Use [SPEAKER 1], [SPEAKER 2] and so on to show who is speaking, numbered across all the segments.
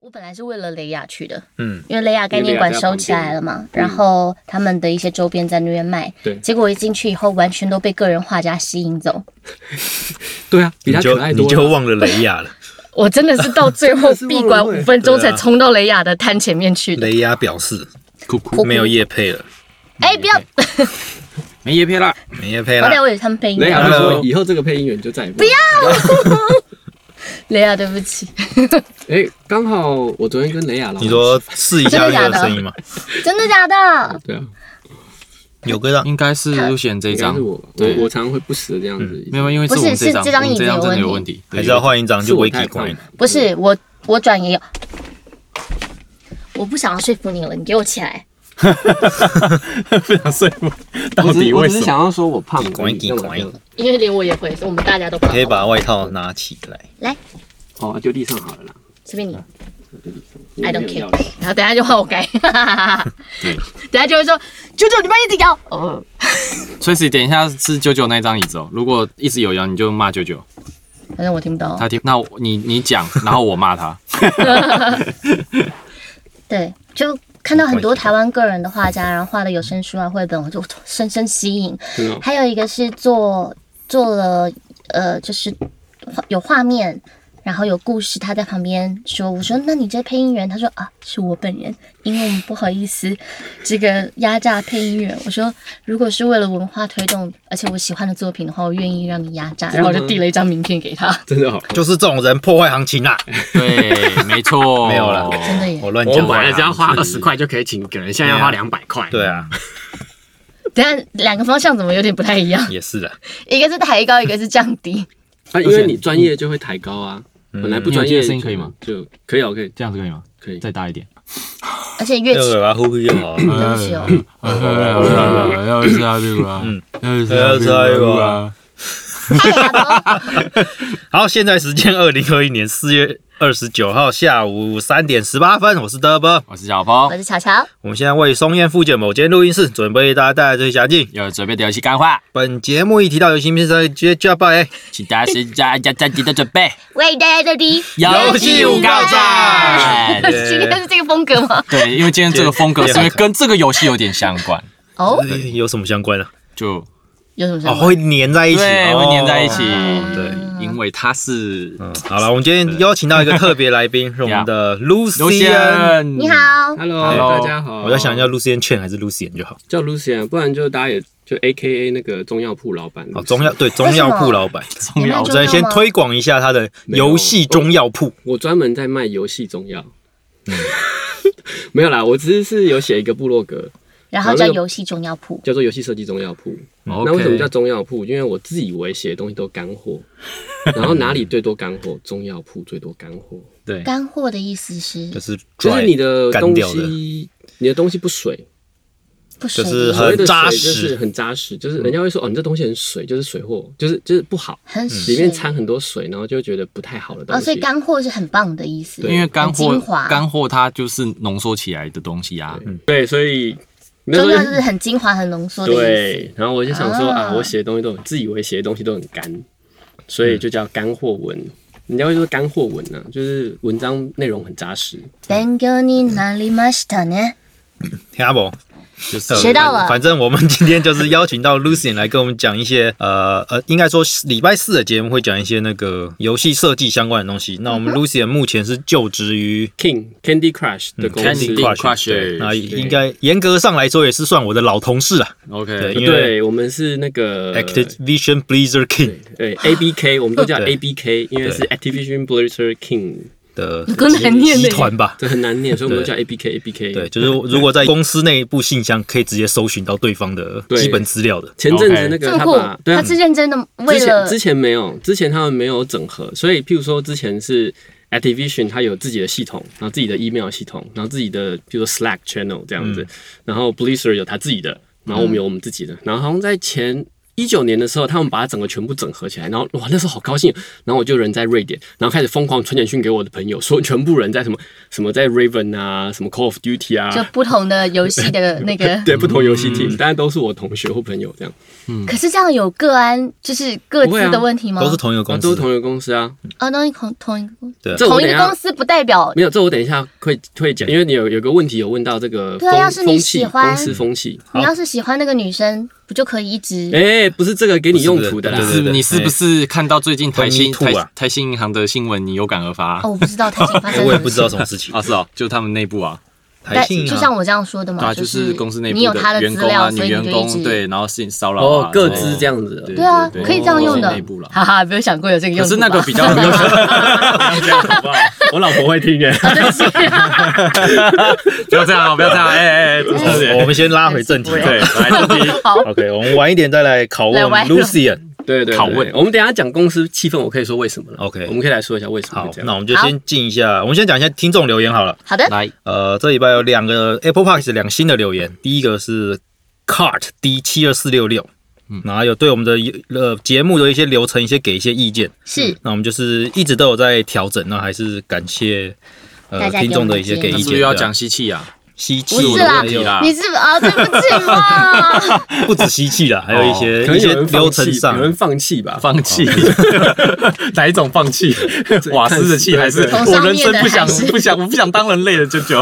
[SPEAKER 1] 我本来是为了雷亚去的，
[SPEAKER 2] 嗯，
[SPEAKER 1] 因为雷亚概念馆收起来了嘛，然后他们的一些周边在那边卖，
[SPEAKER 2] 对
[SPEAKER 1] 结果我一进去以后，完全都被个人画家吸引走，
[SPEAKER 2] 对啊，比
[SPEAKER 3] 你
[SPEAKER 2] 他
[SPEAKER 3] 就
[SPEAKER 2] 可爱
[SPEAKER 3] 你
[SPEAKER 2] 多
[SPEAKER 3] 就
[SPEAKER 2] 了。
[SPEAKER 3] 忘了雷亚了，
[SPEAKER 1] 我真的是到最后闭馆五分钟
[SPEAKER 3] 对
[SPEAKER 1] 才
[SPEAKER 3] 啊
[SPEAKER 1] 冲到雷亚的摊前面去的。
[SPEAKER 3] 雷亚表示
[SPEAKER 2] 酷酷，
[SPEAKER 3] 没有叶配了，
[SPEAKER 1] 哎，不要，
[SPEAKER 2] 没叶片啦。
[SPEAKER 3] 没叶配
[SPEAKER 1] 我
[SPEAKER 3] 了
[SPEAKER 1] 等。下我以为他们配音
[SPEAKER 2] 雷亚
[SPEAKER 1] 员。
[SPEAKER 2] 会说
[SPEAKER 3] Hello
[SPEAKER 2] 以后这个配音员就再也不要。
[SPEAKER 1] 雷亚，对不起，
[SPEAKER 2] 哎，刚好我昨天跟雷亚老
[SPEAKER 3] 你说试一下这个声音吗？
[SPEAKER 1] 真的假的？
[SPEAKER 2] 对啊，
[SPEAKER 3] 有啊个让
[SPEAKER 4] 应该是陆贤这一
[SPEAKER 2] 应该
[SPEAKER 4] 张
[SPEAKER 2] 是，我吧，
[SPEAKER 4] 对嗯
[SPEAKER 2] 我我常常会不时的这样子，
[SPEAKER 4] 没有，因为
[SPEAKER 1] 不
[SPEAKER 4] 是
[SPEAKER 1] 是
[SPEAKER 4] 我们
[SPEAKER 1] 是
[SPEAKER 4] 张，
[SPEAKER 1] 这张
[SPEAKER 4] 我们
[SPEAKER 1] 椅子
[SPEAKER 4] 这张
[SPEAKER 1] 有
[SPEAKER 4] 真的有
[SPEAKER 1] 问
[SPEAKER 4] 问题，
[SPEAKER 3] 还是要换一张
[SPEAKER 2] 是
[SPEAKER 3] 就
[SPEAKER 2] 我
[SPEAKER 3] 危
[SPEAKER 2] 太
[SPEAKER 3] 机
[SPEAKER 2] 胖
[SPEAKER 3] 关
[SPEAKER 2] 了
[SPEAKER 3] 了。，
[SPEAKER 1] 不是我，我转也有。我不想要说服你了，你给我起来。
[SPEAKER 4] 不想说服，
[SPEAKER 2] 我只是我只是想要说我胖，
[SPEAKER 3] 关一
[SPEAKER 2] 你干嘛
[SPEAKER 3] 关
[SPEAKER 2] 这
[SPEAKER 3] 一
[SPEAKER 2] 样
[SPEAKER 1] 因为连我也会，我们大家都
[SPEAKER 3] 可以把外套拿起来。
[SPEAKER 2] 哦，丢地上好了啦。
[SPEAKER 1] 随便你
[SPEAKER 2] 因为
[SPEAKER 1] ，I don't
[SPEAKER 2] 没
[SPEAKER 1] care
[SPEAKER 2] 有钥匙。
[SPEAKER 1] 然后等下就换我 改， 等下就会说舅舅你们一直摇。哦，
[SPEAKER 4] 所以是等一下是九九那张椅子哦，如果一直有摇，你就骂九九，
[SPEAKER 1] 反正我听不到。
[SPEAKER 4] 他听，那我你你讲，然后我骂他，
[SPEAKER 1] 对，就看到很多台湾个人的画家，然后画的有声书啊、绘本，我就深深吸引。
[SPEAKER 2] 真的哦
[SPEAKER 1] 还有一个是做做了呃，就是画有画面，然后有故事，他在旁边说：“我说那你这配音员？”他说：“啊，是我本人，因为我们不好意思，这个压榨配音员。”我说：“如果是为了文化推动，而且我喜欢的作品的话，我愿意让你压榨。”
[SPEAKER 2] 这
[SPEAKER 1] 然
[SPEAKER 2] 样
[SPEAKER 1] 后
[SPEAKER 2] 吗
[SPEAKER 1] 我就递了一张名片给他。
[SPEAKER 2] 真的好。
[SPEAKER 3] 就是这种人破坏行情啦！
[SPEAKER 4] 对，没错，
[SPEAKER 3] 没有了
[SPEAKER 1] 真的耶！
[SPEAKER 3] 我乱
[SPEAKER 5] 我
[SPEAKER 3] 讲。啊
[SPEAKER 5] 本
[SPEAKER 2] 啊
[SPEAKER 5] 来只要花二十块就可以请一个人，现在要花两百块。
[SPEAKER 3] 对，啊，
[SPEAKER 1] 等一下两个方向怎么有点不太一样？
[SPEAKER 3] 也是啊的。
[SPEAKER 1] 一个是抬高，一个是降低。
[SPEAKER 2] 啊，因为你专业就会抬高啊，本来不专
[SPEAKER 4] 你有这
[SPEAKER 2] 业
[SPEAKER 4] 个声音可以吗？
[SPEAKER 2] 就可以哦，可以，
[SPEAKER 4] 这样子可以吗？
[SPEAKER 2] 可以。
[SPEAKER 4] 再大一点，
[SPEAKER 1] 而且乐
[SPEAKER 3] 那
[SPEAKER 1] 器，
[SPEAKER 3] 个把呼吸就好了。
[SPEAKER 1] 对不起哦，
[SPEAKER 4] 嗯要吃阿屁股啊，要吃
[SPEAKER 3] 要吃阿屁股
[SPEAKER 4] 啊
[SPEAKER 3] 啊，
[SPEAKER 1] 太阳哦
[SPEAKER 3] 好，现在时间二零二一年四月二十九号下午三点十八分，我是德波。
[SPEAKER 4] 我是小峰
[SPEAKER 1] 我，是乔乔，
[SPEAKER 3] 我们现在为松燕附近某间录音室准备大家带来这些详情。
[SPEAKER 4] 要准备的游戏干话，
[SPEAKER 3] 本节目一提到游戏名称，直接叫爆哎！
[SPEAKER 4] 请大家先加加加急的准备，
[SPEAKER 1] 为大家这里。
[SPEAKER 4] 游
[SPEAKER 3] 戏五告
[SPEAKER 4] 战
[SPEAKER 1] 今天是这个风格吗？
[SPEAKER 4] 对，因为今天这个风格是因为跟这个游戏有点相关，
[SPEAKER 1] 哦，
[SPEAKER 3] 有什么相关的？啊
[SPEAKER 4] 就
[SPEAKER 1] 有什么事
[SPEAKER 3] 哦，？会粘在一起，
[SPEAKER 4] 对，会粘在一起，
[SPEAKER 3] 哦。
[SPEAKER 1] 嗯
[SPEAKER 3] 对，
[SPEAKER 4] 因为它是
[SPEAKER 3] 嗯，好了，我们今天邀请到一个特别来宾，是我们的 Lucian。
[SPEAKER 4] Lucian
[SPEAKER 1] 你，好，
[SPEAKER 2] Hello，
[SPEAKER 4] Hello
[SPEAKER 2] 大家好。
[SPEAKER 3] 我在想叫 Lucian Chen 还是 Lucian 就好。
[SPEAKER 2] 叫 Lucian，不然就大家也就 A K A 那个中药铺老板。
[SPEAKER 3] 哦，中药对中药铺老板，
[SPEAKER 1] 你
[SPEAKER 4] 重
[SPEAKER 1] 们
[SPEAKER 4] 要
[SPEAKER 3] 我
[SPEAKER 1] 中
[SPEAKER 3] 再
[SPEAKER 1] 药
[SPEAKER 3] 先
[SPEAKER 1] 吗
[SPEAKER 3] 推广一下他的游戏中药铺。
[SPEAKER 2] 我专门在卖游戏中药。
[SPEAKER 3] 嗯
[SPEAKER 2] 没有啦，我只是是有写一个部落格，
[SPEAKER 1] 然后叫游戏中药铺。
[SPEAKER 2] 叫做游戏设计中药铺。
[SPEAKER 4] OK
[SPEAKER 2] 那为什么叫中药铺？因为我自以为写的东西都干货，然后哪里最多干货？中药铺最多干货，
[SPEAKER 4] 对
[SPEAKER 1] 干货的意思是
[SPEAKER 3] 就是
[SPEAKER 2] 就是你的
[SPEAKER 3] dry 干
[SPEAKER 2] 东
[SPEAKER 3] 掉的，
[SPEAKER 2] 西，你的东西不水，
[SPEAKER 1] 不水
[SPEAKER 3] 就是
[SPEAKER 2] 所谓
[SPEAKER 3] 很
[SPEAKER 2] 的
[SPEAKER 3] 扎
[SPEAKER 2] 水就是
[SPEAKER 3] 实嗯
[SPEAKER 2] 很扎实，就是人家会说哦，你这东西很水，就是水货，就是就是不好，
[SPEAKER 1] 很水
[SPEAKER 2] 嗯
[SPEAKER 3] 嗯
[SPEAKER 2] 里面掺很多水，然后就会觉得不太好的东
[SPEAKER 1] 哦，
[SPEAKER 2] 西。
[SPEAKER 1] 所以干货是很棒的意思。
[SPEAKER 4] 因为干货
[SPEAKER 1] 很精华，
[SPEAKER 4] 干货它就是浓缩起来的东西啊，
[SPEAKER 2] 对，所以那时
[SPEAKER 1] 中
[SPEAKER 2] 候
[SPEAKER 1] 药就是很精华、很浓缩的哦意思。
[SPEAKER 2] 对，然后我就想说
[SPEAKER 1] 啊
[SPEAKER 2] 啊，我写的东西都很自以为写的东西都很干，所以就叫干货文。人家会说干货文啊，就是文章内容很扎实。
[SPEAKER 1] 勉強になりましたね。
[SPEAKER 3] 听到不？
[SPEAKER 4] 就是
[SPEAKER 1] 学到了
[SPEAKER 3] 反正我们今天就是邀请到 Lucian 来跟我们讲一些呃呃，应该说礼拜四的节目会讲一些那个游戏设计相关的东西。那我
[SPEAKER 1] 嗯
[SPEAKER 3] 们 Lucian 目前是就职于
[SPEAKER 2] King Candy Crush 的
[SPEAKER 3] 嗯
[SPEAKER 2] 公司，
[SPEAKER 4] Candy Crush，
[SPEAKER 3] 对，那
[SPEAKER 4] 对
[SPEAKER 3] 应该严格上来说也是算我的老同事啊。对
[SPEAKER 4] OK，
[SPEAKER 3] 因为
[SPEAKER 2] 对我们是那个
[SPEAKER 3] Activision Blizzard King
[SPEAKER 2] 对 ABK，我们都叫
[SPEAKER 3] 对
[SPEAKER 2] ABK，因为是 Activision Blizzard King，
[SPEAKER 3] 的
[SPEAKER 1] 够难念的
[SPEAKER 3] 集团吧。
[SPEAKER 2] 这很难念，所以我们都叫 ABK ABK。
[SPEAKER 3] 对，就是如果在公司内部信箱可以直接搜寻到对方的
[SPEAKER 2] 对
[SPEAKER 3] 基本资料的，
[SPEAKER 2] 前阵子那
[SPEAKER 1] 这
[SPEAKER 2] 个
[SPEAKER 1] 么
[SPEAKER 2] 他
[SPEAKER 1] 酷
[SPEAKER 2] 把，对啊
[SPEAKER 1] 他，是认真的，为
[SPEAKER 2] 之
[SPEAKER 1] 了
[SPEAKER 2] 前之前没有，之前他们没有整合，所以譬如说之前是 Activision，它有自己的系统，然后自己的 email 系统，然后自己的譬如说 Slack
[SPEAKER 3] 嗯
[SPEAKER 2] channel 这样子，然后 Blizzard 有它自己的，然后我们有我们自己的，然后好像在前一九年的时候，他们把它整个全部整合起来，然后哇，那时候好高兴。啊然后我就人在瑞典，然后开始疯狂传简讯给我的朋友，说全部人在什么什么在 Raven 啊，什么 Call of Duty 啊，。
[SPEAKER 1] 就不同的游戏的那个
[SPEAKER 2] 对不同游戏
[SPEAKER 3] 嗯
[SPEAKER 2] team，大家都是我同学或朋友这样，
[SPEAKER 1] 可是这样有个案，就是各
[SPEAKER 2] 不
[SPEAKER 1] 自
[SPEAKER 2] 会啊
[SPEAKER 1] 的问题吗？
[SPEAKER 3] 都是同一个公
[SPEAKER 2] 啊都
[SPEAKER 3] 司
[SPEAKER 2] 是，同一个公司啊。
[SPEAKER 1] 啊，那你同同一个公
[SPEAKER 3] 对
[SPEAKER 2] 这我
[SPEAKER 1] 同一
[SPEAKER 2] 等
[SPEAKER 1] 个
[SPEAKER 2] 下
[SPEAKER 1] 公司不代表
[SPEAKER 2] 没有，这我等一下会会讲，因为你有有个问题有问到这个
[SPEAKER 1] 对啊要是你
[SPEAKER 2] 风风
[SPEAKER 1] 喜
[SPEAKER 2] 气
[SPEAKER 1] 欢
[SPEAKER 2] 公司风气，
[SPEAKER 1] 你要是喜欢那个女生，不就可以一直？
[SPEAKER 2] 哎，不是这个给你用途的
[SPEAKER 3] 对
[SPEAKER 2] 啦
[SPEAKER 3] 对。
[SPEAKER 4] 是
[SPEAKER 3] 对
[SPEAKER 4] 你是不是看到最近台新
[SPEAKER 3] 都 me
[SPEAKER 4] 台
[SPEAKER 3] too 啊
[SPEAKER 4] 台新银行的新闻，你有感而发
[SPEAKER 1] 哦，我不知道他已经发生什么事。
[SPEAKER 3] 我也不知道什么 事情
[SPEAKER 4] 啊？。是哦，就他们内部啊，
[SPEAKER 3] 台
[SPEAKER 1] 但
[SPEAKER 3] 信
[SPEAKER 1] 就
[SPEAKER 3] 啊
[SPEAKER 1] 像我这样说的嘛，
[SPEAKER 4] 对啊，
[SPEAKER 1] 哦就
[SPEAKER 4] 就是公司内部
[SPEAKER 1] 你有他
[SPEAKER 4] 的
[SPEAKER 1] 的
[SPEAKER 4] 员
[SPEAKER 1] 资
[SPEAKER 4] 工
[SPEAKER 1] 料，
[SPEAKER 4] 啊、女
[SPEAKER 1] 所以
[SPEAKER 4] 员
[SPEAKER 1] 你就一
[SPEAKER 4] 工
[SPEAKER 1] 直
[SPEAKER 4] 对，然后性骚扰
[SPEAKER 2] 哦
[SPEAKER 4] 啊，，
[SPEAKER 2] 各
[SPEAKER 4] 之类
[SPEAKER 2] 自
[SPEAKER 4] 的
[SPEAKER 2] 这样子的，
[SPEAKER 1] 对啊
[SPEAKER 4] 对
[SPEAKER 1] 可以这样用的
[SPEAKER 4] 内部了。
[SPEAKER 1] 哈哈，没有想过有这个用
[SPEAKER 4] 可
[SPEAKER 1] 途吧。
[SPEAKER 4] 是那 个比较
[SPEAKER 2] 我老婆会听耶。
[SPEAKER 4] 不要这样，不要这样， 哎哎，哎
[SPEAKER 3] 我我们先拉回正题。
[SPEAKER 4] 对，来自己
[SPEAKER 1] 好，
[SPEAKER 3] OK，我们晚一点再来拷问
[SPEAKER 1] 来晚一点
[SPEAKER 3] Lucian。
[SPEAKER 2] 对对，
[SPEAKER 4] 拷问
[SPEAKER 2] 对我们等一下讲公司气氛，我可以说为什么了。
[SPEAKER 3] OK
[SPEAKER 2] 我们可以来说一下为什么
[SPEAKER 3] 好
[SPEAKER 2] 会这，
[SPEAKER 3] 那
[SPEAKER 2] 样。
[SPEAKER 3] 我们就先进一下，我们先讲一下听众留言好了。
[SPEAKER 1] 好的，
[SPEAKER 4] 来，
[SPEAKER 3] 呃，这礼拜有两个 Apple Park 两个新的留言，第一个是 Cart D 七二四六六，
[SPEAKER 2] 嗯
[SPEAKER 3] 然后有对我们的呃节目的一些流程一些给一些意见，
[SPEAKER 1] 是
[SPEAKER 3] 那我们就是一直都有在调整，那还是感谢
[SPEAKER 1] 大家
[SPEAKER 3] 呃
[SPEAKER 1] 给我们
[SPEAKER 3] 听众的一些
[SPEAKER 1] 建
[SPEAKER 3] 给意
[SPEAKER 4] 那
[SPEAKER 1] 议
[SPEAKER 4] 是不
[SPEAKER 3] 见。
[SPEAKER 4] 是要
[SPEAKER 3] 对啊
[SPEAKER 4] 讲吸气啊？
[SPEAKER 3] 吸气
[SPEAKER 1] 不是
[SPEAKER 3] 的
[SPEAKER 1] 啦
[SPEAKER 3] 问题
[SPEAKER 4] 啊
[SPEAKER 1] 你是不啊？对不 起嘛，
[SPEAKER 3] 不止吸气啦，还有一些、
[SPEAKER 2] 哦可能
[SPEAKER 3] 一
[SPEAKER 2] 有
[SPEAKER 3] 些流
[SPEAKER 2] 人放弃
[SPEAKER 3] 程上哦
[SPEAKER 2] 有人放弃吧，
[SPEAKER 4] 放弃， 哪一种放弃？ 瓦斯的气还是
[SPEAKER 1] 从
[SPEAKER 4] 我
[SPEAKER 1] 上
[SPEAKER 4] 人
[SPEAKER 1] 面
[SPEAKER 4] 生
[SPEAKER 1] 的
[SPEAKER 4] 不想
[SPEAKER 1] 还是
[SPEAKER 4] 不想我不想当人类的舅舅？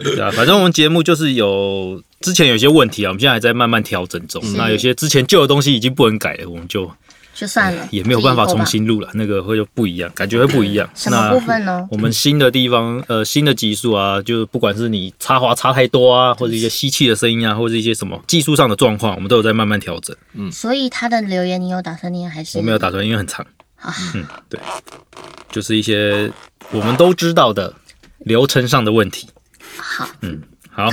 [SPEAKER 3] 对啊，反正我们节目就是有之前有些问题啊，我们现在还在慢慢调整中。那有些之前旧的东西已经不能改了，我们就
[SPEAKER 1] 就算了，
[SPEAKER 3] 也没有办法
[SPEAKER 1] 就以后吧
[SPEAKER 3] 重。新录了，那个会就不一样，感觉会不一样。
[SPEAKER 1] 嗯什么
[SPEAKER 3] 那
[SPEAKER 1] 部分呢？
[SPEAKER 3] 我们新的地方，呃，新的集数啊，就是不管是你插花插太多啊，或者一些吸气的声音啊，或者一些什么技术上的状况，我们都有在慢慢调整。
[SPEAKER 1] 所以他的留言你有打算念还是？
[SPEAKER 3] 嗯我没有打算，因为很长。
[SPEAKER 1] 啊
[SPEAKER 3] 嗯，对，就是一些我们都知道的流程上的问题。
[SPEAKER 1] 好，
[SPEAKER 3] 嗯好，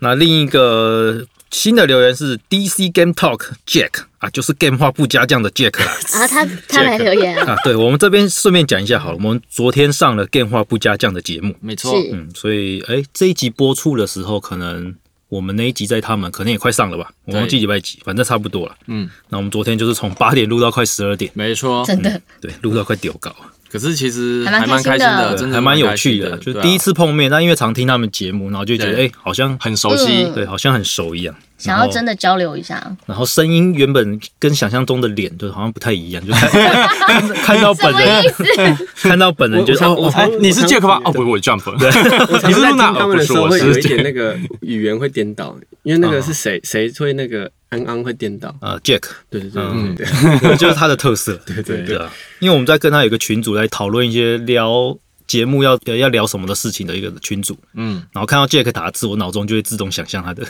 [SPEAKER 3] 那另一个新的留言是 DC Game Talk Jack 啊，就是 Game 话不加酱的 Jack 啦。
[SPEAKER 1] 啊，他他来留 言啊，
[SPEAKER 3] 啊，对，我们这边顺便讲一下好了，我们昨天上了 Game 话不加酱的节目，
[SPEAKER 4] 没错，
[SPEAKER 1] 是
[SPEAKER 3] 嗯，所以哎，这一集播出的时候，可能我们那一集在他们可能也快上了吧，我忘记
[SPEAKER 4] 对
[SPEAKER 3] 礼拜几，反正差不多了。
[SPEAKER 4] 嗯，
[SPEAKER 3] 那我们昨天就是从八点录到快十二点，
[SPEAKER 4] 没错。
[SPEAKER 1] 真的
[SPEAKER 3] 对，录到快丢稿，
[SPEAKER 4] 可是其实
[SPEAKER 1] 还蛮
[SPEAKER 4] 还蛮
[SPEAKER 1] 开
[SPEAKER 4] 开
[SPEAKER 1] 心
[SPEAKER 4] 心
[SPEAKER 1] 的
[SPEAKER 4] 的，
[SPEAKER 3] 对
[SPEAKER 4] 啊真的
[SPEAKER 3] 还蛮有
[SPEAKER 4] 开心
[SPEAKER 3] 趣
[SPEAKER 4] 的，
[SPEAKER 3] 就
[SPEAKER 4] 对啊
[SPEAKER 3] 第一次碰面，但因为常听他们节目，然后就觉得
[SPEAKER 4] 对
[SPEAKER 3] 哎，好像
[SPEAKER 4] 很熟悉
[SPEAKER 1] 嗯，
[SPEAKER 3] 对，好像很熟一样。
[SPEAKER 1] 想
[SPEAKER 3] 然
[SPEAKER 1] 要
[SPEAKER 3] 后
[SPEAKER 1] 真的交流一 下，
[SPEAKER 3] 然后声音原本跟想象中的脸就好像不太一样，就看 看看到
[SPEAKER 1] 什
[SPEAKER 3] 本
[SPEAKER 1] 么意
[SPEAKER 3] 人，
[SPEAKER 1] 思？
[SPEAKER 3] 看到本人就
[SPEAKER 2] 我
[SPEAKER 3] 哦，
[SPEAKER 2] 我
[SPEAKER 3] 哦
[SPEAKER 2] 常
[SPEAKER 4] 哎，你是 Jack 吧？哦，
[SPEAKER 2] 我
[SPEAKER 4] 不，我 Jump。
[SPEAKER 2] 我常
[SPEAKER 4] 你是
[SPEAKER 2] 在听
[SPEAKER 4] 露娜
[SPEAKER 2] 他们的时候
[SPEAKER 4] 哦不
[SPEAKER 2] 会
[SPEAKER 4] 是
[SPEAKER 2] 有
[SPEAKER 4] 我是
[SPEAKER 2] 一点那个语言会颠倒，因为那个是谁谁会那个安安会颠倒，
[SPEAKER 3] 呃，Jack，
[SPEAKER 2] 对对对
[SPEAKER 3] 嗯
[SPEAKER 2] 对对，
[SPEAKER 3] 这就是他的特色，对
[SPEAKER 4] 对
[SPEAKER 3] 对啊，因为我们在跟他有一个群组来讨论一些聊节目要要聊什么的事情的一个群组，
[SPEAKER 4] 嗯，
[SPEAKER 3] 然后看到 Jack 打字，我脑中就会自动想象他的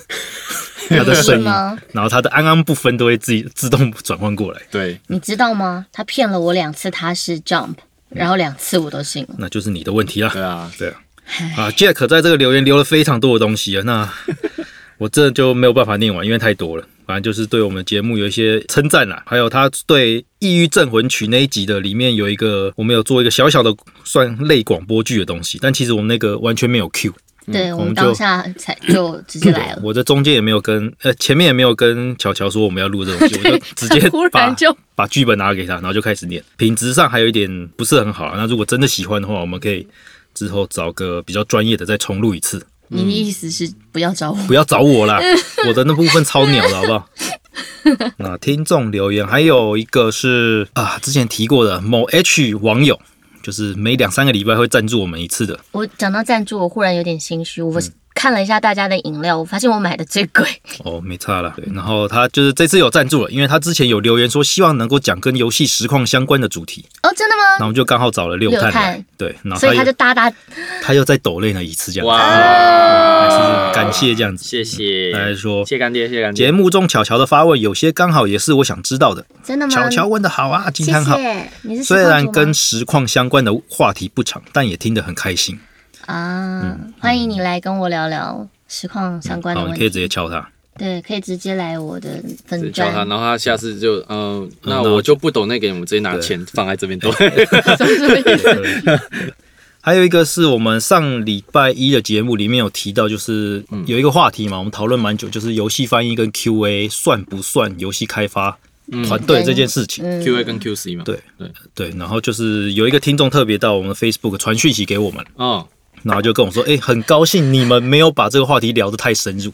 [SPEAKER 3] 他的
[SPEAKER 1] 是
[SPEAKER 3] 声音，
[SPEAKER 1] 吗？
[SPEAKER 3] 然后他的安安不分都会自己自动转换过来，
[SPEAKER 4] 对，
[SPEAKER 1] 你知道吗？他骗了我两次，他是 jump，然后
[SPEAKER 3] 嗯
[SPEAKER 1] 两次我都信了。
[SPEAKER 3] 那就是你的问题啦。
[SPEAKER 4] 对啊，
[SPEAKER 3] 对啊，啊，Jack 在这个留言留了非常多的东西啊， 那我这就没有办法念完，因为太多了。反正就是对我们节目有一些称赞啦，还有他对《抑郁镇魂曲》那一集的里面有一个，我们有做一个小小的算类广播剧的东西，但其实我们那个完全没有 Q，
[SPEAKER 1] 对我
[SPEAKER 3] 嗯我
[SPEAKER 1] 们
[SPEAKER 3] 们
[SPEAKER 1] 当
[SPEAKER 3] 就
[SPEAKER 1] 下 才就直接来了。
[SPEAKER 3] 我在中间也没有跟呃前面也没有跟巧巧说我们要录这种剧，我就直接
[SPEAKER 1] 忽然
[SPEAKER 3] 把
[SPEAKER 1] 就
[SPEAKER 3] 把剧本拿给他，然后就开始念。品质上还有一点不是很好啊，那如果真的喜欢的话，我们可以之后找个比较专业的再重录一次。
[SPEAKER 1] 你的意思是不要找我？
[SPEAKER 3] 不要找我啦，我的那部分超鸟的好不好？那听众留言还有一个是啊，之前提过的某 H 网友，就是每两三个礼拜会赞助我们一次的，
[SPEAKER 1] 我讲到赞助，我忽然有点心虚。
[SPEAKER 3] 嗯
[SPEAKER 1] 我看了一下大家的饮料，我发现我买的最贵。
[SPEAKER 3] 哦，没差啦。对，然后他就是这次有赞助了，因为他之前有留言说希望能够讲跟游戏实况相关的主题，
[SPEAKER 1] 哦，真的
[SPEAKER 3] 然后我
[SPEAKER 1] 吗？
[SPEAKER 3] 们就刚好找了六
[SPEAKER 1] 六
[SPEAKER 3] 探来
[SPEAKER 1] 探，
[SPEAKER 3] 对，嗯然后
[SPEAKER 1] 所以他就
[SPEAKER 3] 又
[SPEAKER 1] 哒哒，
[SPEAKER 3] 他又再抖累了一次这样子，
[SPEAKER 1] 啊
[SPEAKER 4] 哇，
[SPEAKER 3] 就是感谢这样子。
[SPEAKER 4] 谢谢
[SPEAKER 3] 来说，
[SPEAKER 4] 谢干爹，谢干
[SPEAKER 3] 节
[SPEAKER 4] 爹，
[SPEAKER 3] 目中巧巧的发问有些刚好也是我想知道的，
[SPEAKER 1] 真的吗？
[SPEAKER 3] 巧巧问的好啊，
[SPEAKER 1] 谢
[SPEAKER 3] 惊叹号。
[SPEAKER 1] 谢。你是
[SPEAKER 3] 虽
[SPEAKER 1] 实况
[SPEAKER 3] 然
[SPEAKER 1] 主吗
[SPEAKER 3] 跟实况相关的话题不长，但也听得很开心。
[SPEAKER 1] 啊，欢迎你来跟我聊聊实况相关的
[SPEAKER 3] 嗯好，
[SPEAKER 1] 问
[SPEAKER 3] 你可以
[SPEAKER 1] 题。
[SPEAKER 3] 直接敲他。
[SPEAKER 1] 对，可以直接来我的粉
[SPEAKER 4] 教他，
[SPEAKER 1] 专
[SPEAKER 4] 然，后他下次就嗯，那
[SPEAKER 3] 那我
[SPEAKER 4] 我就不懂那个，我们直接拿钱放在这边都。
[SPEAKER 1] 什么意思
[SPEAKER 3] 对还有一个是我们上礼拜一的节目里面有提到，就是有一个话题嘛，我们讨论蛮久，就是游戏翻译跟 QA 算不算游戏开发团队这件事情。
[SPEAKER 1] 嗯
[SPEAKER 4] Q A 跟 Q C 嘛，
[SPEAKER 3] 对对，然后就是有一个听众特别到我们 Facebook 传讯息给我们，
[SPEAKER 4] 哦，
[SPEAKER 3] 然后就跟我说：“哎、很高兴你们没有把这个话题聊得太深入，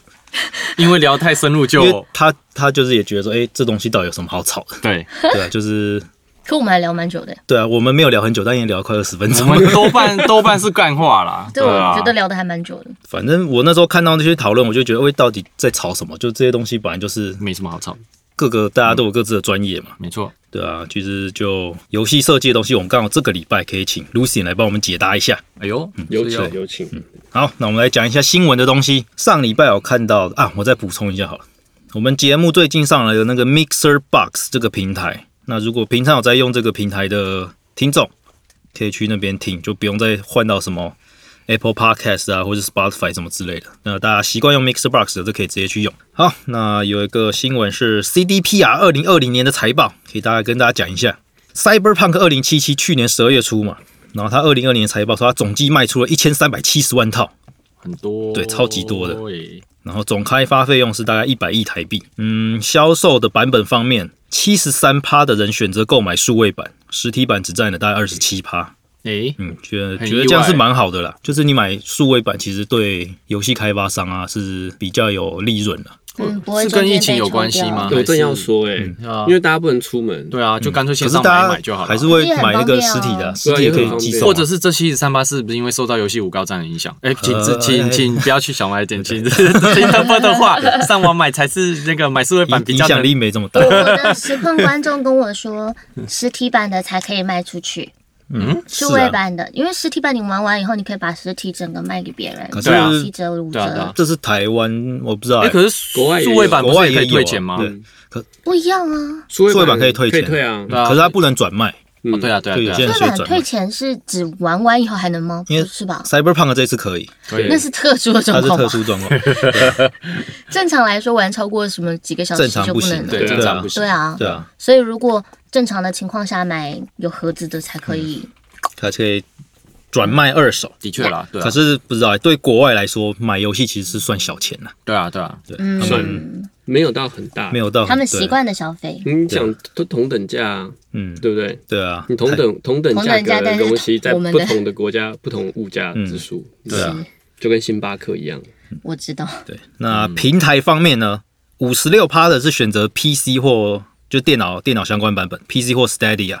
[SPEAKER 4] 因为聊太深入
[SPEAKER 3] 因为
[SPEAKER 4] 就
[SPEAKER 3] 他他就是也觉得说，哎、这东西到底有什么好吵的？
[SPEAKER 4] 对，
[SPEAKER 3] 对啊，就是
[SPEAKER 1] 可我们还聊蛮久的，
[SPEAKER 3] 对啊，我们没有聊很久，但也聊了快二十 分
[SPEAKER 4] 我
[SPEAKER 3] 钟。
[SPEAKER 4] 们多半多半是干话啦，
[SPEAKER 1] 对，
[SPEAKER 4] 啊
[SPEAKER 1] 我觉得聊得还蛮久的。
[SPEAKER 3] 反正我那时候看到那些讨论，我就觉得，喂，到底在吵什么？就这些东西本来就是
[SPEAKER 4] 没什么好吵，
[SPEAKER 3] 各个大家都有各自的专业嘛，
[SPEAKER 4] 没错，
[SPEAKER 3] 对啊，其实就游戏设计的东西，我们刚好这个礼拜可以请 Lucy 来帮我们解答一下。
[SPEAKER 4] 哎呦，
[SPEAKER 2] 有
[SPEAKER 4] 是哦
[SPEAKER 2] 请有请，
[SPEAKER 3] 好，那我们来讲一下新闻的东西。上礼拜有看到啊，我再补充一下好了。我们节目最近上了那个 Mixer Box 这个平台，那如果平常有在用这个平台的听众，可以去那边听，就不用再换到什么 Apple Podcast 啊，或是 Spotify 什么之类的。那大家习惯用 Mixer Box 的，都可以直接去用。好，那有一个新闻是 CDPR 二零二零年的财报，可以大概跟大家讲一下。Cyberpunk 二零七七去年十二月初嘛，然后它二零二零年财报说它总计卖出了一千三百七十万套，
[SPEAKER 4] 很多，
[SPEAKER 3] 对超级多的
[SPEAKER 4] 哎
[SPEAKER 3] 然后总开发费用是大概一百亿台币。嗯，销售的版本方面，七十三趴的人选择购买数位版，实体版只占了大概二十七趴。
[SPEAKER 4] 哎，
[SPEAKER 3] 嗯，觉得
[SPEAKER 4] 很意外
[SPEAKER 3] 觉得这样是蛮好的啦，就是你买数位版，其实对游戏开发商啊是比较有利润的。
[SPEAKER 1] 嗯，不会
[SPEAKER 4] 是
[SPEAKER 1] 中
[SPEAKER 4] 跟
[SPEAKER 1] 间
[SPEAKER 4] 疫情
[SPEAKER 1] 被
[SPEAKER 4] 有
[SPEAKER 1] 抽
[SPEAKER 4] 关系
[SPEAKER 1] 掉
[SPEAKER 4] 吗
[SPEAKER 2] 对我正要说哎，
[SPEAKER 4] 啊
[SPEAKER 2] 因为大家不能出门，
[SPEAKER 4] 对啊，就干脆
[SPEAKER 3] 嗯可
[SPEAKER 4] 线
[SPEAKER 3] 是
[SPEAKER 4] 上
[SPEAKER 3] 大
[SPEAKER 4] 买
[SPEAKER 3] 家
[SPEAKER 4] 买就好
[SPEAKER 3] 还
[SPEAKER 4] 了
[SPEAKER 3] 是。会买那个实体的啊，
[SPEAKER 1] 这
[SPEAKER 3] 实
[SPEAKER 2] 也很
[SPEAKER 3] 体
[SPEAKER 2] 方便啊
[SPEAKER 3] 也可以寄送啊，
[SPEAKER 4] 或者是这期三八是不是因为受到游戏五高站的影响？哎，请
[SPEAKER 3] 呃哎
[SPEAKER 4] 请请不要去小卖 店，请 请他们的话，上网买才是那个买数位版
[SPEAKER 3] 影
[SPEAKER 4] 比
[SPEAKER 3] 影
[SPEAKER 4] 较
[SPEAKER 3] 响
[SPEAKER 4] 能
[SPEAKER 3] 力没这么大。
[SPEAKER 1] 我的实况观众跟我说，实体版的才可以卖出去，
[SPEAKER 3] 嗯，是
[SPEAKER 1] 数位
[SPEAKER 3] 啊，
[SPEAKER 1] 版的，因为实体版你玩完以后，你可以把实体整个卖给别人，
[SPEAKER 3] 可是
[SPEAKER 1] 打七折、五
[SPEAKER 4] 对啊对
[SPEAKER 1] 折
[SPEAKER 4] 啊，
[SPEAKER 3] 这是台湾，我不知道
[SPEAKER 4] 哎，
[SPEAKER 3] 欸，
[SPEAKER 4] 可是
[SPEAKER 2] 国外也有
[SPEAKER 4] 数位版不
[SPEAKER 3] 国
[SPEAKER 4] 是
[SPEAKER 3] 外
[SPEAKER 4] 也可以
[SPEAKER 3] 有
[SPEAKER 4] 退钱吗？
[SPEAKER 3] 啊对
[SPEAKER 4] 嗯
[SPEAKER 1] 不一样啊。
[SPEAKER 2] 数
[SPEAKER 3] 数位版可以退
[SPEAKER 2] 可以
[SPEAKER 3] 钱
[SPEAKER 2] 退啊，
[SPEAKER 4] 对啊，
[SPEAKER 3] 可是它不能转卖。
[SPEAKER 2] 嗯
[SPEAKER 4] 对啊，对啊，
[SPEAKER 3] 对
[SPEAKER 4] 对
[SPEAKER 3] 有些
[SPEAKER 4] 啊
[SPEAKER 3] 人
[SPEAKER 1] 数
[SPEAKER 3] 是
[SPEAKER 1] 位版
[SPEAKER 3] 转卖
[SPEAKER 1] 退钱是指玩完以后还能吗？
[SPEAKER 3] 因为
[SPEAKER 1] 不是吧？
[SPEAKER 3] Cyberpunk 这次可以，
[SPEAKER 4] 可以
[SPEAKER 1] 那是特殊的
[SPEAKER 3] 它
[SPEAKER 1] 状
[SPEAKER 3] 是
[SPEAKER 1] 况
[SPEAKER 3] 特
[SPEAKER 1] 吧？
[SPEAKER 3] 殊状况，
[SPEAKER 1] 正常来说，玩超过什么几个小时
[SPEAKER 3] 正常
[SPEAKER 1] 就
[SPEAKER 3] 不
[SPEAKER 1] 能
[SPEAKER 3] 行，
[SPEAKER 1] 了。
[SPEAKER 4] 对
[SPEAKER 2] 正
[SPEAKER 4] 正常不行
[SPEAKER 1] 对啊，
[SPEAKER 3] 对啊，
[SPEAKER 1] 所以如果正常的情况下买有盒子的才可以。
[SPEAKER 3] 它可以转卖二手。
[SPEAKER 4] 的确啦，对啊
[SPEAKER 3] 可，是不知道欸，对国外来说，买游戏其实是算小钱了，
[SPEAKER 4] 对啊，对啊，
[SPEAKER 3] 对，
[SPEAKER 1] 嗯
[SPEAKER 3] 他
[SPEAKER 2] 算
[SPEAKER 3] 们
[SPEAKER 2] 没有到很大，
[SPEAKER 3] 没有到很
[SPEAKER 1] 他们
[SPEAKER 3] 对
[SPEAKER 1] 习惯的消费，
[SPEAKER 2] 你想都同等价啊，
[SPEAKER 3] 嗯，
[SPEAKER 2] 对不对？
[SPEAKER 3] 对啊，
[SPEAKER 2] 你同等同等价格的东西，在
[SPEAKER 1] 同等价但是
[SPEAKER 2] 不同的国家不同物价指数，
[SPEAKER 3] 对啊，
[SPEAKER 2] 就跟星巴克一样。
[SPEAKER 1] 我知道。
[SPEAKER 3] 对。那平台方面呢，五十六趴的是选择 PC 或就电脑电脑相关版本，PC 或 Stadia，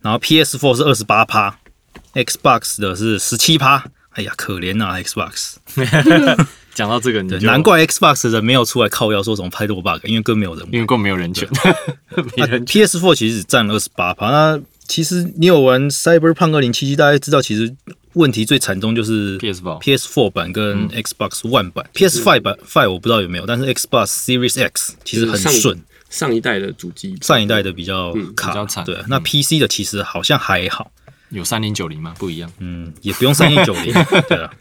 [SPEAKER 3] 然后 PS4 是二十八趴，Xbox 的是十七趴。哎呀，可怜呐、Xbox，
[SPEAKER 4] 讲到这个你
[SPEAKER 3] 对，
[SPEAKER 4] 就
[SPEAKER 3] 难，怪 Xbox 的人没有出来靠腰说什么太多 bug，因为根本没有人玩
[SPEAKER 4] 因为更没有人权， 没
[SPEAKER 3] 啊
[SPEAKER 4] 人权
[SPEAKER 3] PS4 其实只占了二十八趴。那其实你有玩 Cyberpunk 二零七七，大家知道其实问题最惨重就是
[SPEAKER 4] PS4
[SPEAKER 3] PS4 版
[SPEAKER 4] 嗯
[SPEAKER 3] 跟 Xbox One 版、PS5 版 Five 我不知道有没有，但是 Xbox Series X 其实很
[SPEAKER 2] 上
[SPEAKER 3] 顺，
[SPEAKER 2] 上一代的主机
[SPEAKER 3] 上一代的比较卡，
[SPEAKER 4] 嗯比较惨
[SPEAKER 3] 对啊，那 PC 的其实好像还好，
[SPEAKER 4] 有三零九零吗？不一样，
[SPEAKER 3] 嗯，也不用三一九零， 对啊，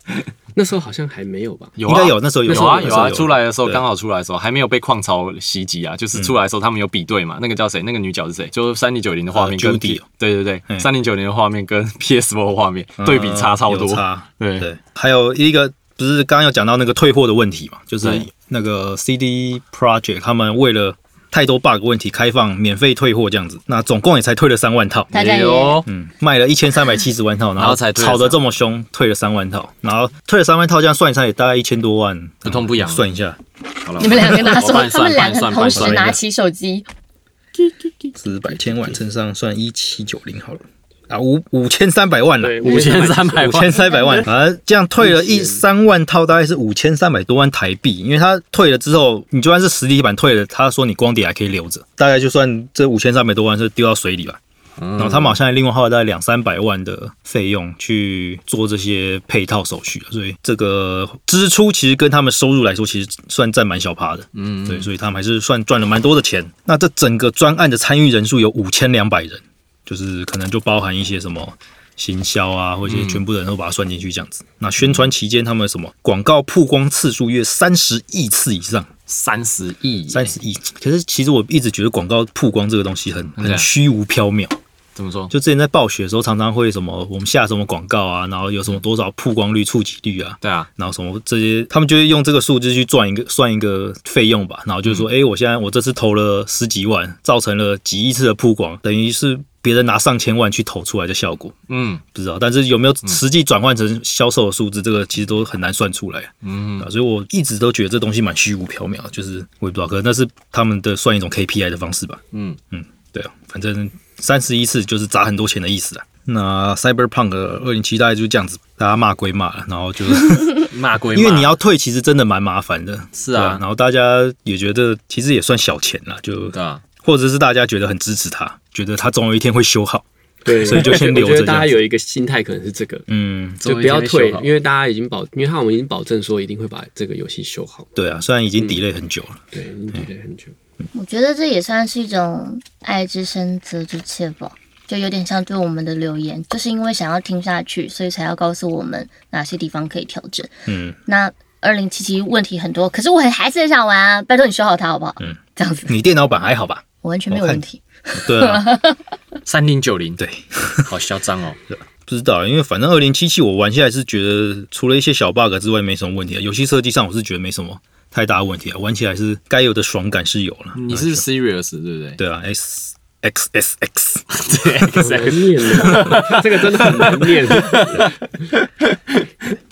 [SPEAKER 2] 那时候好像还没有吧？
[SPEAKER 4] 有
[SPEAKER 3] 应该有那时候有
[SPEAKER 4] 有啊
[SPEAKER 3] 那时候
[SPEAKER 4] 有啊，
[SPEAKER 3] 有
[SPEAKER 4] 出来的时候
[SPEAKER 3] 对嗯
[SPEAKER 4] 刚好出来的时候还没有被矿潮袭击啊，就是出来的时候他们有比对嘛，那个叫谁？那个女角是谁？就是三零九零的画面
[SPEAKER 3] 呃 Judy
[SPEAKER 4] 跟 P- 对对
[SPEAKER 3] 嗯
[SPEAKER 4] 对，三零九零的画面跟 PS4 的画面对比差超
[SPEAKER 3] 有
[SPEAKER 4] 多，
[SPEAKER 3] 差
[SPEAKER 4] 对，
[SPEAKER 3] 对，还有一个不是刚刚有讲到那个退货的问题嘛，就是
[SPEAKER 4] 对
[SPEAKER 3] 那个 CD Project 他们为了太多 bug 问题开放免费退货这样子，那总共也才退了三万套，
[SPEAKER 1] 大
[SPEAKER 4] 哎
[SPEAKER 1] 家也
[SPEAKER 4] 有
[SPEAKER 3] 嗯，卖了一千三百七十万套，然
[SPEAKER 4] 然
[SPEAKER 3] 后
[SPEAKER 4] 后才退了
[SPEAKER 3] 炒得这么凶，退了三万套，然后退了三万套，这样算一算也大概一千多万，
[SPEAKER 4] 不痛不痒
[SPEAKER 3] 算一下
[SPEAKER 4] 好了
[SPEAKER 1] 你们两个
[SPEAKER 3] 哦
[SPEAKER 1] 拿
[SPEAKER 4] 我
[SPEAKER 1] 手，
[SPEAKER 4] 半
[SPEAKER 1] 他
[SPEAKER 4] 算
[SPEAKER 1] 们两个
[SPEAKER 4] 半算
[SPEAKER 1] 同
[SPEAKER 4] 半
[SPEAKER 1] 时
[SPEAKER 4] 算
[SPEAKER 1] 拿起手机，
[SPEAKER 3] 四百千万乘上算一七九零好了，啊五五千三百万了。
[SPEAKER 2] 对，
[SPEAKER 4] 五千三百
[SPEAKER 3] 五
[SPEAKER 4] 万
[SPEAKER 3] 千，三百 万，反正这样退了一三万套，大概是五千三百多万台币。因为他退了之后，你就算是实体版退了，他说你光碟还可以留着，大概就算这五千三百多万是丢到水里吧。
[SPEAKER 4] 嗯
[SPEAKER 3] 然后他们好像还另外花了大概两三百万的费用去做这些配套手续，所以这个支出其实跟他们收入来说，其实算占蛮小趴的。嗯，对，所以他们还是算赚了蛮多的钱。那这整个专案的参与人数有五千两百人，就是可能就包含一些什么行销啊，或者一
[SPEAKER 4] 嗯
[SPEAKER 3] 些全部人都把它算进去这样子。那宣传期间，他们什么广告曝光次数约三十亿次以上，
[SPEAKER 4] 三十亿，
[SPEAKER 3] 三十亿。可是其实我一直觉得广告曝光这个东西很
[SPEAKER 4] 对
[SPEAKER 3] 很
[SPEAKER 4] 啊
[SPEAKER 3] 虚无缥缈，
[SPEAKER 4] 怎么说？
[SPEAKER 3] 就之前在暴雪的时候，常常会什么我们下什么广告啊，然后有什么多少曝光率、触及率啊，
[SPEAKER 4] 对啊，
[SPEAKER 3] 然后什么这些，他们就会用这个数字去赚一个算一个费用吧，然后就说，
[SPEAKER 4] 嗯
[SPEAKER 3] 哎、我现在我这次投了十几万，造成了几亿次的曝光，等于是别人拿上千万去投出来的效果，
[SPEAKER 4] 嗯
[SPEAKER 3] 不知道，但是有没有实际转换成销售的数字，这个其实都很难算出来。
[SPEAKER 4] 嗯
[SPEAKER 3] 啊，所以我一直都觉得这东西蛮虚无缥缈的，就是我也不知道，可能那是他们的算一种 KPI 的方式吧。
[SPEAKER 4] 嗯
[SPEAKER 3] 嗯，对啊，反正三十一次就是砸很多钱的意思啊。那 Cyberpunk 二零七大概就是这样子，大家骂归骂了，然后就是
[SPEAKER 4] 骂归骂，
[SPEAKER 3] 因为你要退，其实真的蛮麻烦的。
[SPEAKER 4] 是
[SPEAKER 3] 对
[SPEAKER 4] 啊，
[SPEAKER 3] 然后大家也觉得其实也算小钱啦，就
[SPEAKER 4] 对啊，
[SPEAKER 3] 或者是大家觉得很支持他，觉得他总有一天会修好。
[SPEAKER 2] 对，
[SPEAKER 3] 所以就先
[SPEAKER 2] 我
[SPEAKER 3] 留着
[SPEAKER 2] 觉得
[SPEAKER 3] 这
[SPEAKER 2] 大家
[SPEAKER 3] 样子
[SPEAKER 2] 有一个心态，可能是这个，
[SPEAKER 3] 嗯，
[SPEAKER 2] 就不要退，因
[SPEAKER 4] 为
[SPEAKER 2] 为大家已经保，因为他们已经保证说一定会把这个游戏修好，
[SPEAKER 3] 对啊，虽然已经 delay 很久了，
[SPEAKER 2] 对，已经 delay 很久。
[SPEAKER 1] 我觉得这也算是一种爱之深责之切吧，就有点像对我们的留言，就是因为想要听下去，所以才要告诉我们哪些地方可以调整。
[SPEAKER 3] 嗯，
[SPEAKER 1] 那二零七七问题很多，可是我很还是很想玩啊，拜托你修好它好不好？嗯，这样子
[SPEAKER 3] 你电脑版还好吧？
[SPEAKER 1] 我完全没有
[SPEAKER 3] 我看
[SPEAKER 1] 问题。
[SPEAKER 3] 对啊，
[SPEAKER 4] 三零九零，
[SPEAKER 3] 对，
[SPEAKER 4] 好嚣张哦，
[SPEAKER 3] 不知道，因为反正二零七七我玩下来是觉得除了一些小 bug 之外没什么问题啊。游戏设计上我是觉得没什么太大的问题啊，玩起来是该有的爽感是有了。
[SPEAKER 4] 你是 serious 对不对？
[SPEAKER 3] 对啊，S X S X，
[SPEAKER 2] 很难 念的，这个真的很难念。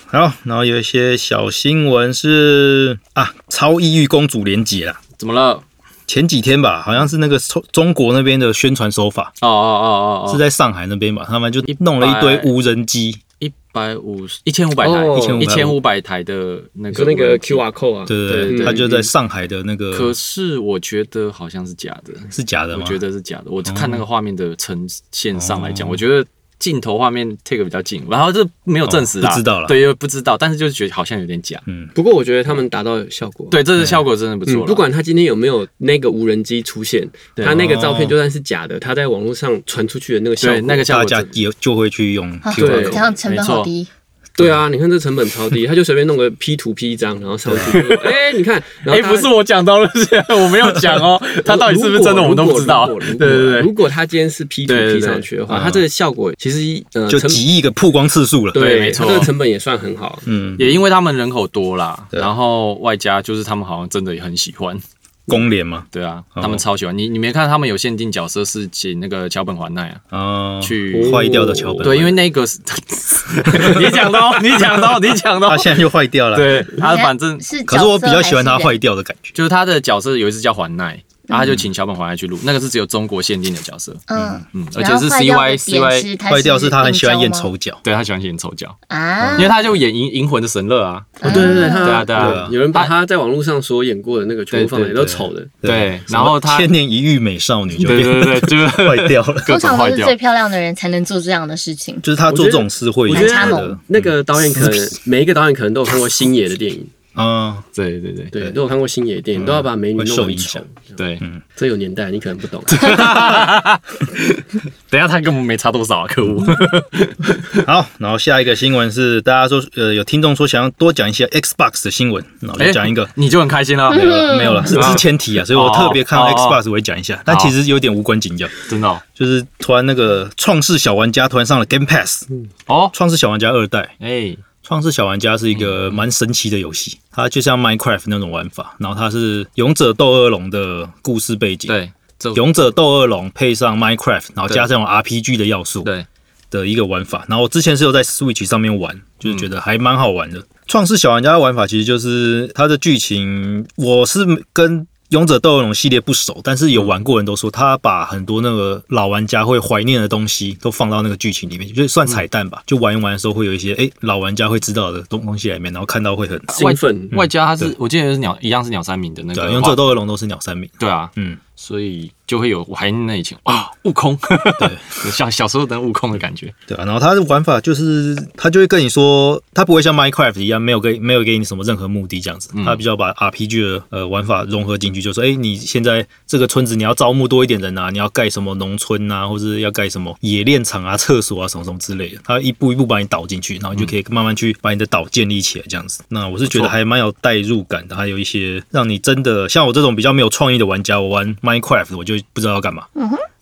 [SPEAKER 3] 好，然后有一些小新闻是啊，超抑郁公主连结啦。
[SPEAKER 4] 怎么了？
[SPEAKER 3] 前几天吧，好像是那个中中国那边的宣传手法、
[SPEAKER 4] 哦哦哦哦
[SPEAKER 3] 是
[SPEAKER 4] 哦，
[SPEAKER 3] 在上海那边吧，他们就弄了一堆
[SPEAKER 4] 100
[SPEAKER 3] 无人机，
[SPEAKER 4] 一百五十一千五百台，
[SPEAKER 2] 哦
[SPEAKER 4] 一千五百台的那
[SPEAKER 2] 你
[SPEAKER 4] 个
[SPEAKER 2] 说那个
[SPEAKER 4] 无人机
[SPEAKER 2] QR code 啊，
[SPEAKER 3] 对不
[SPEAKER 4] 对
[SPEAKER 3] 对
[SPEAKER 4] 对
[SPEAKER 3] 他就在上海的那
[SPEAKER 4] 可
[SPEAKER 3] 个
[SPEAKER 4] 是我觉得好像是假的，
[SPEAKER 3] 嗯是假的
[SPEAKER 4] 我
[SPEAKER 3] 吗？
[SPEAKER 4] 觉得是假的。我看那个画面的呈现上来讲，我觉得镜头画面 take 比较近，然后这没有证实啦，
[SPEAKER 3] 哦不知道啦
[SPEAKER 4] 对，又不知道，但是就是觉得好像有点假。
[SPEAKER 3] 嗯
[SPEAKER 2] 不过我觉得他们达到效果。
[SPEAKER 4] 对，这次效果真的不错
[SPEAKER 2] 嗯，
[SPEAKER 4] 啦
[SPEAKER 2] 不管他今天有没有那个无人机出现，
[SPEAKER 4] 对
[SPEAKER 2] 他那个照片就算是假的，他在网络上传出去的那个效
[SPEAKER 4] 对
[SPEAKER 2] 果，
[SPEAKER 4] 那个效
[SPEAKER 3] 大
[SPEAKER 4] 果
[SPEAKER 3] 家
[SPEAKER 4] 真的，
[SPEAKER 3] 也就会去用
[SPEAKER 1] 啊，
[SPEAKER 3] QR
[SPEAKER 2] 对
[SPEAKER 3] code
[SPEAKER 1] 这。样成本好低，
[SPEAKER 2] 对啊，你看这成本超低，他就随便弄个 P 图 P 一张，然后上去， 哎，你看，然后大
[SPEAKER 4] 哎、
[SPEAKER 2] 家
[SPEAKER 4] 不是我讲到了，是我没有讲哦，他到底是不是真的，我们都不知道。
[SPEAKER 2] 如果
[SPEAKER 4] 对
[SPEAKER 2] 如果
[SPEAKER 4] 对对
[SPEAKER 2] 如果他今天是 P 图
[SPEAKER 4] 对对啊
[SPEAKER 2] P
[SPEAKER 4] 对
[SPEAKER 2] 上去的话，
[SPEAKER 3] 嗯
[SPEAKER 2] 他这个效果其实呃
[SPEAKER 3] 就
[SPEAKER 2] 成
[SPEAKER 3] 几亿个曝光次数了。
[SPEAKER 2] 对，
[SPEAKER 4] 对没错
[SPEAKER 2] 它这个成本也算很好。
[SPEAKER 3] 嗯，
[SPEAKER 4] 也因为他们人口多啦，
[SPEAKER 3] 对
[SPEAKER 4] 然后外加就是他们好像真的也很喜欢，
[SPEAKER 3] 公联嘛，
[SPEAKER 4] 对啊，
[SPEAKER 3] 哦
[SPEAKER 4] 他们超喜欢。你你没看他们有限定角色是请那个桥本环奈啊
[SPEAKER 3] 啊，
[SPEAKER 4] 去
[SPEAKER 3] 坏掉的桥本，
[SPEAKER 4] 对，因为那个是， 你 讲到，你讲到，你讲到
[SPEAKER 3] 他，现在就坏掉了。，
[SPEAKER 4] 对，他
[SPEAKER 1] 你看
[SPEAKER 4] 反正
[SPEAKER 1] 是，
[SPEAKER 3] 可是我比较喜欢他
[SPEAKER 1] 角色还是
[SPEAKER 3] 坏掉的感觉。
[SPEAKER 4] 就是他的角色有一次叫环奈，然后他就请小本环奈去录，
[SPEAKER 1] 嗯
[SPEAKER 4] 那个是只有中国限定的角色，
[SPEAKER 1] 人，嗯，
[SPEAKER 4] 嗯，而
[SPEAKER 1] 然
[SPEAKER 4] 且
[SPEAKER 1] 后
[SPEAKER 4] 是
[SPEAKER 1] 坏
[SPEAKER 4] C
[SPEAKER 1] 掉
[SPEAKER 4] Y
[SPEAKER 1] 的
[SPEAKER 4] C
[SPEAKER 1] 点
[SPEAKER 4] Y，
[SPEAKER 1] 是啊它
[SPEAKER 3] 坏掉是他很喜欢
[SPEAKER 1] 是
[SPEAKER 3] 演
[SPEAKER 1] 病娇吗
[SPEAKER 3] 丑嗯角，
[SPEAKER 4] 对他喜欢演丑角，
[SPEAKER 1] 啊，
[SPEAKER 4] 因为他就演银银魂的神乐啊，
[SPEAKER 2] 哦，对对对，
[SPEAKER 4] 对啊
[SPEAKER 2] 他
[SPEAKER 4] 对
[SPEAKER 3] 对
[SPEAKER 4] 啊
[SPEAKER 3] 啊，
[SPEAKER 2] 有人把他在网络上所演过的那个全部放来
[SPEAKER 4] 对
[SPEAKER 2] 都丑的，
[SPEAKER 4] 对，
[SPEAKER 3] 什么
[SPEAKER 4] 然后他，
[SPEAKER 3] 千
[SPEAKER 4] 对
[SPEAKER 3] 年一遇美少女就
[SPEAKER 4] 对
[SPEAKER 3] 变
[SPEAKER 4] 对对，就是
[SPEAKER 3] 坏掉了，
[SPEAKER 4] 各
[SPEAKER 1] 通
[SPEAKER 4] 种
[SPEAKER 1] 常都
[SPEAKER 4] 坏
[SPEAKER 1] 是
[SPEAKER 4] 掉
[SPEAKER 1] 最，漂亮的人才能做这样的事情。
[SPEAKER 3] 就是他做这种事会有
[SPEAKER 2] 我觉
[SPEAKER 1] 很差
[SPEAKER 2] 得
[SPEAKER 1] 猛
[SPEAKER 2] 那个导演可能每一个导演可能都有看过星爷的电影，
[SPEAKER 3] 啊，
[SPEAKER 4] 对对对
[SPEAKER 2] 对，都有看过星爷的电影，都要把美女
[SPEAKER 3] 会
[SPEAKER 2] 弄
[SPEAKER 3] 受
[SPEAKER 2] 得很
[SPEAKER 3] 影
[SPEAKER 2] 丑
[SPEAKER 3] 响。。
[SPEAKER 4] 对，
[SPEAKER 3] 嗯
[SPEAKER 2] 这有年代，你可能不懂。啊
[SPEAKER 4] 等一下他跟我们没差多少啊，可恶，
[SPEAKER 3] 嗯好，然后下一个新闻是大家说，呃，有听众说想要多讲一些 Xbox 的新闻，那我就讲一个。
[SPEAKER 4] 你就很开心
[SPEAKER 1] 嗯
[SPEAKER 4] 了，
[SPEAKER 3] 没有了，没有了，是之前提啊，所以我特别看到
[SPEAKER 4] 嗯哦哦哦
[SPEAKER 3] Xbox 我会讲一下，但其实有点无关紧要，
[SPEAKER 4] 真的哦
[SPEAKER 3] 就是突然那个创世小玩家突然上了 Game Pass，
[SPEAKER 4] 哦，
[SPEAKER 3] 创世小玩家二代，
[SPEAKER 4] 哎，
[SPEAKER 3] 创世小玩家是一个蛮神奇的游戏，它就像 Minecraft 那种玩法，然后它是《勇者斗恶龙》的故事背景，
[SPEAKER 4] 对，这
[SPEAKER 3] 《勇者斗恶龙》配上 Minecraft，然后加上有 RPG 的要素
[SPEAKER 4] 对，
[SPEAKER 3] 的一个玩法。然后我之前是有在 Switch 上面玩，就是觉得还蛮好玩的。创世小玩家的玩法其实就是它的剧情，我是跟。勇者斗恶龙系列不熟，但是有玩过的人都说，他把很多那个老玩家会怀念的东西都放到那个剧情里面，就是算彩蛋吧。就玩一玩的时候，会有一些哎、诶老玩家会知道的东东西在里面，然后看到会很
[SPEAKER 2] 兴 奋，
[SPEAKER 4] 外加他是我记得是鸟一样是鸟山明的那
[SPEAKER 3] 嗯对啊，
[SPEAKER 4] 个
[SPEAKER 3] 勇者斗恶龙都是鸟三明，
[SPEAKER 4] 对啊，
[SPEAKER 3] 嗯，
[SPEAKER 4] 所以就会有我还那以前啊，悟空，对， 小小时候的悟空的感觉，
[SPEAKER 3] 对啊，然后它的玩法就是，它就会跟你说，它不会像 Minecraft 一样，没有给没有给你什么任何目的这样子，它比较把 RPG 的呃玩法融合进去，就说，哎，你现在这个村子你要招募多一点人啊，你要盖什么农村啊，或者要盖什么冶炼厂啊、厕所啊什么什么之类的，它一步一步把你导进去，然后你就可以慢慢去把你的岛建立起来这样子。那我是觉得还蛮有代入感的，还有一些让你真的像我这种比较没有创意的玩家，我玩 Minecraft 我就不知道要干嘛，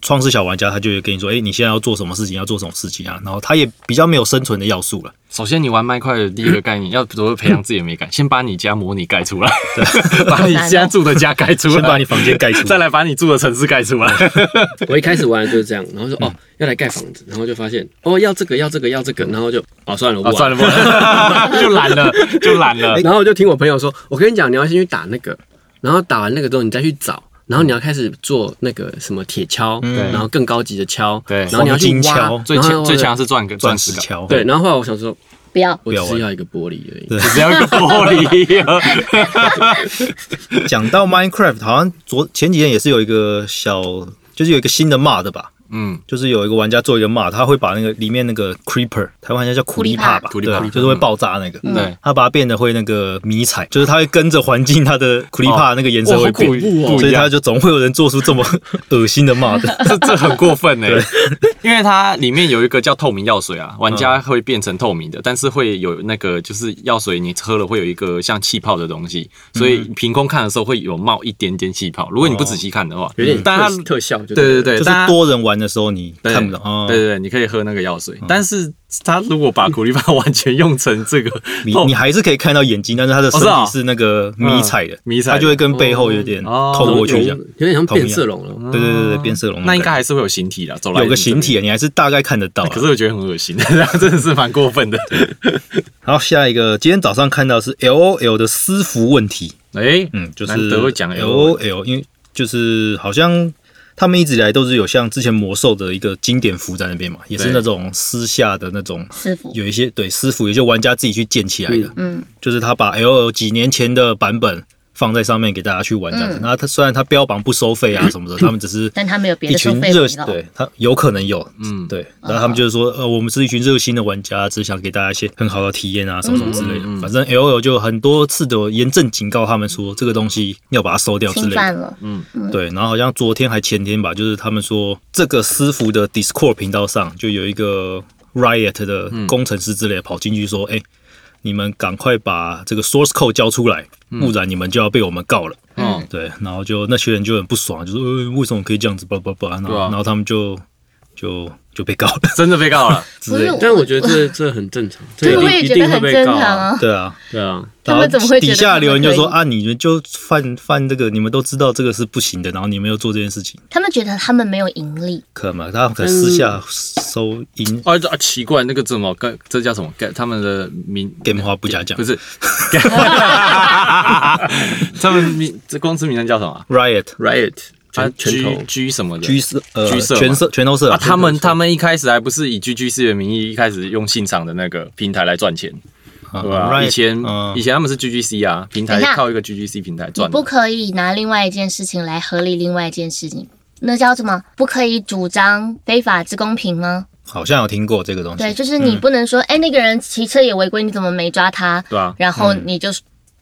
[SPEAKER 3] 创世小玩家他就会跟你说，哎、你现在要做什么事情，要做什么事情啊，然后他也比较没有生存的要素了。
[SPEAKER 4] 首先，你玩麦块的第一个概念，要如何培养自己的美 感？先把你家模拟盖出来， 把你家住的家盖出来，
[SPEAKER 3] 哦先把你房间盖出来
[SPEAKER 4] 再来把你住的城市盖出 来。
[SPEAKER 2] 我一开始玩的就是这样，然后说哦要来盖房子，然后就发现哦要这个要这个要这个，然后就哦算了我
[SPEAKER 4] 啊，
[SPEAKER 2] 不玩
[SPEAKER 4] 算了，不 玩了，就懒了，就懒了。
[SPEAKER 3] 哎
[SPEAKER 2] 然后我就听我朋友说，我跟你讲，你要先去打那个，然后打完那个之后，你再去找，然后你要开始做那个什么铁锹，然后更高级的锹，
[SPEAKER 4] 对
[SPEAKER 2] 然后你要去
[SPEAKER 3] 黄金
[SPEAKER 2] 挖
[SPEAKER 3] 锹
[SPEAKER 4] 最
[SPEAKER 2] 然后
[SPEAKER 4] 强最强的是钻个
[SPEAKER 3] 嗯钻
[SPEAKER 4] 钻
[SPEAKER 3] 石
[SPEAKER 4] 石感，
[SPEAKER 3] 桥，
[SPEAKER 2] 对，，然后后来我想说，
[SPEAKER 1] 不要，
[SPEAKER 2] 我
[SPEAKER 3] 嗯不
[SPEAKER 2] 只
[SPEAKER 3] 要
[SPEAKER 2] 是要一个玻璃而已。
[SPEAKER 3] 对
[SPEAKER 4] 只要一个玻 璃啊。
[SPEAKER 3] 讲到 Minecraft，好像昨前几天也是有一个小，就是有一个新的 mod 吧，
[SPEAKER 4] 嗯，
[SPEAKER 3] 就是有一个玩家做一个 mod，他会把那个里面那个 creeper，台湾好像叫苦力怕吧，
[SPEAKER 4] 苦力怕
[SPEAKER 3] 对，
[SPEAKER 4] 苦
[SPEAKER 3] 啊
[SPEAKER 4] 力怕嗯
[SPEAKER 3] 就是会爆炸那个，
[SPEAKER 4] 对，
[SPEAKER 3] 他把它变得会那个迷彩，就是它会跟着环境，它的苦力怕那个颜色会变，
[SPEAKER 4] 哦怖哦不
[SPEAKER 3] 所
[SPEAKER 4] 一
[SPEAKER 3] 以
[SPEAKER 4] 样
[SPEAKER 3] 他。就总会有人做出这么恶心的 mod。
[SPEAKER 4] 这这很过分呢、欸 因为它里面有一个叫透明药水啊，玩
[SPEAKER 3] 嗯
[SPEAKER 4] 家会变成透明的，但是会有那个就是药水你喝了会有一个像气泡的东西，
[SPEAKER 3] 嗯
[SPEAKER 4] 所以凭空看的时候会有冒一点点气泡，如果
[SPEAKER 3] 哦
[SPEAKER 4] 你不仔细看的话，
[SPEAKER 2] 有点
[SPEAKER 4] 嗯但它
[SPEAKER 2] 特特效，对
[SPEAKER 4] 对对，对，
[SPEAKER 3] 就是
[SPEAKER 4] 但它
[SPEAKER 3] 多人玩的时候你
[SPEAKER 4] 对
[SPEAKER 3] 看不到，哦
[SPEAKER 4] 对对对，你可以喝那个药
[SPEAKER 3] 嗯
[SPEAKER 4] 水，但是他如果把苦力怕完全用成这个，
[SPEAKER 3] 你
[SPEAKER 4] 透
[SPEAKER 3] 你还是可以看到眼睛，但是他的身
[SPEAKER 4] 哦哦是啊嗯
[SPEAKER 3] 体是那个迷彩的，
[SPEAKER 4] 迷彩的
[SPEAKER 3] 它就会跟背后有点
[SPEAKER 4] 哦
[SPEAKER 3] 透过去这样。
[SPEAKER 2] 有点像变色龙了。
[SPEAKER 4] 嗯
[SPEAKER 3] 对对对对，变色龙
[SPEAKER 4] 那应该
[SPEAKER 3] 感
[SPEAKER 4] 还是会有形体的，走来
[SPEAKER 3] 有个形体
[SPEAKER 4] 你
[SPEAKER 3] 啊，你还是大概看得到啊。
[SPEAKER 4] 这边，哎可是我觉得很恶心， 真的是蛮过分的。
[SPEAKER 3] 然后下一个，今天早上看到是 L O L 的私服问题，
[SPEAKER 4] 哎，
[SPEAKER 3] 嗯，就是
[SPEAKER 4] 难得会讲
[SPEAKER 3] L O L，因为就是好像他们一直以来都是有像之前魔兽的一个经典服在那边嘛，也是
[SPEAKER 4] 对
[SPEAKER 3] 那种私下的那种。
[SPEAKER 1] 师傅，
[SPEAKER 3] 有一些对私服，有些玩家自己去建起来的，
[SPEAKER 1] 嗯，
[SPEAKER 3] 就是他把 L L 几年前的版本放在上面给大家去玩这样子。
[SPEAKER 1] 嗯
[SPEAKER 3] 那他虽然他标榜不收 费啊什么的，他们只是
[SPEAKER 1] 但他没有别
[SPEAKER 3] 一
[SPEAKER 1] 的收
[SPEAKER 3] 群
[SPEAKER 1] 费
[SPEAKER 3] 热
[SPEAKER 1] 管道，
[SPEAKER 3] 对他有可能有，
[SPEAKER 4] 嗯，
[SPEAKER 3] 对，然后他们就是说，呃，我们是一群热心的玩家，只想给大家一些很好的体验啊，什么什么之类的。
[SPEAKER 1] 嗯
[SPEAKER 3] 反正 L L 就很多次的严正警告他们说，这个东西要把它收掉之
[SPEAKER 1] 侵
[SPEAKER 3] 类的。
[SPEAKER 1] 犯了，
[SPEAKER 3] 对，然后好像昨天还前天吧，就是他们说这个私服的 Discord 频道上就有一个 Riot 的工程师之类的跑进去说，
[SPEAKER 4] 嗯
[SPEAKER 3] 哎、你们赶快把这个 source code 交出来，不然你们就要被我们告了。
[SPEAKER 1] 哦
[SPEAKER 4] 嗯，
[SPEAKER 3] 对，然后就那些人就很不爽，就说、呃、为什么可以这样子，叭叭叭，然后、
[SPEAKER 4] 对啊
[SPEAKER 3] 然后他们就就就被告 了。
[SPEAKER 4] 真的被告了，
[SPEAKER 3] 之类的
[SPEAKER 2] 但我觉得这这很正常，这
[SPEAKER 1] 对，
[SPEAKER 2] 一
[SPEAKER 1] 我
[SPEAKER 2] 定
[SPEAKER 1] 也
[SPEAKER 2] 一
[SPEAKER 1] 觉
[SPEAKER 2] 定
[SPEAKER 1] 得
[SPEAKER 2] 会
[SPEAKER 1] 很
[SPEAKER 2] 被
[SPEAKER 1] 正
[SPEAKER 2] 告
[SPEAKER 1] 常
[SPEAKER 2] 啊。
[SPEAKER 1] 啊。
[SPEAKER 3] 对啊，
[SPEAKER 2] 对啊，
[SPEAKER 1] 他们怎么会觉得
[SPEAKER 3] 底下留言就说
[SPEAKER 1] 他
[SPEAKER 3] 啊，你们就犯犯这个，你们都知道这个是不行的，然后你们又做这件事情，
[SPEAKER 1] 他们觉得他们没有盈利，
[SPEAKER 3] 可嘛？他
[SPEAKER 1] 嗯
[SPEAKER 3] 可能私下收银
[SPEAKER 4] 哦，啊，奇怪，那个怎么跟这叫什么？跟他们的名
[SPEAKER 3] game 花不加奖
[SPEAKER 4] 不 是，他们名这公司名称叫什么啊？
[SPEAKER 3] ，riot
[SPEAKER 2] ，Riot
[SPEAKER 4] 他
[SPEAKER 2] 拳拳头
[SPEAKER 4] G G 啊什么的
[SPEAKER 3] 居色呃
[SPEAKER 4] 居色嘛
[SPEAKER 3] 全色全都色
[SPEAKER 4] 啊，他们他们一开始还不是以 GG 事业名义，一开始用现场的那个平台来赚钱，对吧、
[SPEAKER 3] Riot，
[SPEAKER 4] 以前、
[SPEAKER 3] 嗯
[SPEAKER 4] 以前他们是 GGC 啊，平台
[SPEAKER 1] 等一下
[SPEAKER 4] 靠一个 GGC 平台
[SPEAKER 1] 你
[SPEAKER 4] 赚的
[SPEAKER 1] 不。可以拿另外一件事情来合理另外一件事情，那叫什么？不可以主张非法之公平吗？
[SPEAKER 3] 好像有听过这个东
[SPEAKER 1] 对，
[SPEAKER 3] 西，
[SPEAKER 1] 就是你不能说，哎、那个人骑车也违规，你怎么没抓他？
[SPEAKER 4] 对啊
[SPEAKER 1] 然
[SPEAKER 3] 嗯
[SPEAKER 1] 后你就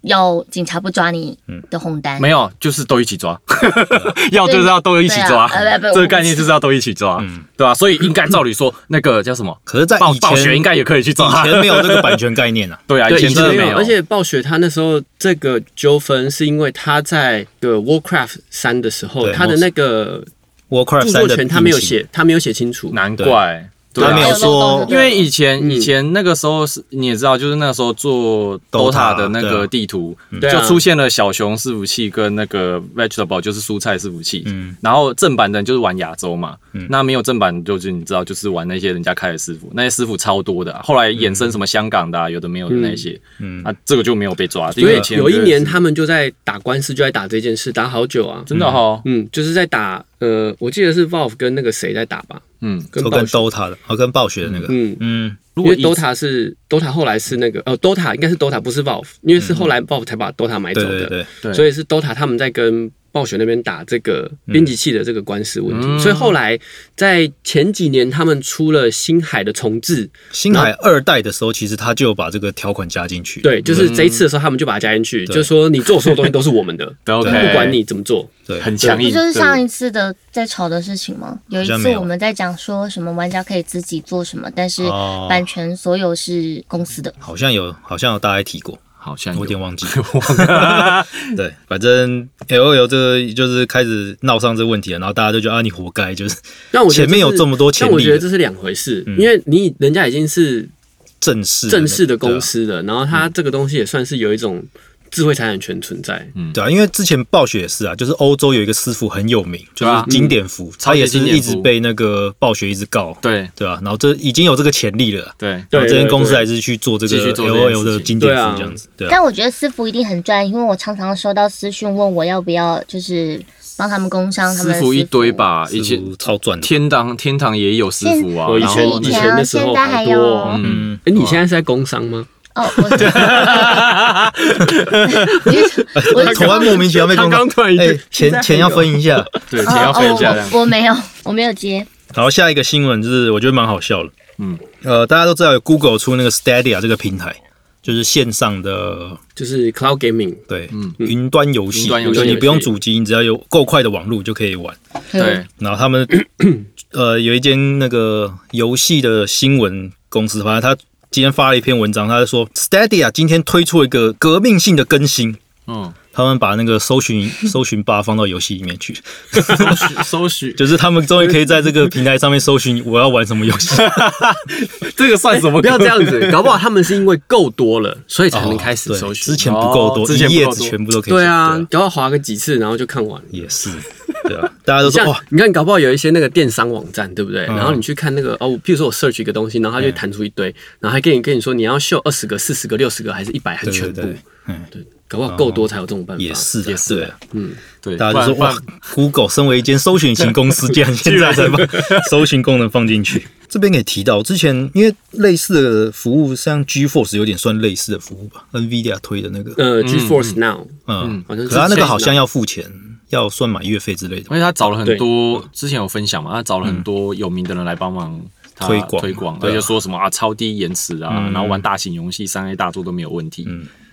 [SPEAKER 1] 要警察不抓你的红单。
[SPEAKER 4] 没有，就是都一起抓， 要就是要都一起抓，嗯
[SPEAKER 1] 对啊呃不不
[SPEAKER 4] 这个概念就是要都一起抓，对吧、所以应该照理说，那个叫什么
[SPEAKER 3] 可是在
[SPEAKER 4] 暴
[SPEAKER 3] 哎以
[SPEAKER 4] 暴雪
[SPEAKER 3] 前
[SPEAKER 4] 应该也可以去抓
[SPEAKER 3] 以，前没有这个版权概 念啊
[SPEAKER 4] ，对啊，以
[SPEAKER 2] 对，
[SPEAKER 4] 前真的没有，
[SPEAKER 2] 而且暴雪他那时候这个纠纷是因为他在个 Warcraft 三的时候，
[SPEAKER 3] 对
[SPEAKER 2] 他的那个著
[SPEAKER 3] Warcraft 三
[SPEAKER 2] 作
[SPEAKER 3] 的
[SPEAKER 2] 权他没有写，他没有写清楚。
[SPEAKER 4] 难怪，对
[SPEAKER 3] 他
[SPEAKER 4] 啊
[SPEAKER 3] 没有说
[SPEAKER 1] 对
[SPEAKER 4] 因为以前、
[SPEAKER 2] 嗯
[SPEAKER 4] 以前那个时候是你也知道，就是那时候做
[SPEAKER 3] Dota，
[SPEAKER 4] DOTA 的那
[SPEAKER 3] 对啊
[SPEAKER 4] 个地图，
[SPEAKER 2] 对啊
[SPEAKER 4] 就出现了小熊伺服器跟那个 vegetable 就是蔬菜伺服器。
[SPEAKER 3] 嗯
[SPEAKER 4] 然后正版的人就是玩亚洲嘛，那没有正版就是你知道就是玩那些人家开的师傅，那些师傅超多的啊、后来衍生什么香港的、啊，有的没有的那些，
[SPEAKER 3] 嗯
[SPEAKER 4] 啊这个就没有被抓，因
[SPEAKER 2] 因
[SPEAKER 4] 为
[SPEAKER 2] 为
[SPEAKER 4] 以前
[SPEAKER 2] 有一年
[SPEAKER 4] 就是
[SPEAKER 2] 他们就在打官司，就在打这件事，打好久啊。
[SPEAKER 4] 真的哦哈，
[SPEAKER 2] 嗯，就是在打，呃，我记得是 Valve 跟那个谁在打吧，
[SPEAKER 4] 嗯，
[SPEAKER 2] 跟
[SPEAKER 3] 都
[SPEAKER 2] 暴
[SPEAKER 3] 跟
[SPEAKER 2] 雪，
[SPEAKER 3] DOTA 的，哦跟暴雪的那个，
[SPEAKER 2] 嗯，
[SPEAKER 3] 嗯，
[SPEAKER 4] 如
[SPEAKER 2] 因
[SPEAKER 4] 果
[SPEAKER 2] 为
[SPEAKER 4] 以
[SPEAKER 2] DOTA 是 DOTA 后来是那个，呃，DOTA 应该是 DOTA 不是 Valve，因为是后来 Valve 才把 DOTA 买走
[SPEAKER 3] 对
[SPEAKER 2] 的，
[SPEAKER 3] 嗯对对，嗯
[SPEAKER 4] 对
[SPEAKER 2] 所以是 DOTA 他们在跟暴雪那边打这个编辑器的这个官司问题，所以后来在前几年他们出了星海的重置，
[SPEAKER 3] 星海二代的时候，其实他就有把这个条款加进去，
[SPEAKER 2] 对，就是这一次的时候他们就把它加进
[SPEAKER 3] 嗯
[SPEAKER 2] 去，就说你做所有东西都是我们的，
[SPEAKER 4] 对 OK
[SPEAKER 2] 不管你怎么做，
[SPEAKER 3] 对，
[SPEAKER 4] 很强
[SPEAKER 1] 不
[SPEAKER 4] 硬，
[SPEAKER 1] 就是
[SPEAKER 4] 对
[SPEAKER 1] 上一次的在吵的事情吗？有一
[SPEAKER 3] 好像
[SPEAKER 1] 次
[SPEAKER 3] 没有
[SPEAKER 1] 我们在讲说什么玩家可以自己做什么，但是
[SPEAKER 3] 哦
[SPEAKER 1] 版权所有是公司的。
[SPEAKER 3] 好像有好像有大家提过，
[SPEAKER 4] 好像
[SPEAKER 3] 我有点
[SPEAKER 4] 有
[SPEAKER 3] 忘记。
[SPEAKER 4] 忘了，
[SPEAKER 3] 对，反正 L O L 这个就是开始闹上这个问题了，然后大家就觉得啊，你活该，就是
[SPEAKER 2] 但我觉得
[SPEAKER 3] 前面有
[SPEAKER 2] 是
[SPEAKER 3] 这么多潜
[SPEAKER 2] 但我
[SPEAKER 3] 力
[SPEAKER 2] 觉得
[SPEAKER 3] 的嗯
[SPEAKER 2] 这是两回事，因为你人家已经是
[SPEAKER 3] 正式
[SPEAKER 2] 正式的公
[SPEAKER 3] 司。
[SPEAKER 2] 司了，然后
[SPEAKER 3] 嗯
[SPEAKER 2] 它这个东西也算是有一种智慧财产权存在。
[SPEAKER 3] 对啊，因为之前暴雪也是啊，就是欧洲有一个师傅很有名，就
[SPEAKER 4] 对啊
[SPEAKER 3] 是经典服，他
[SPEAKER 4] 超级
[SPEAKER 3] 也是
[SPEAKER 4] 经典
[SPEAKER 3] 一直
[SPEAKER 4] 服
[SPEAKER 3] 被那个暴雪一直告，
[SPEAKER 4] 对
[SPEAKER 3] 对啊，然后这已经有这个潜力了，
[SPEAKER 4] 对
[SPEAKER 2] 对
[SPEAKER 3] 然后这间公司
[SPEAKER 2] 对
[SPEAKER 3] 还是去做这
[SPEAKER 4] 继续
[SPEAKER 3] 个
[SPEAKER 4] 做
[SPEAKER 3] L
[SPEAKER 4] 这件
[SPEAKER 3] O
[SPEAKER 4] 事
[SPEAKER 3] L
[SPEAKER 4] 情
[SPEAKER 3] 的经典
[SPEAKER 2] 对啊
[SPEAKER 3] 服这样子，对啊，
[SPEAKER 1] 但我觉得私服一定很赚，因为我常常收到私讯问我要不要，就是帮他们工商他们
[SPEAKER 4] 师
[SPEAKER 1] 的
[SPEAKER 4] 傅一堆吧，
[SPEAKER 3] 师
[SPEAKER 4] 以前
[SPEAKER 3] 傅超赚的，
[SPEAKER 4] 天堂天堂也有师傅啊，
[SPEAKER 2] 我以
[SPEAKER 4] 然
[SPEAKER 2] 前
[SPEAKER 4] 后
[SPEAKER 2] 以前的时候
[SPEAKER 1] 现在还
[SPEAKER 2] 好多哦
[SPEAKER 1] 有啊
[SPEAKER 4] 嗯，
[SPEAKER 2] 哎，你现在是在工商吗？
[SPEAKER 1] 哦，我我就我就
[SPEAKER 3] 台湾哎莫名其妙被
[SPEAKER 2] 刚
[SPEAKER 3] 公告
[SPEAKER 2] 刚突然一句
[SPEAKER 3] 哎，钱钱要分一下。
[SPEAKER 4] 对，
[SPEAKER 1] 哦
[SPEAKER 4] 钱要分一下这
[SPEAKER 1] 哦
[SPEAKER 4] 样，
[SPEAKER 1] 我我没有我没有接，
[SPEAKER 3] 然后下一个新闻就是我觉得蛮好笑的，
[SPEAKER 4] 嗯，
[SPEAKER 3] 呃，大家都知道有 Google 出那个 Stadia 这个平台，就是线上的
[SPEAKER 2] 就是 cloud gaming，
[SPEAKER 3] 对，云端游戏，
[SPEAKER 4] 嗯云端游戏
[SPEAKER 3] 就是你不用主机，你只要有够快的网络就可以玩。
[SPEAKER 1] 嗯
[SPEAKER 4] 对，
[SPEAKER 3] 然后他 们呃有一间那个游戏的新闻公司，反正他今天发了一篇文章，他就说 Stadia 今天推出一个革命性的更新。
[SPEAKER 4] 嗯，
[SPEAKER 3] 他们把那个搜 寻搜寻吧放到游戏里面去，
[SPEAKER 4] 搜寻
[SPEAKER 3] 就是他们终于可以在这个平台上面搜寻我要玩什么游戏。
[SPEAKER 4] 这个算什么？
[SPEAKER 2] 不要这样子，搞不好他们是因为够多了，所以才能开始
[SPEAKER 3] 对
[SPEAKER 2] 搜寻。
[SPEAKER 3] 之前不够
[SPEAKER 4] 哦
[SPEAKER 3] 多，
[SPEAKER 4] 之
[SPEAKER 3] 一
[SPEAKER 4] 前不够
[SPEAKER 3] 页
[SPEAKER 4] 多
[SPEAKER 3] 子全部都可以搜。
[SPEAKER 2] 对啊，，搞不好划个几次，然后就看完了。
[SPEAKER 3] 也是，对啊，大家都说
[SPEAKER 2] 像
[SPEAKER 3] 哇，
[SPEAKER 2] 你看，搞不好有一些那个电商网站，对不对？
[SPEAKER 3] 嗯
[SPEAKER 2] 然后你去看那个哦，譬如说我 search 一个东西，然后它就会弹出一堆，然后还跟你跟你说你要秀二十个、四十个、六十个，还是一百，还是
[SPEAKER 3] 对
[SPEAKER 2] 全
[SPEAKER 3] 对
[SPEAKER 2] 部？
[SPEAKER 3] 对，嗯，
[SPEAKER 2] 对，搞不好够多才有这种办法。
[SPEAKER 3] 也是啊，
[SPEAKER 2] 也是
[SPEAKER 3] 对
[SPEAKER 2] 啊
[SPEAKER 3] 啊。
[SPEAKER 4] 对，
[SPEAKER 3] 大家就
[SPEAKER 4] 不
[SPEAKER 3] 说
[SPEAKER 4] 然
[SPEAKER 3] 哇，Google 身为一间搜寻型公司，竟然现在才把 搜寻功能放进去。这边也提到，之前因为类似的服务，像 GeForce 有点算类似的服务吧，NVIDIA 推的那个，
[SPEAKER 2] 呃，GeForce Now，
[SPEAKER 3] 嗯，
[SPEAKER 2] 好像是
[SPEAKER 3] 可它那
[SPEAKER 2] 现在
[SPEAKER 3] 个好像要付钱，要算满月费之类的
[SPEAKER 4] 因。为他找了很多，之前有分享嘛，他找了很多有名的人来帮忙他
[SPEAKER 3] 推广
[SPEAKER 4] 推广，
[SPEAKER 3] 对
[SPEAKER 4] 而
[SPEAKER 3] 啊
[SPEAKER 4] 且说什么啊超低延迟啊，然后玩大型游戏、三 A 大作都没有问题，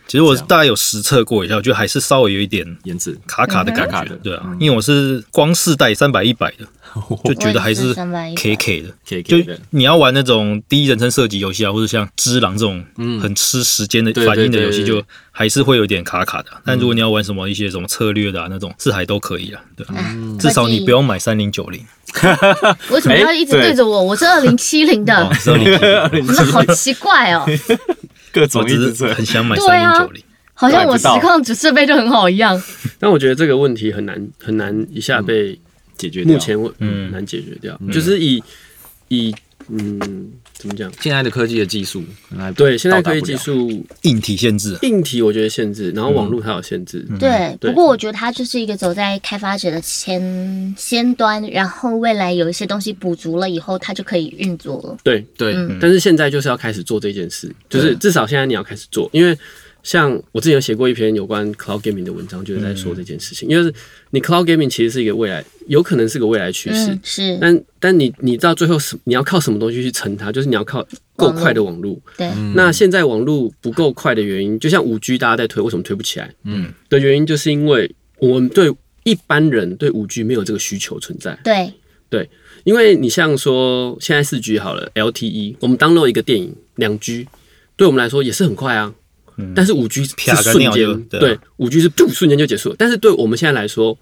[SPEAKER 3] 其实我大概有实测过一下，我觉得还是稍微有一点
[SPEAKER 4] 延迟
[SPEAKER 3] 卡卡的感
[SPEAKER 4] 卡卡
[SPEAKER 3] 觉
[SPEAKER 4] 的，
[SPEAKER 3] 对啊，因为我是光世代三百一百的，就觉得还
[SPEAKER 1] 我也
[SPEAKER 3] 是
[SPEAKER 1] 是300
[SPEAKER 3] K K 的。
[SPEAKER 4] 可以
[SPEAKER 3] 就
[SPEAKER 4] 给的。
[SPEAKER 3] 你要玩那种第一人称射击游戏啊，或者像《只狼》这种很吃时间的
[SPEAKER 4] 嗯对
[SPEAKER 3] 反应的游戏，
[SPEAKER 4] 对对对
[SPEAKER 3] 就还是会有点卡卡的啊。但如果你要玩什么一些什么策略的啊那种，
[SPEAKER 4] 嗯
[SPEAKER 3] 是还都可以啊，对
[SPEAKER 1] 哎
[SPEAKER 3] 吧？至少你不用买三零九 零，
[SPEAKER 1] 为什么
[SPEAKER 4] 哎
[SPEAKER 1] 要一直对着我？我是二零七零的，
[SPEAKER 3] 三零九 零，
[SPEAKER 1] 你们好奇怪哦，
[SPEAKER 4] 各
[SPEAKER 3] 我
[SPEAKER 4] 种一直
[SPEAKER 3] 只是
[SPEAKER 4] 测，
[SPEAKER 3] 很想买
[SPEAKER 1] 对
[SPEAKER 3] 三
[SPEAKER 1] 啊
[SPEAKER 3] 零九零。
[SPEAKER 1] 好像我实况主设备就很好一样。
[SPEAKER 2] 但我觉得这个问题很难很难一下被
[SPEAKER 4] 解决掉。
[SPEAKER 2] 目前我
[SPEAKER 3] 嗯
[SPEAKER 2] 嗯难解决掉，就是以以嗯怎么讲？
[SPEAKER 4] 现在的科技的技术，可能还
[SPEAKER 2] 对，现在
[SPEAKER 4] 到达
[SPEAKER 2] 可以
[SPEAKER 4] 不
[SPEAKER 2] 技
[SPEAKER 4] 了
[SPEAKER 2] 术
[SPEAKER 3] 硬体限制啊，
[SPEAKER 2] 硬体我觉得限制，然后网络它有限制，
[SPEAKER 1] 对，
[SPEAKER 2] 对
[SPEAKER 1] 不过我觉得它就是一个走在开发者的前先端，然后未来有一些东西补足了以后，它就可以运作了。
[SPEAKER 2] 对，
[SPEAKER 4] 对，
[SPEAKER 1] 嗯
[SPEAKER 2] 但是现在就是要开始做这件事，就是至少现在你要开始做，因为像我之前有写过一篇有关 cloud gaming 的文章，就是在说这件事情，因为是你 cloud gaming 其实是一个未来，有可能是个未来趋势
[SPEAKER 1] 嗯，，是，
[SPEAKER 2] 但但你你到最后什你要靠什么东西去撑它，就是你要靠够快的网络。
[SPEAKER 1] 对，
[SPEAKER 3] 嗯
[SPEAKER 2] 那现在网络不够快的原因，就像五 G 大家在推，为什么推不起来？嗯，的原因就是因为我们对一般人对五 G 没有这个需求存在。
[SPEAKER 1] 对，
[SPEAKER 2] 因为你像说现在四 G 好了，LTE，我们 download 一个电影两 G，对我们来说也是很快啊。但是五 G 是
[SPEAKER 3] 嗯啪个
[SPEAKER 2] 瞬
[SPEAKER 3] 尿就
[SPEAKER 2] 间，
[SPEAKER 3] 对啊
[SPEAKER 2] 对，五 G 是 噗瞬间就结束了。但是对我们现在来说，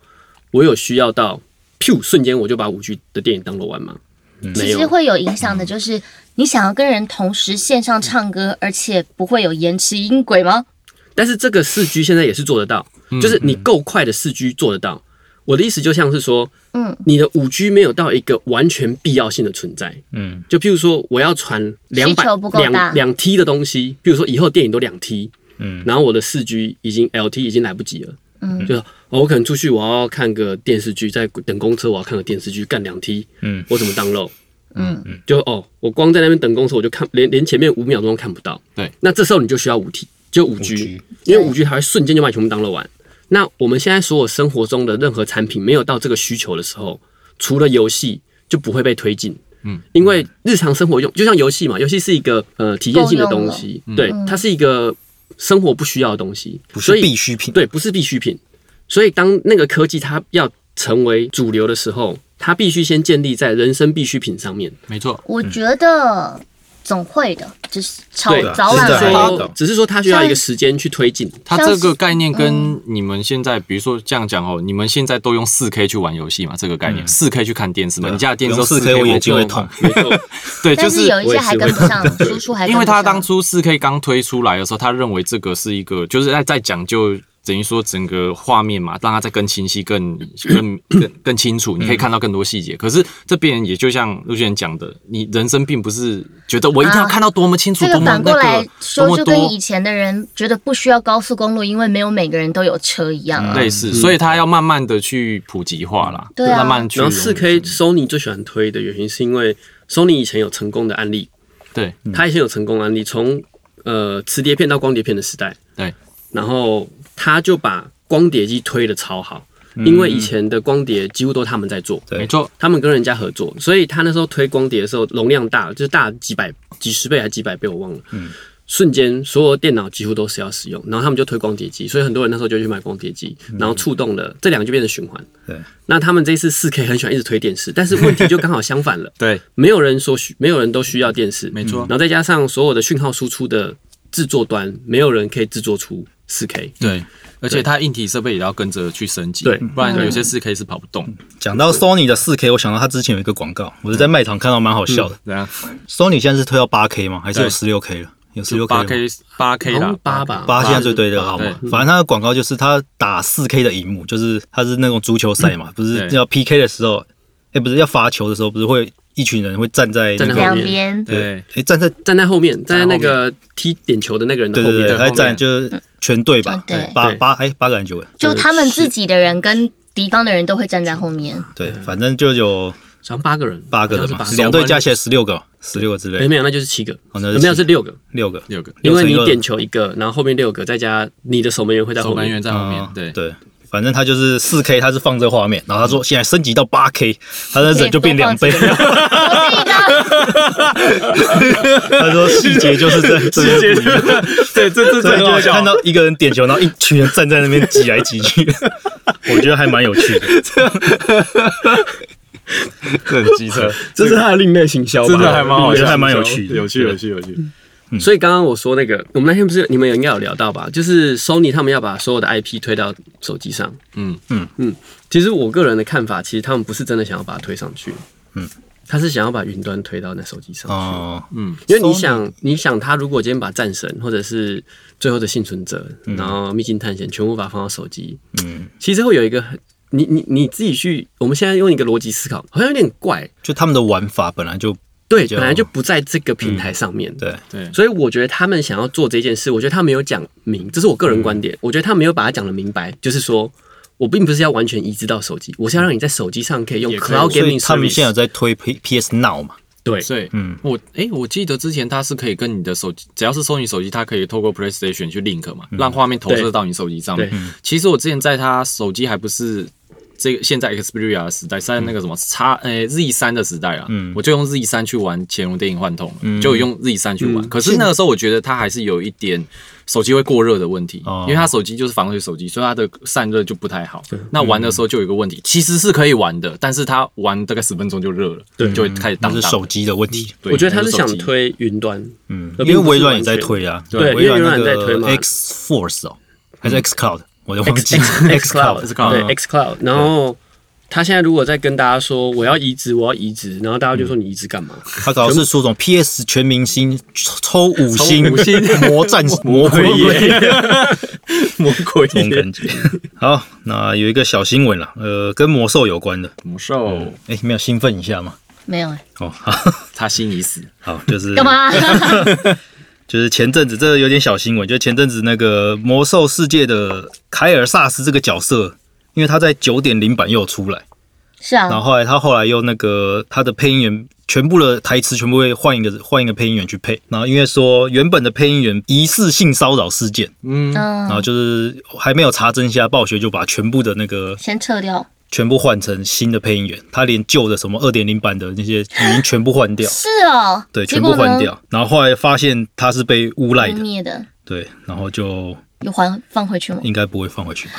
[SPEAKER 2] 我有需要到噗瞬间我就把五 G 的电影 download 完吗？
[SPEAKER 3] 嗯
[SPEAKER 2] 嗯没
[SPEAKER 1] 其
[SPEAKER 2] 有
[SPEAKER 1] 实，会有影响的，就是你想要跟人同时线上唱歌，而且不会有延迟音轨吗？
[SPEAKER 2] 但是这个四 G 现在也是做得到，
[SPEAKER 3] 嗯
[SPEAKER 2] 就是你够快的四 G 做得到。我的意思就像是说，
[SPEAKER 1] 嗯，
[SPEAKER 2] 你的五 G 没有到一个完全必要性的存在，
[SPEAKER 3] 嗯，
[SPEAKER 2] 就譬如说我要传两百
[SPEAKER 1] 需求不够大
[SPEAKER 2] 两两 T 的东西，譬如说以后电影都两 T，
[SPEAKER 3] 嗯，
[SPEAKER 2] 然后我的四 G 已经 LT 已经来不及了，
[SPEAKER 1] 嗯，
[SPEAKER 2] 就是、哦我可能出去我要看个电视剧，在等公车我要看个电视剧，干两 T，
[SPEAKER 3] 嗯，
[SPEAKER 2] 我怎么 download？
[SPEAKER 1] 嗯，
[SPEAKER 2] 就哦，我光在那边等公车，我就看连连前面五秒钟都看不到。
[SPEAKER 4] 对，
[SPEAKER 2] 那这时候你就需要五 T，就五 G，
[SPEAKER 3] 5G
[SPEAKER 2] 因为五 G 它会瞬间就把你全部 download 完。那我们现在所有生活中的任何产品没有到这个需求的时候，除了游戏就不会被推进。
[SPEAKER 4] 嗯，
[SPEAKER 2] 因为日常生活用就像游戏嘛，游戏是一个呃体验性的东西，对，它是一个生活不需要的东西，
[SPEAKER 3] 不
[SPEAKER 2] 所
[SPEAKER 3] 是
[SPEAKER 2] 以
[SPEAKER 3] 必需品。
[SPEAKER 2] 对，不是必需品。所以当那个科技它要成为主流的时候，它必须先建立在人生必需品上面。
[SPEAKER 4] 没错，
[SPEAKER 1] 我觉得总会的，就是早
[SPEAKER 2] 对，
[SPEAKER 1] 早晚
[SPEAKER 3] 是的
[SPEAKER 1] 会有
[SPEAKER 3] 好
[SPEAKER 2] 只是说只是说它需要一个时间去推进。
[SPEAKER 4] 它这个概念跟
[SPEAKER 1] 嗯
[SPEAKER 4] 你们现在，比如说这样讲哦，你们现在都用四 K 去玩游戏嘛？这个概
[SPEAKER 1] 嗯
[SPEAKER 4] 念，四 K 去看电视嘛？
[SPEAKER 1] 啊
[SPEAKER 4] 你家的电视都
[SPEAKER 3] 四 K，
[SPEAKER 4] K，
[SPEAKER 3] 我眼
[SPEAKER 4] 我
[SPEAKER 3] 睛会痛。
[SPEAKER 2] 没错，
[SPEAKER 4] 对，就
[SPEAKER 1] 但是
[SPEAKER 4] 是
[SPEAKER 1] 有一些还跟不上，输出还跟不上
[SPEAKER 4] 因为他当初四 K 刚推出来的时候，他认为这个是一个，就是在在讲究。等于说整个画面嘛，让它再更清 晰、更更更更清
[SPEAKER 1] 嗯
[SPEAKER 4] 楚，你可以看到更多细节。可是这边也就像陆轩讲的，你人生并不是觉得我一定要
[SPEAKER 1] 啊
[SPEAKER 4] 看到多么清楚、
[SPEAKER 1] 这
[SPEAKER 4] 多
[SPEAKER 1] 个
[SPEAKER 4] 么
[SPEAKER 1] 反
[SPEAKER 4] 那
[SPEAKER 1] 过来
[SPEAKER 4] 个、多
[SPEAKER 1] 说，
[SPEAKER 4] 么
[SPEAKER 1] 就
[SPEAKER 4] 多。
[SPEAKER 1] 跟以前的人觉得不需要高速公路，因为没有每个人都有车一样啊。
[SPEAKER 4] 类似，所以它要慢慢的去普及化啦，
[SPEAKER 1] 对啊
[SPEAKER 4] 慢慢去
[SPEAKER 2] 然
[SPEAKER 4] 融
[SPEAKER 2] 后
[SPEAKER 4] 入。
[SPEAKER 2] 四 K Sony 最喜欢推的原因是因为 Sony 以前有成功的案例，
[SPEAKER 4] 对
[SPEAKER 2] 它以前有成功案例，从呃磁碟片到光碟片的时代，
[SPEAKER 4] 对，
[SPEAKER 2] 然后他就把光碟机推的超好，因为以前的光碟几乎都他们在做，
[SPEAKER 3] 对
[SPEAKER 4] 没错，
[SPEAKER 2] 他们跟人家合作，所以他那时候推光碟的时候容量大，就是大几百、几十倍还几百倍，我忘了。
[SPEAKER 3] 嗯
[SPEAKER 2] 瞬间所有电脑几乎都是要使用，然后他们就推光碟机，所以很多人那时候就去买光碟机，然后触动了这两个就变成循环。
[SPEAKER 3] 嗯对，
[SPEAKER 2] 那他们这次四 K 很喜欢一直推电视，但是问题就刚好相反了，
[SPEAKER 4] 对，
[SPEAKER 2] 没有人说需，没有人都需要电视，
[SPEAKER 4] 没错
[SPEAKER 2] 然后再加上所有的讯号输出的制作端，没有人可以制作出四 K。
[SPEAKER 4] 对，而且它硬体设备也要跟着去升级，
[SPEAKER 2] 对
[SPEAKER 4] 不然有些四 K 是跑不动。
[SPEAKER 3] 讲到 Sony 的四 K，我想到它之前有一个广告，我是在卖场看到，蛮好笑的。
[SPEAKER 4] 对啊，
[SPEAKER 3] Sony 现在是推到八 K 吗？还是有
[SPEAKER 4] 对
[SPEAKER 3] 十六 K 了？有十
[SPEAKER 4] 就
[SPEAKER 3] 六
[SPEAKER 4] 八
[SPEAKER 3] K。
[SPEAKER 4] K 八 K
[SPEAKER 2] 好
[SPEAKER 4] 啦
[SPEAKER 2] 像，八吧，
[SPEAKER 3] 八现在最对的好
[SPEAKER 4] 对
[SPEAKER 3] 吗？反正它的广告就是它打四 K 的荧幕，就是它是那种足球赛
[SPEAKER 2] 嗯
[SPEAKER 3] 嘛，不是
[SPEAKER 4] 对
[SPEAKER 3] 要 PK 的时候，哎、不是要罚球的时候，不是会一群人会站在那
[SPEAKER 2] 站在
[SPEAKER 3] 个
[SPEAKER 2] 后
[SPEAKER 1] 两边
[SPEAKER 2] 面
[SPEAKER 4] 对
[SPEAKER 3] 哎、站在
[SPEAKER 2] 站在后面，站在
[SPEAKER 4] 后
[SPEAKER 2] 那
[SPEAKER 4] 面
[SPEAKER 2] 个踢点球的那个人的
[SPEAKER 3] 对
[SPEAKER 2] 后
[SPEAKER 3] 对
[SPEAKER 2] 面
[SPEAKER 3] 对，
[SPEAKER 4] 对
[SPEAKER 3] 还
[SPEAKER 4] 后
[SPEAKER 3] 站
[SPEAKER 4] 面
[SPEAKER 3] 就是全队吧，
[SPEAKER 1] 对
[SPEAKER 3] 对八
[SPEAKER 2] 对
[SPEAKER 3] 八哎八个人九个人，
[SPEAKER 1] 就他们自己的人跟敌方的人都会站在后面。
[SPEAKER 3] 对，反正就有
[SPEAKER 2] 好像八个人，
[SPEAKER 3] 八个人
[SPEAKER 2] 嗯好
[SPEAKER 3] 嘛
[SPEAKER 2] 像，是八
[SPEAKER 3] 两队加起来十六个，十六个之
[SPEAKER 2] 哎
[SPEAKER 3] 类，
[SPEAKER 2] 没有，那就是七个，
[SPEAKER 3] 哦那就是
[SPEAKER 2] 没有是六个，
[SPEAKER 3] 六个，
[SPEAKER 4] 有个
[SPEAKER 2] 因
[SPEAKER 3] 六
[SPEAKER 2] 为
[SPEAKER 3] 乘以
[SPEAKER 2] 你
[SPEAKER 3] 二
[SPEAKER 2] 点球一个，然后后面六个再加你的守门员会在
[SPEAKER 4] 守
[SPEAKER 2] 后
[SPEAKER 4] 门
[SPEAKER 2] 面，
[SPEAKER 4] 员在后面
[SPEAKER 3] 嗯，
[SPEAKER 4] 对，
[SPEAKER 3] 对。反正它就是四 K，它是放这个画面，然后他说现在升级到八 K，他的人就变两倍。
[SPEAKER 1] 可以多
[SPEAKER 3] 他说细节就是这，细节
[SPEAKER 4] 对，这
[SPEAKER 3] 对，就会看到一个人点球，然后一群人站在那边挤来挤去， 我觉得还蛮有趣 的。
[SPEAKER 4] 这很机车，
[SPEAKER 2] 这是他的另类行销吧
[SPEAKER 4] 真的还蛮好
[SPEAKER 3] 我觉
[SPEAKER 4] 笑
[SPEAKER 3] 得
[SPEAKER 4] 的，
[SPEAKER 3] 还蛮有趣的
[SPEAKER 4] 有趣，有趣，有趣。
[SPEAKER 2] 所以刚刚我说那个，我们那天不是你们有应该有聊到吧？就是 Sony 他们要把所有的 IP 推到手机上。
[SPEAKER 4] 嗯
[SPEAKER 2] 嗯嗯。其实我个人的看法，其实他们不是真的想要把它推上去。
[SPEAKER 3] 嗯。
[SPEAKER 2] 他是想要把云端推到那手机上去，
[SPEAKER 3] 哦，
[SPEAKER 2] 因为你想，你想他如果今天把战神或者是最后的幸存者，然后秘境探险全部把它放到手机，
[SPEAKER 3] 嗯，
[SPEAKER 2] 其实会有一个很，你你你自己去，我们现在用一个逻辑思考，好像有点怪，
[SPEAKER 3] 就他们的玩法本来就
[SPEAKER 2] 对，
[SPEAKER 3] 就嗯
[SPEAKER 2] 本来就不在这个平台上面，
[SPEAKER 3] 对，
[SPEAKER 2] 所以我觉得他们想要做这件事，我觉得他没有讲明，这是我个人观
[SPEAKER 3] 嗯
[SPEAKER 2] 点，我觉得他没有把它讲的明白，就是说我并不是要完全移植到手机，我是要让你在手机上可以用 cloud
[SPEAKER 3] 所以
[SPEAKER 2] gaming
[SPEAKER 3] 他们现在有
[SPEAKER 2] service。
[SPEAKER 3] 在推 P P S Now 嘛，
[SPEAKER 2] 对，
[SPEAKER 4] 所以，
[SPEAKER 3] 嗯
[SPEAKER 4] 嗯，我诶，我记得之前它是可以跟你的手机，只要是 Sony 手机，它可以透过 PlayStation 去 link 嘛，让画面投射到你手机上面
[SPEAKER 2] 对。
[SPEAKER 4] 其实我之前在它手机还不是这个现在 Xperia 的时代，是在那个什么叉诶 Z 三的时代啊，
[SPEAKER 3] 嗯
[SPEAKER 4] 我就用 Z 三去玩《乾隆电影幻痛》了，就用 Z 三去
[SPEAKER 3] 嗯
[SPEAKER 4] 玩。可是那个时候我觉得它还是有一点。手机会过热的问题，
[SPEAKER 3] 哦
[SPEAKER 4] 因为它手机就是防水手机，所以它的散热就不太好。那玩的时候就有一个问题，其实是可以玩的，但是它玩大概十分钟就热了，对，就会开始
[SPEAKER 3] 那
[SPEAKER 4] 当
[SPEAKER 3] 是
[SPEAKER 4] 当。
[SPEAKER 3] 手机的问题。
[SPEAKER 4] 对
[SPEAKER 2] 我觉得他是想
[SPEAKER 4] 手机
[SPEAKER 2] 推云端，
[SPEAKER 3] 嗯，
[SPEAKER 2] 而
[SPEAKER 3] 因为
[SPEAKER 2] 并不是
[SPEAKER 3] 微软也
[SPEAKER 2] 完
[SPEAKER 3] 在
[SPEAKER 2] 全
[SPEAKER 3] 推啊，
[SPEAKER 2] 对
[SPEAKER 3] 微
[SPEAKER 2] 因
[SPEAKER 3] 那
[SPEAKER 2] 为微软也在推
[SPEAKER 3] 个
[SPEAKER 2] 嘛
[SPEAKER 3] X Force 哦，还是 X Cloud，我都忘
[SPEAKER 2] X
[SPEAKER 3] 记
[SPEAKER 2] X Cloud，
[SPEAKER 4] Cloud
[SPEAKER 2] 对 X Cloud。然后他现在如果在跟大家说我要移植，我要移植，然后大家就说你移植干嘛？
[SPEAKER 3] 他搞的是出种 P S 全明星抽五星
[SPEAKER 4] 抽五星
[SPEAKER 3] 魔战 魔鬼夜。
[SPEAKER 4] 魔鬼
[SPEAKER 3] 这种感觉。 好，那有一个小新闻了，呃，跟魔兽有关的，
[SPEAKER 4] 魔兽，
[SPEAKER 3] 哎、没有兴奋一下吗？
[SPEAKER 1] 没有哎，
[SPEAKER 3] 哦，好，
[SPEAKER 4] 他心 已 死。
[SPEAKER 3] 好，就是
[SPEAKER 1] 干嘛？
[SPEAKER 3] 就是前阵子，这个有点小新闻，就是前阵子那个魔兽世界的凯尔萨斯这个角色，因为他在九点零版又有出来，
[SPEAKER 1] 是
[SPEAKER 3] 然后
[SPEAKER 1] 啊，
[SPEAKER 3] 后来他后来又那个他的配音员全部的台词全部会换一个换一个配音员去配，然后因为说原本的配音员疑似性骚扰事件，
[SPEAKER 4] 嗯，
[SPEAKER 1] 嗯
[SPEAKER 3] 然，后就是还没有查证下，暴雪就把全部的那个
[SPEAKER 1] 先撤掉。
[SPEAKER 3] 全部换成新的配音员，他连旧的什么二点零版的那些已经全
[SPEAKER 1] ，
[SPEAKER 3] 部换掉
[SPEAKER 1] 是哦，
[SPEAKER 3] 对，
[SPEAKER 1] 结
[SPEAKER 3] 全部
[SPEAKER 1] 果呢
[SPEAKER 3] 换，掉。然后后来发现他是被诬赖的，
[SPEAKER 1] 灭的，
[SPEAKER 3] 对，然后就
[SPEAKER 1] 有还放回去吗？
[SPEAKER 3] 应该不会放回去吧？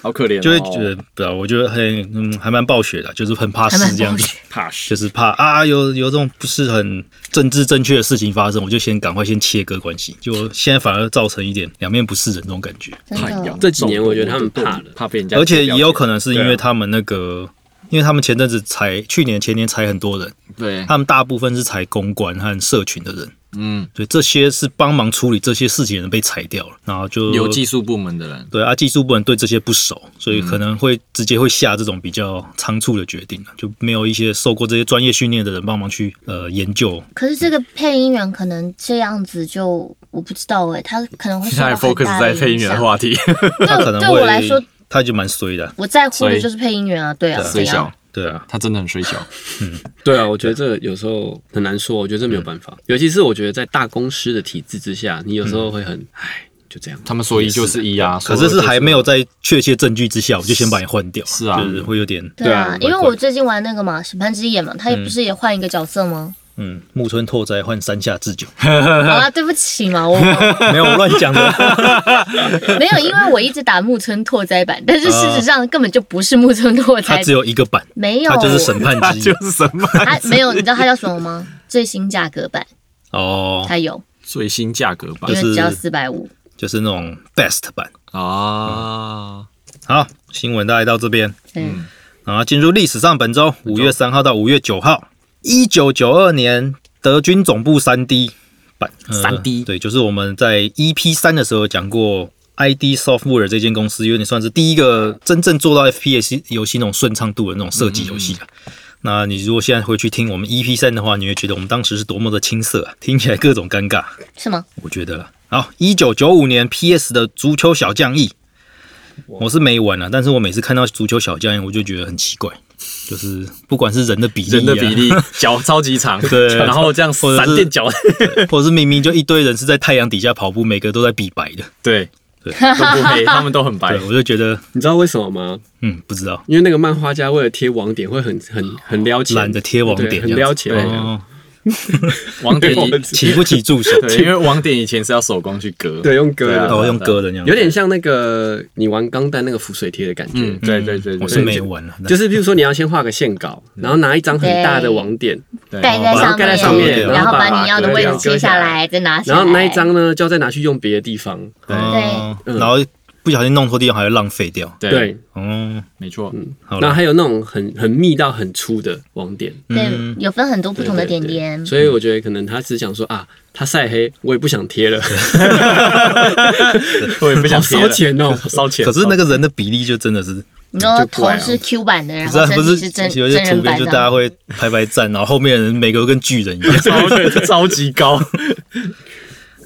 [SPEAKER 4] 好可怜哦，
[SPEAKER 3] 就会觉得不知道，我觉得很嗯还蛮暴雪的，就是很怕
[SPEAKER 1] 还
[SPEAKER 3] 死
[SPEAKER 1] 蛮
[SPEAKER 3] 这样
[SPEAKER 1] 暴
[SPEAKER 3] 子，
[SPEAKER 1] 雪，
[SPEAKER 4] 怕是
[SPEAKER 3] 就是怕啊有有这种不是很政治正确的事情发生，我就先赶快先切割关系，就现在反而造成一点两面不是人这种感觉，
[SPEAKER 1] 真
[SPEAKER 4] 嗯
[SPEAKER 1] 的。
[SPEAKER 2] 这几年我觉得他们怕了，
[SPEAKER 4] 怕被人家，
[SPEAKER 3] 而且也有可能是因
[SPEAKER 4] 对
[SPEAKER 3] 为
[SPEAKER 4] 啊
[SPEAKER 3] 他们那个。因为他们前阵子裁，去年前年裁很多人，
[SPEAKER 4] 对，
[SPEAKER 3] 他们大部分是裁公关和社群的人，
[SPEAKER 4] 嗯，
[SPEAKER 3] 所以这些是帮忙处理这些事情的人被裁掉了，然后就
[SPEAKER 4] 嗯有技术部门的人，
[SPEAKER 3] 对啊，技术部门对这些不熟，所以
[SPEAKER 4] 嗯
[SPEAKER 3] 可能会直接会下这种比较仓促的决定，啊就没有一些受过这些专业训练的人帮忙去呃研究。
[SPEAKER 1] 可是这个配音员可能这样子就我不知道哎、他可能会受
[SPEAKER 4] 现在
[SPEAKER 1] 到很
[SPEAKER 4] focus
[SPEAKER 1] 大
[SPEAKER 4] 在
[SPEAKER 1] 影
[SPEAKER 4] 配音员的
[SPEAKER 1] 响
[SPEAKER 4] 话 题，
[SPEAKER 3] 他可能
[SPEAKER 1] 对我来说
[SPEAKER 3] 会，他就蛮衰的啊，
[SPEAKER 1] 我在乎
[SPEAKER 4] 所
[SPEAKER 1] 的
[SPEAKER 4] 以
[SPEAKER 1] 就是配音员啊，对啊，
[SPEAKER 4] 水
[SPEAKER 1] 怎样
[SPEAKER 4] 小，
[SPEAKER 3] 对啊，
[SPEAKER 4] 他真的很水小，
[SPEAKER 2] 对啊，我觉得这有时候很难说，我觉得这没有办法，尤其是我觉得在大公司的体制之下，你有时候会很唉，就这样。
[SPEAKER 4] 他们说一就是一啊，
[SPEAKER 3] 可
[SPEAKER 4] 说
[SPEAKER 3] 是
[SPEAKER 4] 二就是
[SPEAKER 3] 还没
[SPEAKER 4] 有
[SPEAKER 3] 有在确切证据之下，我就先把你换掉，
[SPEAKER 4] 是啊
[SPEAKER 3] 就是会有点
[SPEAKER 1] 对
[SPEAKER 2] 对
[SPEAKER 1] 啊
[SPEAKER 2] 啊，
[SPEAKER 1] 因为
[SPEAKER 3] 怪怪
[SPEAKER 1] 我最近玩那个嘛，审判之眼嘛，他也不是也换一个角色吗？
[SPEAKER 3] 嗯，木村拓哉换山下智久，
[SPEAKER 1] 好啦，对不起嘛，我没
[SPEAKER 3] 没有我乱 讲的，
[SPEAKER 1] 有，因为我一直打木村拓哉版，但是事实上根本就不是木村拓
[SPEAKER 3] 他
[SPEAKER 1] 哉
[SPEAKER 3] 只，有一个版，
[SPEAKER 1] 没有，
[SPEAKER 3] 他就是审 判
[SPEAKER 4] 他
[SPEAKER 3] 之一
[SPEAKER 4] 就是什么
[SPEAKER 1] 他没有，你知道他叫什么吗？最新价格版，
[SPEAKER 3] 哦，
[SPEAKER 1] 他有，
[SPEAKER 4] 最新价格吧
[SPEAKER 1] 因
[SPEAKER 3] 就是
[SPEAKER 1] 为只要四百五。
[SPEAKER 3] 就是那种 best 版。
[SPEAKER 4] 啊，
[SPEAKER 3] 好，新闻大概到这边。
[SPEAKER 1] 嗯，
[SPEAKER 3] 啊，进入历史上本周，五月三号到五月九号，一九九二年德军总部三 D 版，
[SPEAKER 4] 嗯
[SPEAKER 3] 三、D 对，就是我们在 EP 三的时候讲过。ID Software 这间公司有点算是第一个真正做到 FPS 游戏那种顺畅度的那种设计游戏啊。那你如果现在回去听我们 EP 三的话，你会觉得我们当时是多么的青涩、啊，听起来各种尴尬。
[SPEAKER 1] 是吗？
[SPEAKER 3] 我觉得啦好，一九九五年 PS 的足球小将翼，我是没玩了、啊但是我每次看到足球小将翼，我就觉得很奇怪，就是不管是人的比例、啊，
[SPEAKER 4] 人的比，例脚超级长，
[SPEAKER 3] 对
[SPEAKER 4] 然后这样
[SPEAKER 3] 或者
[SPEAKER 4] 闪
[SPEAKER 3] 是
[SPEAKER 4] 电脚，
[SPEAKER 3] 或者是明明就一堆人是在太阳底下跑步，每个都在比白的，
[SPEAKER 4] 对
[SPEAKER 3] 对
[SPEAKER 4] 都不黑，他们都很白
[SPEAKER 3] 对，，我就觉得，
[SPEAKER 2] 你知道为什么吗？
[SPEAKER 3] 嗯，不知道，
[SPEAKER 2] 因为那个漫画家为了贴网点，会很很很撩钱，
[SPEAKER 3] 懒得贴网
[SPEAKER 2] 对
[SPEAKER 3] 点，
[SPEAKER 2] 很
[SPEAKER 3] 这样
[SPEAKER 2] 撩
[SPEAKER 3] 子
[SPEAKER 2] 钱。
[SPEAKER 3] 哦，
[SPEAKER 4] 网点一
[SPEAKER 3] 起不起助手，
[SPEAKER 4] 对，因为网点以前是要手工去割，
[SPEAKER 2] 对，用歌
[SPEAKER 4] 对啊
[SPEAKER 2] 的，
[SPEAKER 3] 哦，用割的那样，
[SPEAKER 2] 有点像那个你玩钢弹那个浮水贴的感觉。
[SPEAKER 4] 嗯，对对对，对
[SPEAKER 3] 我是没玩了，啊
[SPEAKER 2] 就是是比如说你要先画个线稿，然后拿一张很大的网点，
[SPEAKER 4] 对
[SPEAKER 1] 盖在
[SPEAKER 2] 把它
[SPEAKER 1] 上
[SPEAKER 2] 盖在上
[SPEAKER 1] 面，
[SPEAKER 2] 面，
[SPEAKER 1] 然后把你要的位置
[SPEAKER 2] 割
[SPEAKER 1] 切下，来，再拿下
[SPEAKER 2] 然
[SPEAKER 1] 来。
[SPEAKER 2] 后那一张呢就要再拿去用别的地方。
[SPEAKER 3] 哦，
[SPEAKER 2] 对嗯
[SPEAKER 3] 然后不小心弄错地方还会浪费掉，
[SPEAKER 4] 对，
[SPEAKER 2] 对，
[SPEAKER 3] 哦，
[SPEAKER 4] 没错，
[SPEAKER 3] 好
[SPEAKER 2] 然后
[SPEAKER 3] 了，
[SPEAKER 2] 还有那种很很密到很粗的网点，
[SPEAKER 1] 对，有分很多不同的点点
[SPEAKER 2] 对对对。所以我觉得可能他只想说啊，他晒黑，我也不想贴了，
[SPEAKER 4] 我也不想
[SPEAKER 2] 好
[SPEAKER 4] 贴
[SPEAKER 2] 烧
[SPEAKER 4] 了，
[SPEAKER 2] 钱哦。
[SPEAKER 4] 烧钱，
[SPEAKER 3] 可是那个人的比例就真的是
[SPEAKER 1] 你说
[SPEAKER 2] 就
[SPEAKER 1] 头
[SPEAKER 2] 怪啊
[SPEAKER 1] 是 Q 版的，然
[SPEAKER 3] 不是
[SPEAKER 1] 后
[SPEAKER 3] 啊
[SPEAKER 1] 身
[SPEAKER 3] 不
[SPEAKER 1] 体是真
[SPEAKER 3] 有
[SPEAKER 1] 真
[SPEAKER 3] 些图
[SPEAKER 1] 人
[SPEAKER 3] 片
[SPEAKER 1] 版
[SPEAKER 3] 就
[SPEAKER 1] 的
[SPEAKER 3] 大家
[SPEAKER 1] 吗，
[SPEAKER 3] 会排排站，然后后面的人每个都跟巨 人一样。
[SPEAKER 4] 超 超级高，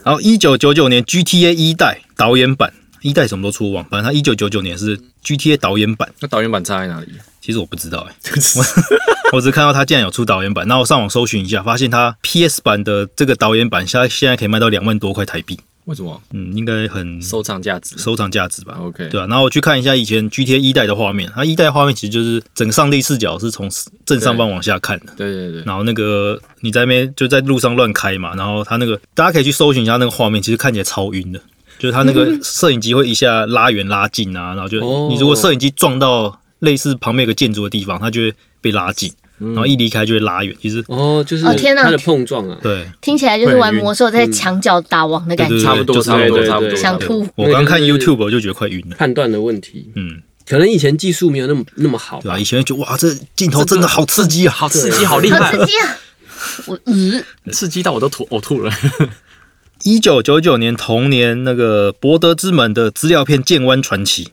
[SPEAKER 3] 然后一九九九年 GTA 一代导演版，一代什么都出忘，反正他一九九九年是 GTA 导演版。
[SPEAKER 4] 那导演版差在哪 里？
[SPEAKER 3] 其实我不知 道哎、我我只看到他竟然有出导演版，然后我上网搜寻一下，发现他 PS 版的这个导演版现在现在可以卖到两万多块台币，
[SPEAKER 4] 为什么
[SPEAKER 3] 嗯，应该很
[SPEAKER 4] 收藏价值？
[SPEAKER 3] 收藏价值吧。
[SPEAKER 4] OK
[SPEAKER 3] 对啊，然后我去看一下以前 GTA 一代的画面，它一代画面其实就是整个上帝视角是从正上方往下看的，
[SPEAKER 4] 对对对，
[SPEAKER 3] 然后那个你在那边就在路上乱开嘛，然后他那个大家可以去搜寻一下那个画面，其实看起来超晕的，就是他那个摄影机会一下拉远拉近啊，然后就、
[SPEAKER 2] 哦
[SPEAKER 3] 你如果摄影机撞到类似旁边有个建筑的地方，它就会被拉近，然后一离开就会拉远，其实
[SPEAKER 2] 哦，就是
[SPEAKER 1] 哦天哪
[SPEAKER 2] 它的碰撞啊，
[SPEAKER 3] 对。
[SPEAKER 1] 听起来就是玩魔兽在
[SPEAKER 2] 嗯
[SPEAKER 1] 墙角打王的感
[SPEAKER 3] 对对
[SPEAKER 1] 觉
[SPEAKER 3] 对。
[SPEAKER 4] 差不多
[SPEAKER 3] 就是
[SPEAKER 4] 差不多
[SPEAKER 2] 对对
[SPEAKER 4] 差不多，
[SPEAKER 2] 对
[SPEAKER 4] 差
[SPEAKER 1] 想
[SPEAKER 4] 不多
[SPEAKER 1] 吐，
[SPEAKER 3] 我刚看
[SPEAKER 2] 那个就是
[SPEAKER 3] YouTube 我就觉得快晕了，
[SPEAKER 2] 判断的问题，
[SPEAKER 3] 嗯，
[SPEAKER 2] 可能以前技术没有那么那么好
[SPEAKER 3] 对
[SPEAKER 2] 吧
[SPEAKER 3] 吧、。以前就觉得哇，这镜头真的好刺激啊，
[SPEAKER 4] 好刺激，好厉
[SPEAKER 1] 好
[SPEAKER 4] 害，
[SPEAKER 1] 刺激啊！我呃咦，
[SPEAKER 4] 刺激到我都吐，呕吐了。
[SPEAKER 3] 一九九九年同年，那个《博德之门》的资料片《剑湾传奇》，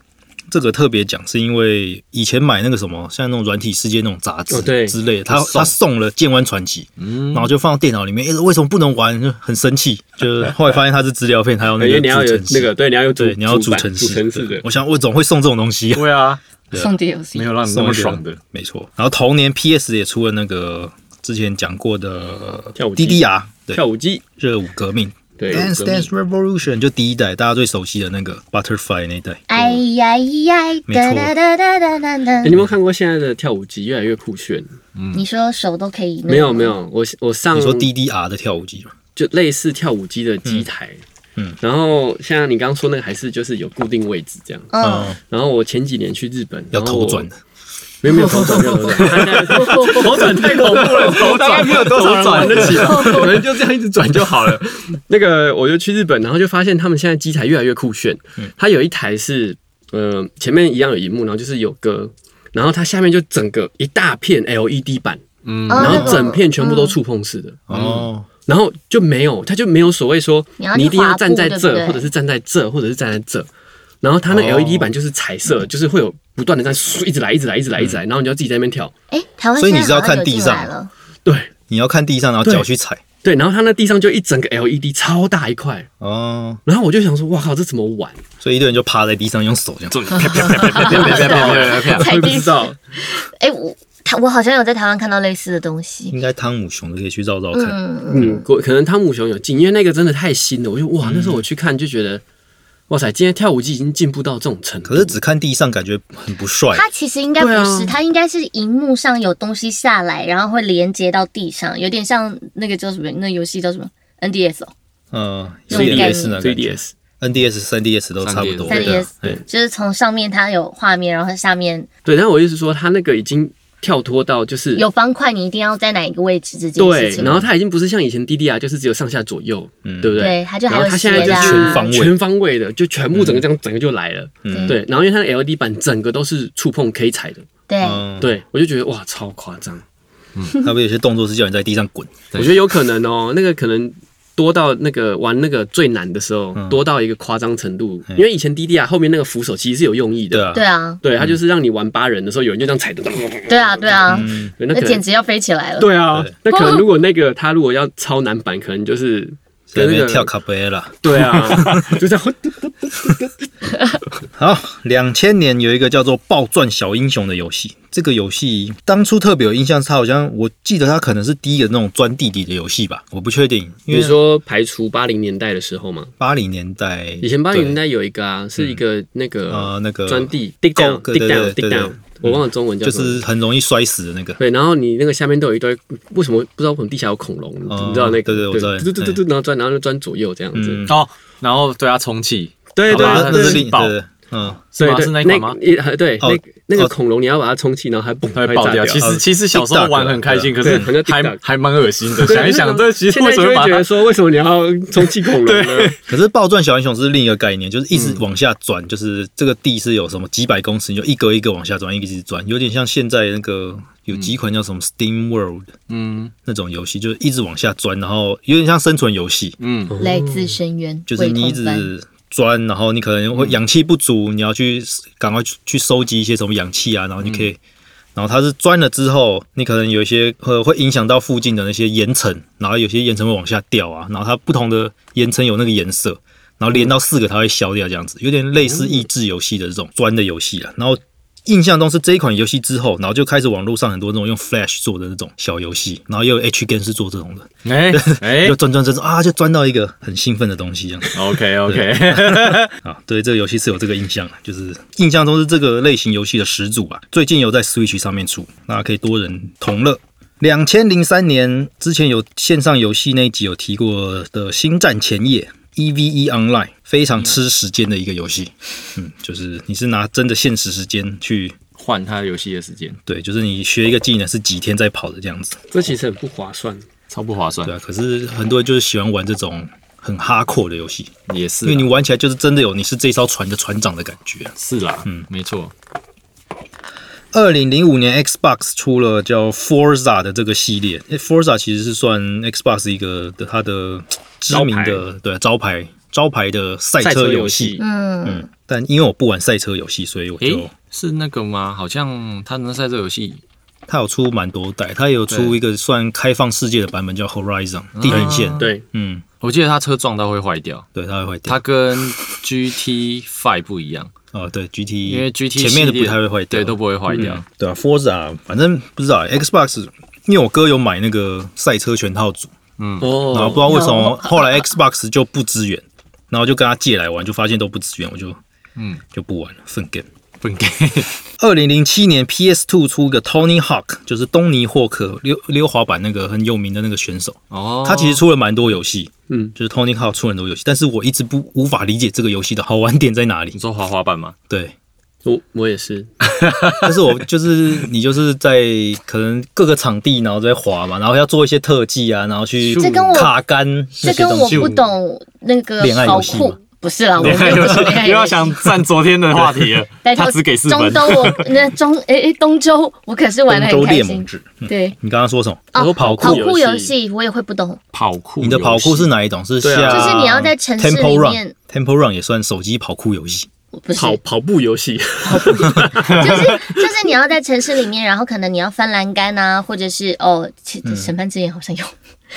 [SPEAKER 3] 这个特别讲，是因为以前买那个什么，像那种软体世界那种杂志
[SPEAKER 2] 哦对嗯
[SPEAKER 3] 之类的，他
[SPEAKER 4] 他送
[SPEAKER 3] 他送了《剑湾传奇》，然后就放到电脑里面，诶为什么不能玩？就很生气， 就是后来发现它是资料片，它要那
[SPEAKER 2] 因
[SPEAKER 3] 个
[SPEAKER 2] 哎为你要有
[SPEAKER 3] 主程式
[SPEAKER 2] 那个，对，你要有主
[SPEAKER 3] 对，你要
[SPEAKER 2] 主
[SPEAKER 3] 主
[SPEAKER 2] 板
[SPEAKER 3] 程
[SPEAKER 2] 主程式
[SPEAKER 3] 式。
[SPEAKER 2] 的
[SPEAKER 3] 对，我想我总会送这种东西，
[SPEAKER 4] 对啊，
[SPEAKER 1] 送 DLC
[SPEAKER 4] 没有让你那么爽的，
[SPEAKER 3] 没错。然后同年 PS 也出了那个之前讲过的
[SPEAKER 2] 跳舞机
[SPEAKER 3] DDR，对，
[SPEAKER 2] 跳舞机，
[SPEAKER 3] 热舞革命
[SPEAKER 2] 对，
[SPEAKER 3] Dance Dance Revolution 就第一代大家最熟悉的那个 Butterfly 那一代，
[SPEAKER 1] 哎呀呀，哒哒哒哒哒哒哒
[SPEAKER 2] 哎。你有没有看过现在的跳舞机越来越酷炫？
[SPEAKER 1] 你说手都可以？
[SPEAKER 2] 没有没，有，我我上
[SPEAKER 3] 你说 DDR 的跳舞机吗？
[SPEAKER 2] 就类似跳舞机的机台，
[SPEAKER 3] 嗯，
[SPEAKER 2] 然后像你刚刚说那个还是就是有固定位置这样。
[SPEAKER 1] 嗯，
[SPEAKER 2] 然后我前几年去日本，
[SPEAKER 3] 哦要
[SPEAKER 2] 然后
[SPEAKER 3] 头
[SPEAKER 2] 我
[SPEAKER 3] 转的，
[SPEAKER 2] 没有没有头转，没有头转，头转太恐怖了，头
[SPEAKER 4] 大概
[SPEAKER 2] 转
[SPEAKER 4] 没有多少人玩得起吧
[SPEAKER 2] 可能就这样一直转就好 了。那个我就去日本，然后就发现他们现在机台越来越酷炫，它有一台是呃前面一样有荧幕，然后就是有歌，然后它下面就整个一大片 LED 板，
[SPEAKER 4] 嗯
[SPEAKER 1] 哦
[SPEAKER 2] 然
[SPEAKER 1] 那
[SPEAKER 2] 后
[SPEAKER 1] 个
[SPEAKER 2] 整片全部都触碰式的。
[SPEAKER 3] 哦，
[SPEAKER 2] 然后就没有，它就没有所谓说
[SPEAKER 1] 你要去
[SPEAKER 2] 你一定要站在
[SPEAKER 1] 滑步对不
[SPEAKER 2] 这，
[SPEAKER 1] 对
[SPEAKER 2] 或者是站在这，或者是站在这。然后它那
[SPEAKER 3] 哦
[SPEAKER 2] LED 板就是彩
[SPEAKER 1] 嗯
[SPEAKER 2] 色，就是会有不断的在唰一直来，一直来，一直来，一直来，然后你就自己在那边跳。
[SPEAKER 1] 哎，台湾
[SPEAKER 3] 所以你
[SPEAKER 1] 现
[SPEAKER 3] 是
[SPEAKER 1] 在
[SPEAKER 3] 要
[SPEAKER 1] 好像有
[SPEAKER 3] 看地
[SPEAKER 1] 进
[SPEAKER 3] 上
[SPEAKER 1] 来了，
[SPEAKER 2] 对
[SPEAKER 3] 你要看地上，然后
[SPEAKER 2] 对
[SPEAKER 3] 脚去踩，
[SPEAKER 2] 对，然后它那地上就一整个 LED 超大一块，
[SPEAKER 3] 哦，
[SPEAKER 2] 然后我就想说，哇靠，这怎么玩？
[SPEAKER 3] 所以一堆人就趴在地上用手这样，
[SPEAKER 4] 啪啪啪啪啪啪啪啪啪啪啪。
[SPEAKER 2] 我
[SPEAKER 1] 踩
[SPEAKER 2] 也不
[SPEAKER 1] 地
[SPEAKER 2] 知道，
[SPEAKER 1] 哎，我他我好像有在台湾看到类似的东西，
[SPEAKER 3] 应该汤姆熊的可以去绕绕看，
[SPEAKER 1] 嗯，
[SPEAKER 2] 嗯，我可能汤姆熊有进，因为那个真的太新了，我就哇，那时候我去看就觉得，哇塞，今天跳舞机已经进步到这种程度。
[SPEAKER 3] 可是只看地上感觉很不帅，
[SPEAKER 1] 它其实应该不
[SPEAKER 2] 对啊
[SPEAKER 1] 是，它应该是荧幕上有东西下来，然后会连接到地上，有点像那个叫什么，那游戏叫什么 NDS 哦，
[SPEAKER 3] 嗯，
[SPEAKER 1] 那
[SPEAKER 3] 有
[SPEAKER 1] 种
[SPEAKER 3] 点
[SPEAKER 1] 概
[SPEAKER 3] 类
[SPEAKER 1] 念
[SPEAKER 3] 似那
[SPEAKER 2] 3
[SPEAKER 3] 感
[SPEAKER 2] D
[SPEAKER 3] 觉
[SPEAKER 2] S，
[SPEAKER 3] ，NDS、3DS 都差不多，
[SPEAKER 1] 3DS
[SPEAKER 3] 对啊对
[SPEAKER 1] 就是从上面它有画面，然后下面
[SPEAKER 2] 对，但我意思是说，它那个已经跳脱到就是
[SPEAKER 1] 有方块，你一定要在哪一个位置这件
[SPEAKER 2] 对
[SPEAKER 1] 事，情。
[SPEAKER 2] 然后它已经不是像以前 DDR 就是只有上下左右，
[SPEAKER 3] 嗯
[SPEAKER 2] 对不对？
[SPEAKER 1] 对它就还
[SPEAKER 2] 然后
[SPEAKER 1] 有
[SPEAKER 2] 它现在
[SPEAKER 1] 斜
[SPEAKER 2] 就
[SPEAKER 1] 的啊
[SPEAKER 2] 全
[SPEAKER 3] 全方位
[SPEAKER 2] 全方位的，就全部整个这样整个就来了。
[SPEAKER 1] 嗯
[SPEAKER 2] 对，然后因为它的 LED 板整个都是触碰可以踩的，
[SPEAKER 1] 对，
[SPEAKER 3] 嗯，
[SPEAKER 2] 对我就觉得哇，超夸张。
[SPEAKER 3] 他们有些动作是叫你在地上滚，
[SPEAKER 2] 我觉得有可能哦，那个可能多到那个玩那个最难的时候，多到一个夸张程度。因为以前 DDR 后面那个扶手其实是有用意
[SPEAKER 3] 对
[SPEAKER 2] 的，
[SPEAKER 3] 啊，
[SPEAKER 1] 对啊，
[SPEAKER 2] 对，它就是让你玩八人的时候，有人就这样踩的，
[SPEAKER 1] 对啊，对啊，
[SPEAKER 2] 对那
[SPEAKER 1] 那
[SPEAKER 2] 可
[SPEAKER 1] 简
[SPEAKER 2] 能
[SPEAKER 1] 直要飞起来了。
[SPEAKER 2] 对啊，那 可能如果那个他如果要超难版，可能就是
[SPEAKER 3] 在
[SPEAKER 2] 跟
[SPEAKER 3] 那
[SPEAKER 2] 那
[SPEAKER 3] 边
[SPEAKER 2] 个
[SPEAKER 3] 跳卡贝拉。
[SPEAKER 2] 对啊， 就这样。
[SPEAKER 3] 好，两千年有一个叫做《暴赚小英雄》的游戏，这个游戏当初特别有印象，是它好像我记得它可能是第一个那种钻地底的游戏吧，我不确定，因
[SPEAKER 2] 你
[SPEAKER 3] 为
[SPEAKER 2] 说排除八零年代的时候嘛，
[SPEAKER 3] 八零年代
[SPEAKER 2] 以前八零年
[SPEAKER 3] 代
[SPEAKER 2] 代有一个啊，是一个那个
[SPEAKER 3] 呃那个
[SPEAKER 2] 钻地 dig down
[SPEAKER 3] 对
[SPEAKER 2] dig
[SPEAKER 3] 对对对
[SPEAKER 2] down dig
[SPEAKER 3] 对嗯
[SPEAKER 2] down，我忘了中文叫
[SPEAKER 3] 就
[SPEAKER 2] 什么
[SPEAKER 3] 是很容易摔死的那个，
[SPEAKER 2] 对，然后你那个下面都有一堆，为什么不知道为什么地下有恐龙？
[SPEAKER 3] 哦
[SPEAKER 2] 你知道那个？
[SPEAKER 3] 对对我知道
[SPEAKER 2] 嘟嘟嘟嘟，然后钻，然后就钻左右这样子。
[SPEAKER 3] 嗯，
[SPEAKER 4] 哦，然后对他充气，
[SPEAKER 2] 对对
[SPEAKER 4] 好吧
[SPEAKER 3] 那那是
[SPEAKER 2] 对
[SPEAKER 3] 另
[SPEAKER 4] 暴
[SPEAKER 3] 对对嗯，
[SPEAKER 4] 是吗？
[SPEAKER 2] 对，
[SPEAKER 4] 是那一
[SPEAKER 2] 那
[SPEAKER 4] 款吗？
[SPEAKER 2] 一对，
[SPEAKER 3] 哦
[SPEAKER 2] 那那个
[SPEAKER 3] 哦
[SPEAKER 2] 恐龙你要把它充气，然后还嘣，
[SPEAKER 4] 它
[SPEAKER 2] 它
[SPEAKER 4] 会爆
[SPEAKER 2] 掉。
[SPEAKER 4] 掉。其哦实其实小时候玩很开心，可
[SPEAKER 2] 对
[SPEAKER 4] 是
[SPEAKER 2] 很像
[SPEAKER 4] 还
[SPEAKER 2] TikTok
[SPEAKER 4] 还蛮恶心的。
[SPEAKER 2] 对
[SPEAKER 4] 想一想，
[SPEAKER 2] 那
[SPEAKER 4] 这其实
[SPEAKER 2] 现
[SPEAKER 4] 为
[SPEAKER 2] 在就
[SPEAKER 4] 什么
[SPEAKER 2] 会
[SPEAKER 4] 会把
[SPEAKER 2] 觉得
[SPEAKER 4] 它？
[SPEAKER 2] 说，为什么你要充气恐龙呢？
[SPEAKER 3] 可是暴转小英雄是另一个概念，就是一
[SPEAKER 2] 嗯
[SPEAKER 3] 直往下转，就是这个地是有什么几百公尺，你就一格一格往下转，一个一直转，有点像现在那个有
[SPEAKER 2] 嗯
[SPEAKER 3] 几款叫什么 Steam World
[SPEAKER 4] 嗯
[SPEAKER 3] 那种游戏，就是一直往下钻，然后有点像生存游戏，
[SPEAKER 2] 哦
[SPEAKER 4] 嗯，
[SPEAKER 1] 来自深渊，
[SPEAKER 3] 就是你一
[SPEAKER 1] 未通翻
[SPEAKER 3] 直钻，然后你可能会氧气不足，你要去赶快去去收集一些什么氧气啊，然后你可以。然后它是钻了之后，你可能有一些呃会影响到附近的那些岩层，然后有些岩层会往下掉啊，然后它不同的岩层有那个颜色，然后连到四个它会消掉，这样子有点类似益智游戏的这种钻的游戏啊。然后印象中是这一款游戏之后，然后就开始网络上很多那种用 Flash 做的那种小游戏，然后也有 H game 是做这种的，
[SPEAKER 4] 哎 哎
[SPEAKER 3] 就钻钻钻钻啊，就钻到一个很兴奋的东西这样。
[SPEAKER 4] ，OK OK，
[SPEAKER 3] 啊，对这个游戏是有这个印象的，就是印象中是这个类型游戏的始祖吧。最近有在 Switch 上面出，那可以多人同乐。两千零三年之前有线上游戏那一集有提过的《星战前夜》EVE Online，非常吃时间的一个游戏。嗯，就是你是拿真的现实时间去，
[SPEAKER 4] 换他游戏的时间
[SPEAKER 3] 对，就是你学一个技能是几天在跑的这样子，
[SPEAKER 2] 这其实很不划算。
[SPEAKER 4] 超不划算
[SPEAKER 3] 对，啊。可是很多人就是喜欢玩这种很哈扣的游戏，
[SPEAKER 4] 也是啊
[SPEAKER 3] 因
[SPEAKER 4] 啦
[SPEAKER 3] 为你玩起来就是真的有你是这艘船的船长的感觉。
[SPEAKER 4] 是啦，嗯，没错，
[SPEAKER 3] 二零零五年 Xbox 出了叫 Forza 的这个系列诶，Forza 其实是算 Xbox 一个的它的知名的对招牌招牌的赛
[SPEAKER 2] 赛
[SPEAKER 3] 车
[SPEAKER 2] 车
[SPEAKER 3] 游
[SPEAKER 2] 游
[SPEAKER 3] 戏。
[SPEAKER 2] 戏，
[SPEAKER 1] 嗯，
[SPEAKER 3] 嗯，但因为我不玩赛车游戏，所以我就、
[SPEAKER 4] 诶，是那个吗？好像他那赛车游戏
[SPEAKER 3] 它有出蛮多代，它也有出
[SPEAKER 4] 对
[SPEAKER 3] 一个算开放世界的版本叫 Horizon 地平线。，
[SPEAKER 2] 对，
[SPEAKER 3] 嗯，
[SPEAKER 4] 我记得他车撞到会坏掉，
[SPEAKER 3] 对，它会坏掉。
[SPEAKER 4] 它跟 GT Five 不一样，
[SPEAKER 3] 哦，对，GT
[SPEAKER 4] 因为 GT
[SPEAKER 3] 前面的
[SPEAKER 4] 系列
[SPEAKER 3] 不太会坏掉，
[SPEAKER 4] 对，都不会坏掉
[SPEAKER 3] 嗯。对啊，Forza 反正不知道 Xbox，因为我哥有买那个赛车全套组。
[SPEAKER 2] 哦
[SPEAKER 3] 然后不知道为什么后来 Xbox 就不支援，然后就跟他借来玩，就发现都不支援，我就
[SPEAKER 4] 嗯
[SPEAKER 3] 就不玩了，粪 game。
[SPEAKER 4] 本 g
[SPEAKER 3] 二零零七年 PS Two 出一个 Tony Hawk，就是东尼霍克溜溜滑板那个很有名的那个选手，
[SPEAKER 4] 哦
[SPEAKER 3] 他其实出了蛮多游戏，
[SPEAKER 2] 嗯，
[SPEAKER 3] 就是 Tony Hawk 出了很多游戏，但是我一直不无法理解这个游戏的好玩点在哪里
[SPEAKER 4] 你。说滑滑板吗？
[SPEAKER 3] 对，
[SPEAKER 2] 我我也是，
[SPEAKER 3] 但是我 就是你就是在可能各个场地然后在滑嘛，然后要做一些特技啊，然后去
[SPEAKER 1] 这跟我
[SPEAKER 3] 卡杆
[SPEAKER 1] 这
[SPEAKER 3] 那些
[SPEAKER 1] 跟我
[SPEAKER 3] 东西。
[SPEAKER 1] 不懂那个
[SPEAKER 3] 恋爱
[SPEAKER 1] 好
[SPEAKER 3] 游戏
[SPEAKER 1] 酷
[SPEAKER 3] 吗，
[SPEAKER 1] 不是啦，我没有做恋爱
[SPEAKER 4] 又
[SPEAKER 1] 游
[SPEAKER 4] 要
[SPEAKER 1] 戏。，
[SPEAKER 4] 想占昨天的话题了
[SPEAKER 1] 拜托
[SPEAKER 4] 他只给四
[SPEAKER 1] 中
[SPEAKER 4] 分
[SPEAKER 1] 州。我那中诶诶东州我可是玩的很
[SPEAKER 3] 东周
[SPEAKER 1] 开
[SPEAKER 3] 猎魔
[SPEAKER 1] 心。
[SPEAKER 3] 指，
[SPEAKER 1] 对，
[SPEAKER 3] 你刚刚说什么？
[SPEAKER 2] 我说
[SPEAKER 1] 哦，
[SPEAKER 2] 跑
[SPEAKER 1] 跑
[SPEAKER 2] 酷
[SPEAKER 1] 酷
[SPEAKER 2] 游
[SPEAKER 1] 游
[SPEAKER 2] 戏，
[SPEAKER 1] 戏我也会不懂，
[SPEAKER 4] 跑酷，
[SPEAKER 3] 你的跑酷是？哪一种？是
[SPEAKER 2] 对
[SPEAKER 3] 下
[SPEAKER 2] 啊
[SPEAKER 1] 就是你要在城市
[SPEAKER 3] Temple
[SPEAKER 1] 里面
[SPEAKER 3] Run，Temple Run 也算手机跑酷游戏。
[SPEAKER 1] 不是
[SPEAKER 2] 跑跑步游戏，
[SPEAKER 1] 就是就是你要在城市里面，然后可能你要翻栏杆啊，或者是哦，其
[SPEAKER 2] 嗯
[SPEAKER 1] 审判之眼好像有，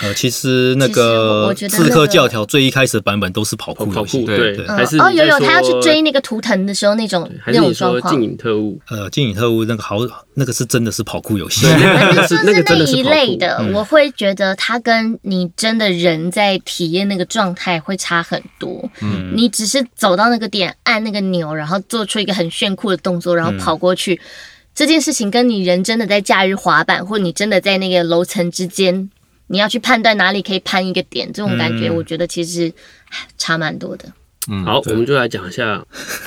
[SPEAKER 3] 呃，其实那
[SPEAKER 1] 其实
[SPEAKER 3] 个
[SPEAKER 1] 我觉得那
[SPEAKER 3] 刺
[SPEAKER 1] 个
[SPEAKER 3] 客教条最一开始的版本都是跑酷
[SPEAKER 2] 跑
[SPEAKER 3] 游
[SPEAKER 2] 酷
[SPEAKER 3] 戏，
[SPEAKER 4] 对
[SPEAKER 2] 对，
[SPEAKER 3] 对
[SPEAKER 2] 还是
[SPEAKER 1] 哦
[SPEAKER 2] 你
[SPEAKER 1] 有
[SPEAKER 2] 在
[SPEAKER 1] 有，他要去
[SPEAKER 2] 说
[SPEAKER 1] 追，那个图腾的时候那种
[SPEAKER 2] 还
[SPEAKER 1] 那
[SPEAKER 2] 是
[SPEAKER 1] 种
[SPEAKER 2] 你
[SPEAKER 1] 状
[SPEAKER 2] 说
[SPEAKER 1] 况
[SPEAKER 2] 静。影特务，
[SPEAKER 3] 呃，剑影特务那个好，那个是真的是跑酷游戏。
[SPEAKER 1] 反正就
[SPEAKER 2] 那个
[SPEAKER 1] 那
[SPEAKER 2] 真的是
[SPEAKER 1] 一
[SPEAKER 2] 跑酷嗯
[SPEAKER 1] 类的，我会觉得它跟你真的人在体验那个状态会差很多。嗯，你只是走到那个点，按那个钮，然后做出一个很炫酷的动作，
[SPEAKER 2] 嗯
[SPEAKER 1] 然后跑过去，这件事情跟你人真的在假日滑板，或你真的在那个楼层之间，你要去判断哪里可以攀一个点，这种感觉，
[SPEAKER 2] 嗯
[SPEAKER 1] 我觉得其实唉差蛮多的，
[SPEAKER 3] 嗯
[SPEAKER 2] 好，我们就来讲一下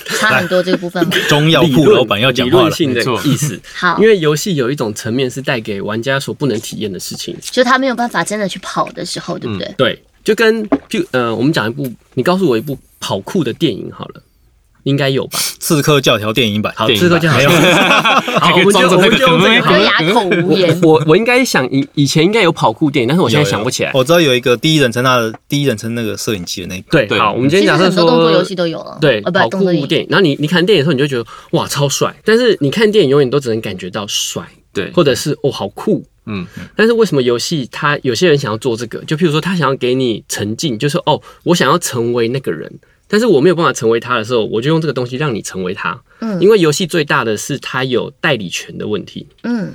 [SPEAKER 1] 差很多这个部分 吗。
[SPEAKER 3] 中药
[SPEAKER 2] 理
[SPEAKER 3] 铺
[SPEAKER 2] 论
[SPEAKER 3] 老板要讲
[SPEAKER 2] 理
[SPEAKER 3] 话
[SPEAKER 2] 论
[SPEAKER 3] 了，
[SPEAKER 2] 性的
[SPEAKER 4] 没错
[SPEAKER 2] 意思，
[SPEAKER 1] 好
[SPEAKER 2] 因，为游戏有一种层面是带给玩家所不能体验的事情，
[SPEAKER 1] 就他没有办法真的去跑的时候，对不对？
[SPEAKER 2] 对，就跟就呃，我们讲一部，你告诉我一部跑酷的电影好了，应该有吧？
[SPEAKER 3] 《刺客教条》电影版。
[SPEAKER 2] 好，
[SPEAKER 4] 电影
[SPEAKER 2] 这个就好
[SPEAKER 3] 没有，
[SPEAKER 4] 还可
[SPEAKER 2] 我
[SPEAKER 4] 以
[SPEAKER 2] 们
[SPEAKER 4] 装
[SPEAKER 2] 就
[SPEAKER 4] 着
[SPEAKER 2] 我
[SPEAKER 4] 那
[SPEAKER 2] 们
[SPEAKER 4] 个
[SPEAKER 2] 就用
[SPEAKER 4] 梗
[SPEAKER 2] 这个
[SPEAKER 4] 欸
[SPEAKER 2] 好
[SPEAKER 1] 就哑口无言。
[SPEAKER 2] 我我应该想以以前应该有跑酷电影，但是我现在想不起来。
[SPEAKER 3] 我知道有一个第一人称那第一人称那个摄影机的那个，
[SPEAKER 2] 对，
[SPEAKER 4] 对
[SPEAKER 2] 好，我们今
[SPEAKER 1] 其
[SPEAKER 2] 天
[SPEAKER 1] 实
[SPEAKER 2] 假设
[SPEAKER 1] 很多动作游
[SPEAKER 2] 说
[SPEAKER 1] 戏。都有了，
[SPEAKER 2] 对，
[SPEAKER 1] 呃，
[SPEAKER 2] 跑
[SPEAKER 1] 不，动
[SPEAKER 2] 酷
[SPEAKER 1] 作游戏
[SPEAKER 2] 电影，然后你你看电影的时候，你就觉得哇超帅，但是你看电影永远都只能感觉到帅，
[SPEAKER 4] 对，
[SPEAKER 2] 或者是哦好酷，
[SPEAKER 4] 嗯，
[SPEAKER 2] 但是为什么游戏它有些人想要做这个？就譬如说，他想要给你沉浸，就是哦，我想要成为那个人，但是我没有办法成为他的时候，我就用这个东西让你成为他。
[SPEAKER 1] 嗯
[SPEAKER 2] 因为游戏最大的是它有代理权的问题，
[SPEAKER 1] 嗯，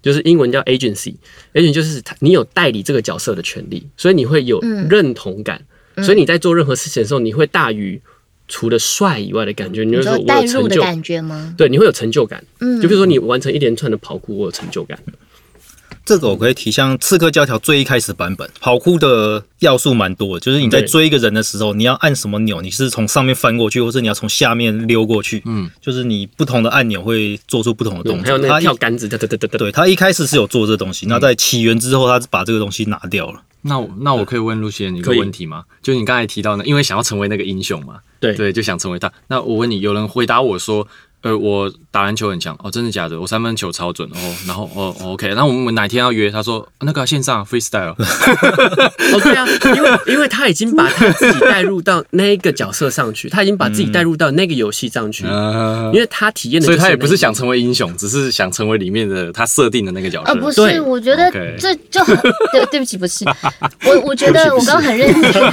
[SPEAKER 2] 就是英文叫 agency，agent 就是它你有代理这个角色的权利，所以你会有
[SPEAKER 1] 嗯
[SPEAKER 2] 认同感，所以你在做任何事情的时候，你会大于除了帅以外的感觉，你
[SPEAKER 1] 你
[SPEAKER 2] 就
[SPEAKER 1] 说
[SPEAKER 2] 说我
[SPEAKER 1] 代
[SPEAKER 2] 有
[SPEAKER 1] 入
[SPEAKER 2] 成
[SPEAKER 1] 的
[SPEAKER 2] 就，
[SPEAKER 1] 感觉吗？
[SPEAKER 2] 对，你会有成就感。
[SPEAKER 1] 嗯，
[SPEAKER 2] 就比如说你完成一连串的跑酷，我有成就感。
[SPEAKER 3] 这个我可以提，像《刺客教条》最一开始版本，跑酷的要素蛮多的，就是你在
[SPEAKER 2] 对
[SPEAKER 3] 追一个人的时候，你要按什么钮，你是从上面翻过去，或是你要从下面溜过去，
[SPEAKER 4] 嗯，
[SPEAKER 3] 就是你不同的按钮会做出不同的动
[SPEAKER 2] 嗯
[SPEAKER 3] 作。
[SPEAKER 2] 还有那
[SPEAKER 3] 它
[SPEAKER 2] 个
[SPEAKER 3] 一
[SPEAKER 2] 跳嗯杆子，哒哒哒哒哒。
[SPEAKER 3] 对他一开始是有做这东西，那在起源之后，他把这个东西拿掉了。
[SPEAKER 4] 那我那我可以问陆贤一个
[SPEAKER 2] 可以
[SPEAKER 4] 问题吗？就你刚才提到呢，因为想要成为那个英雄嘛，
[SPEAKER 2] 对
[SPEAKER 4] 对，就想成为他。那我问你，有人回答我说，呃，我打篮球很强哦，真的假的？我三分球超准哦，然后哦哦 OK，那我们哪天要约？他说那个啊线上 freestyle，
[SPEAKER 2] 哦，对啊，因为因为他已经把他自己带入到那一个角色上去，他已经把自己带入到那个游戏上去，
[SPEAKER 4] 呃
[SPEAKER 2] 因为他体验的，
[SPEAKER 4] 所以他也不是想，成为英雄，只是想成为里面的他设定的那个角色。
[SPEAKER 1] 呃，不
[SPEAKER 2] 对
[SPEAKER 1] 是，我觉得
[SPEAKER 4] OK
[SPEAKER 1] 这就很 对，对不起， 不是，我我觉得我刚刚很认真，我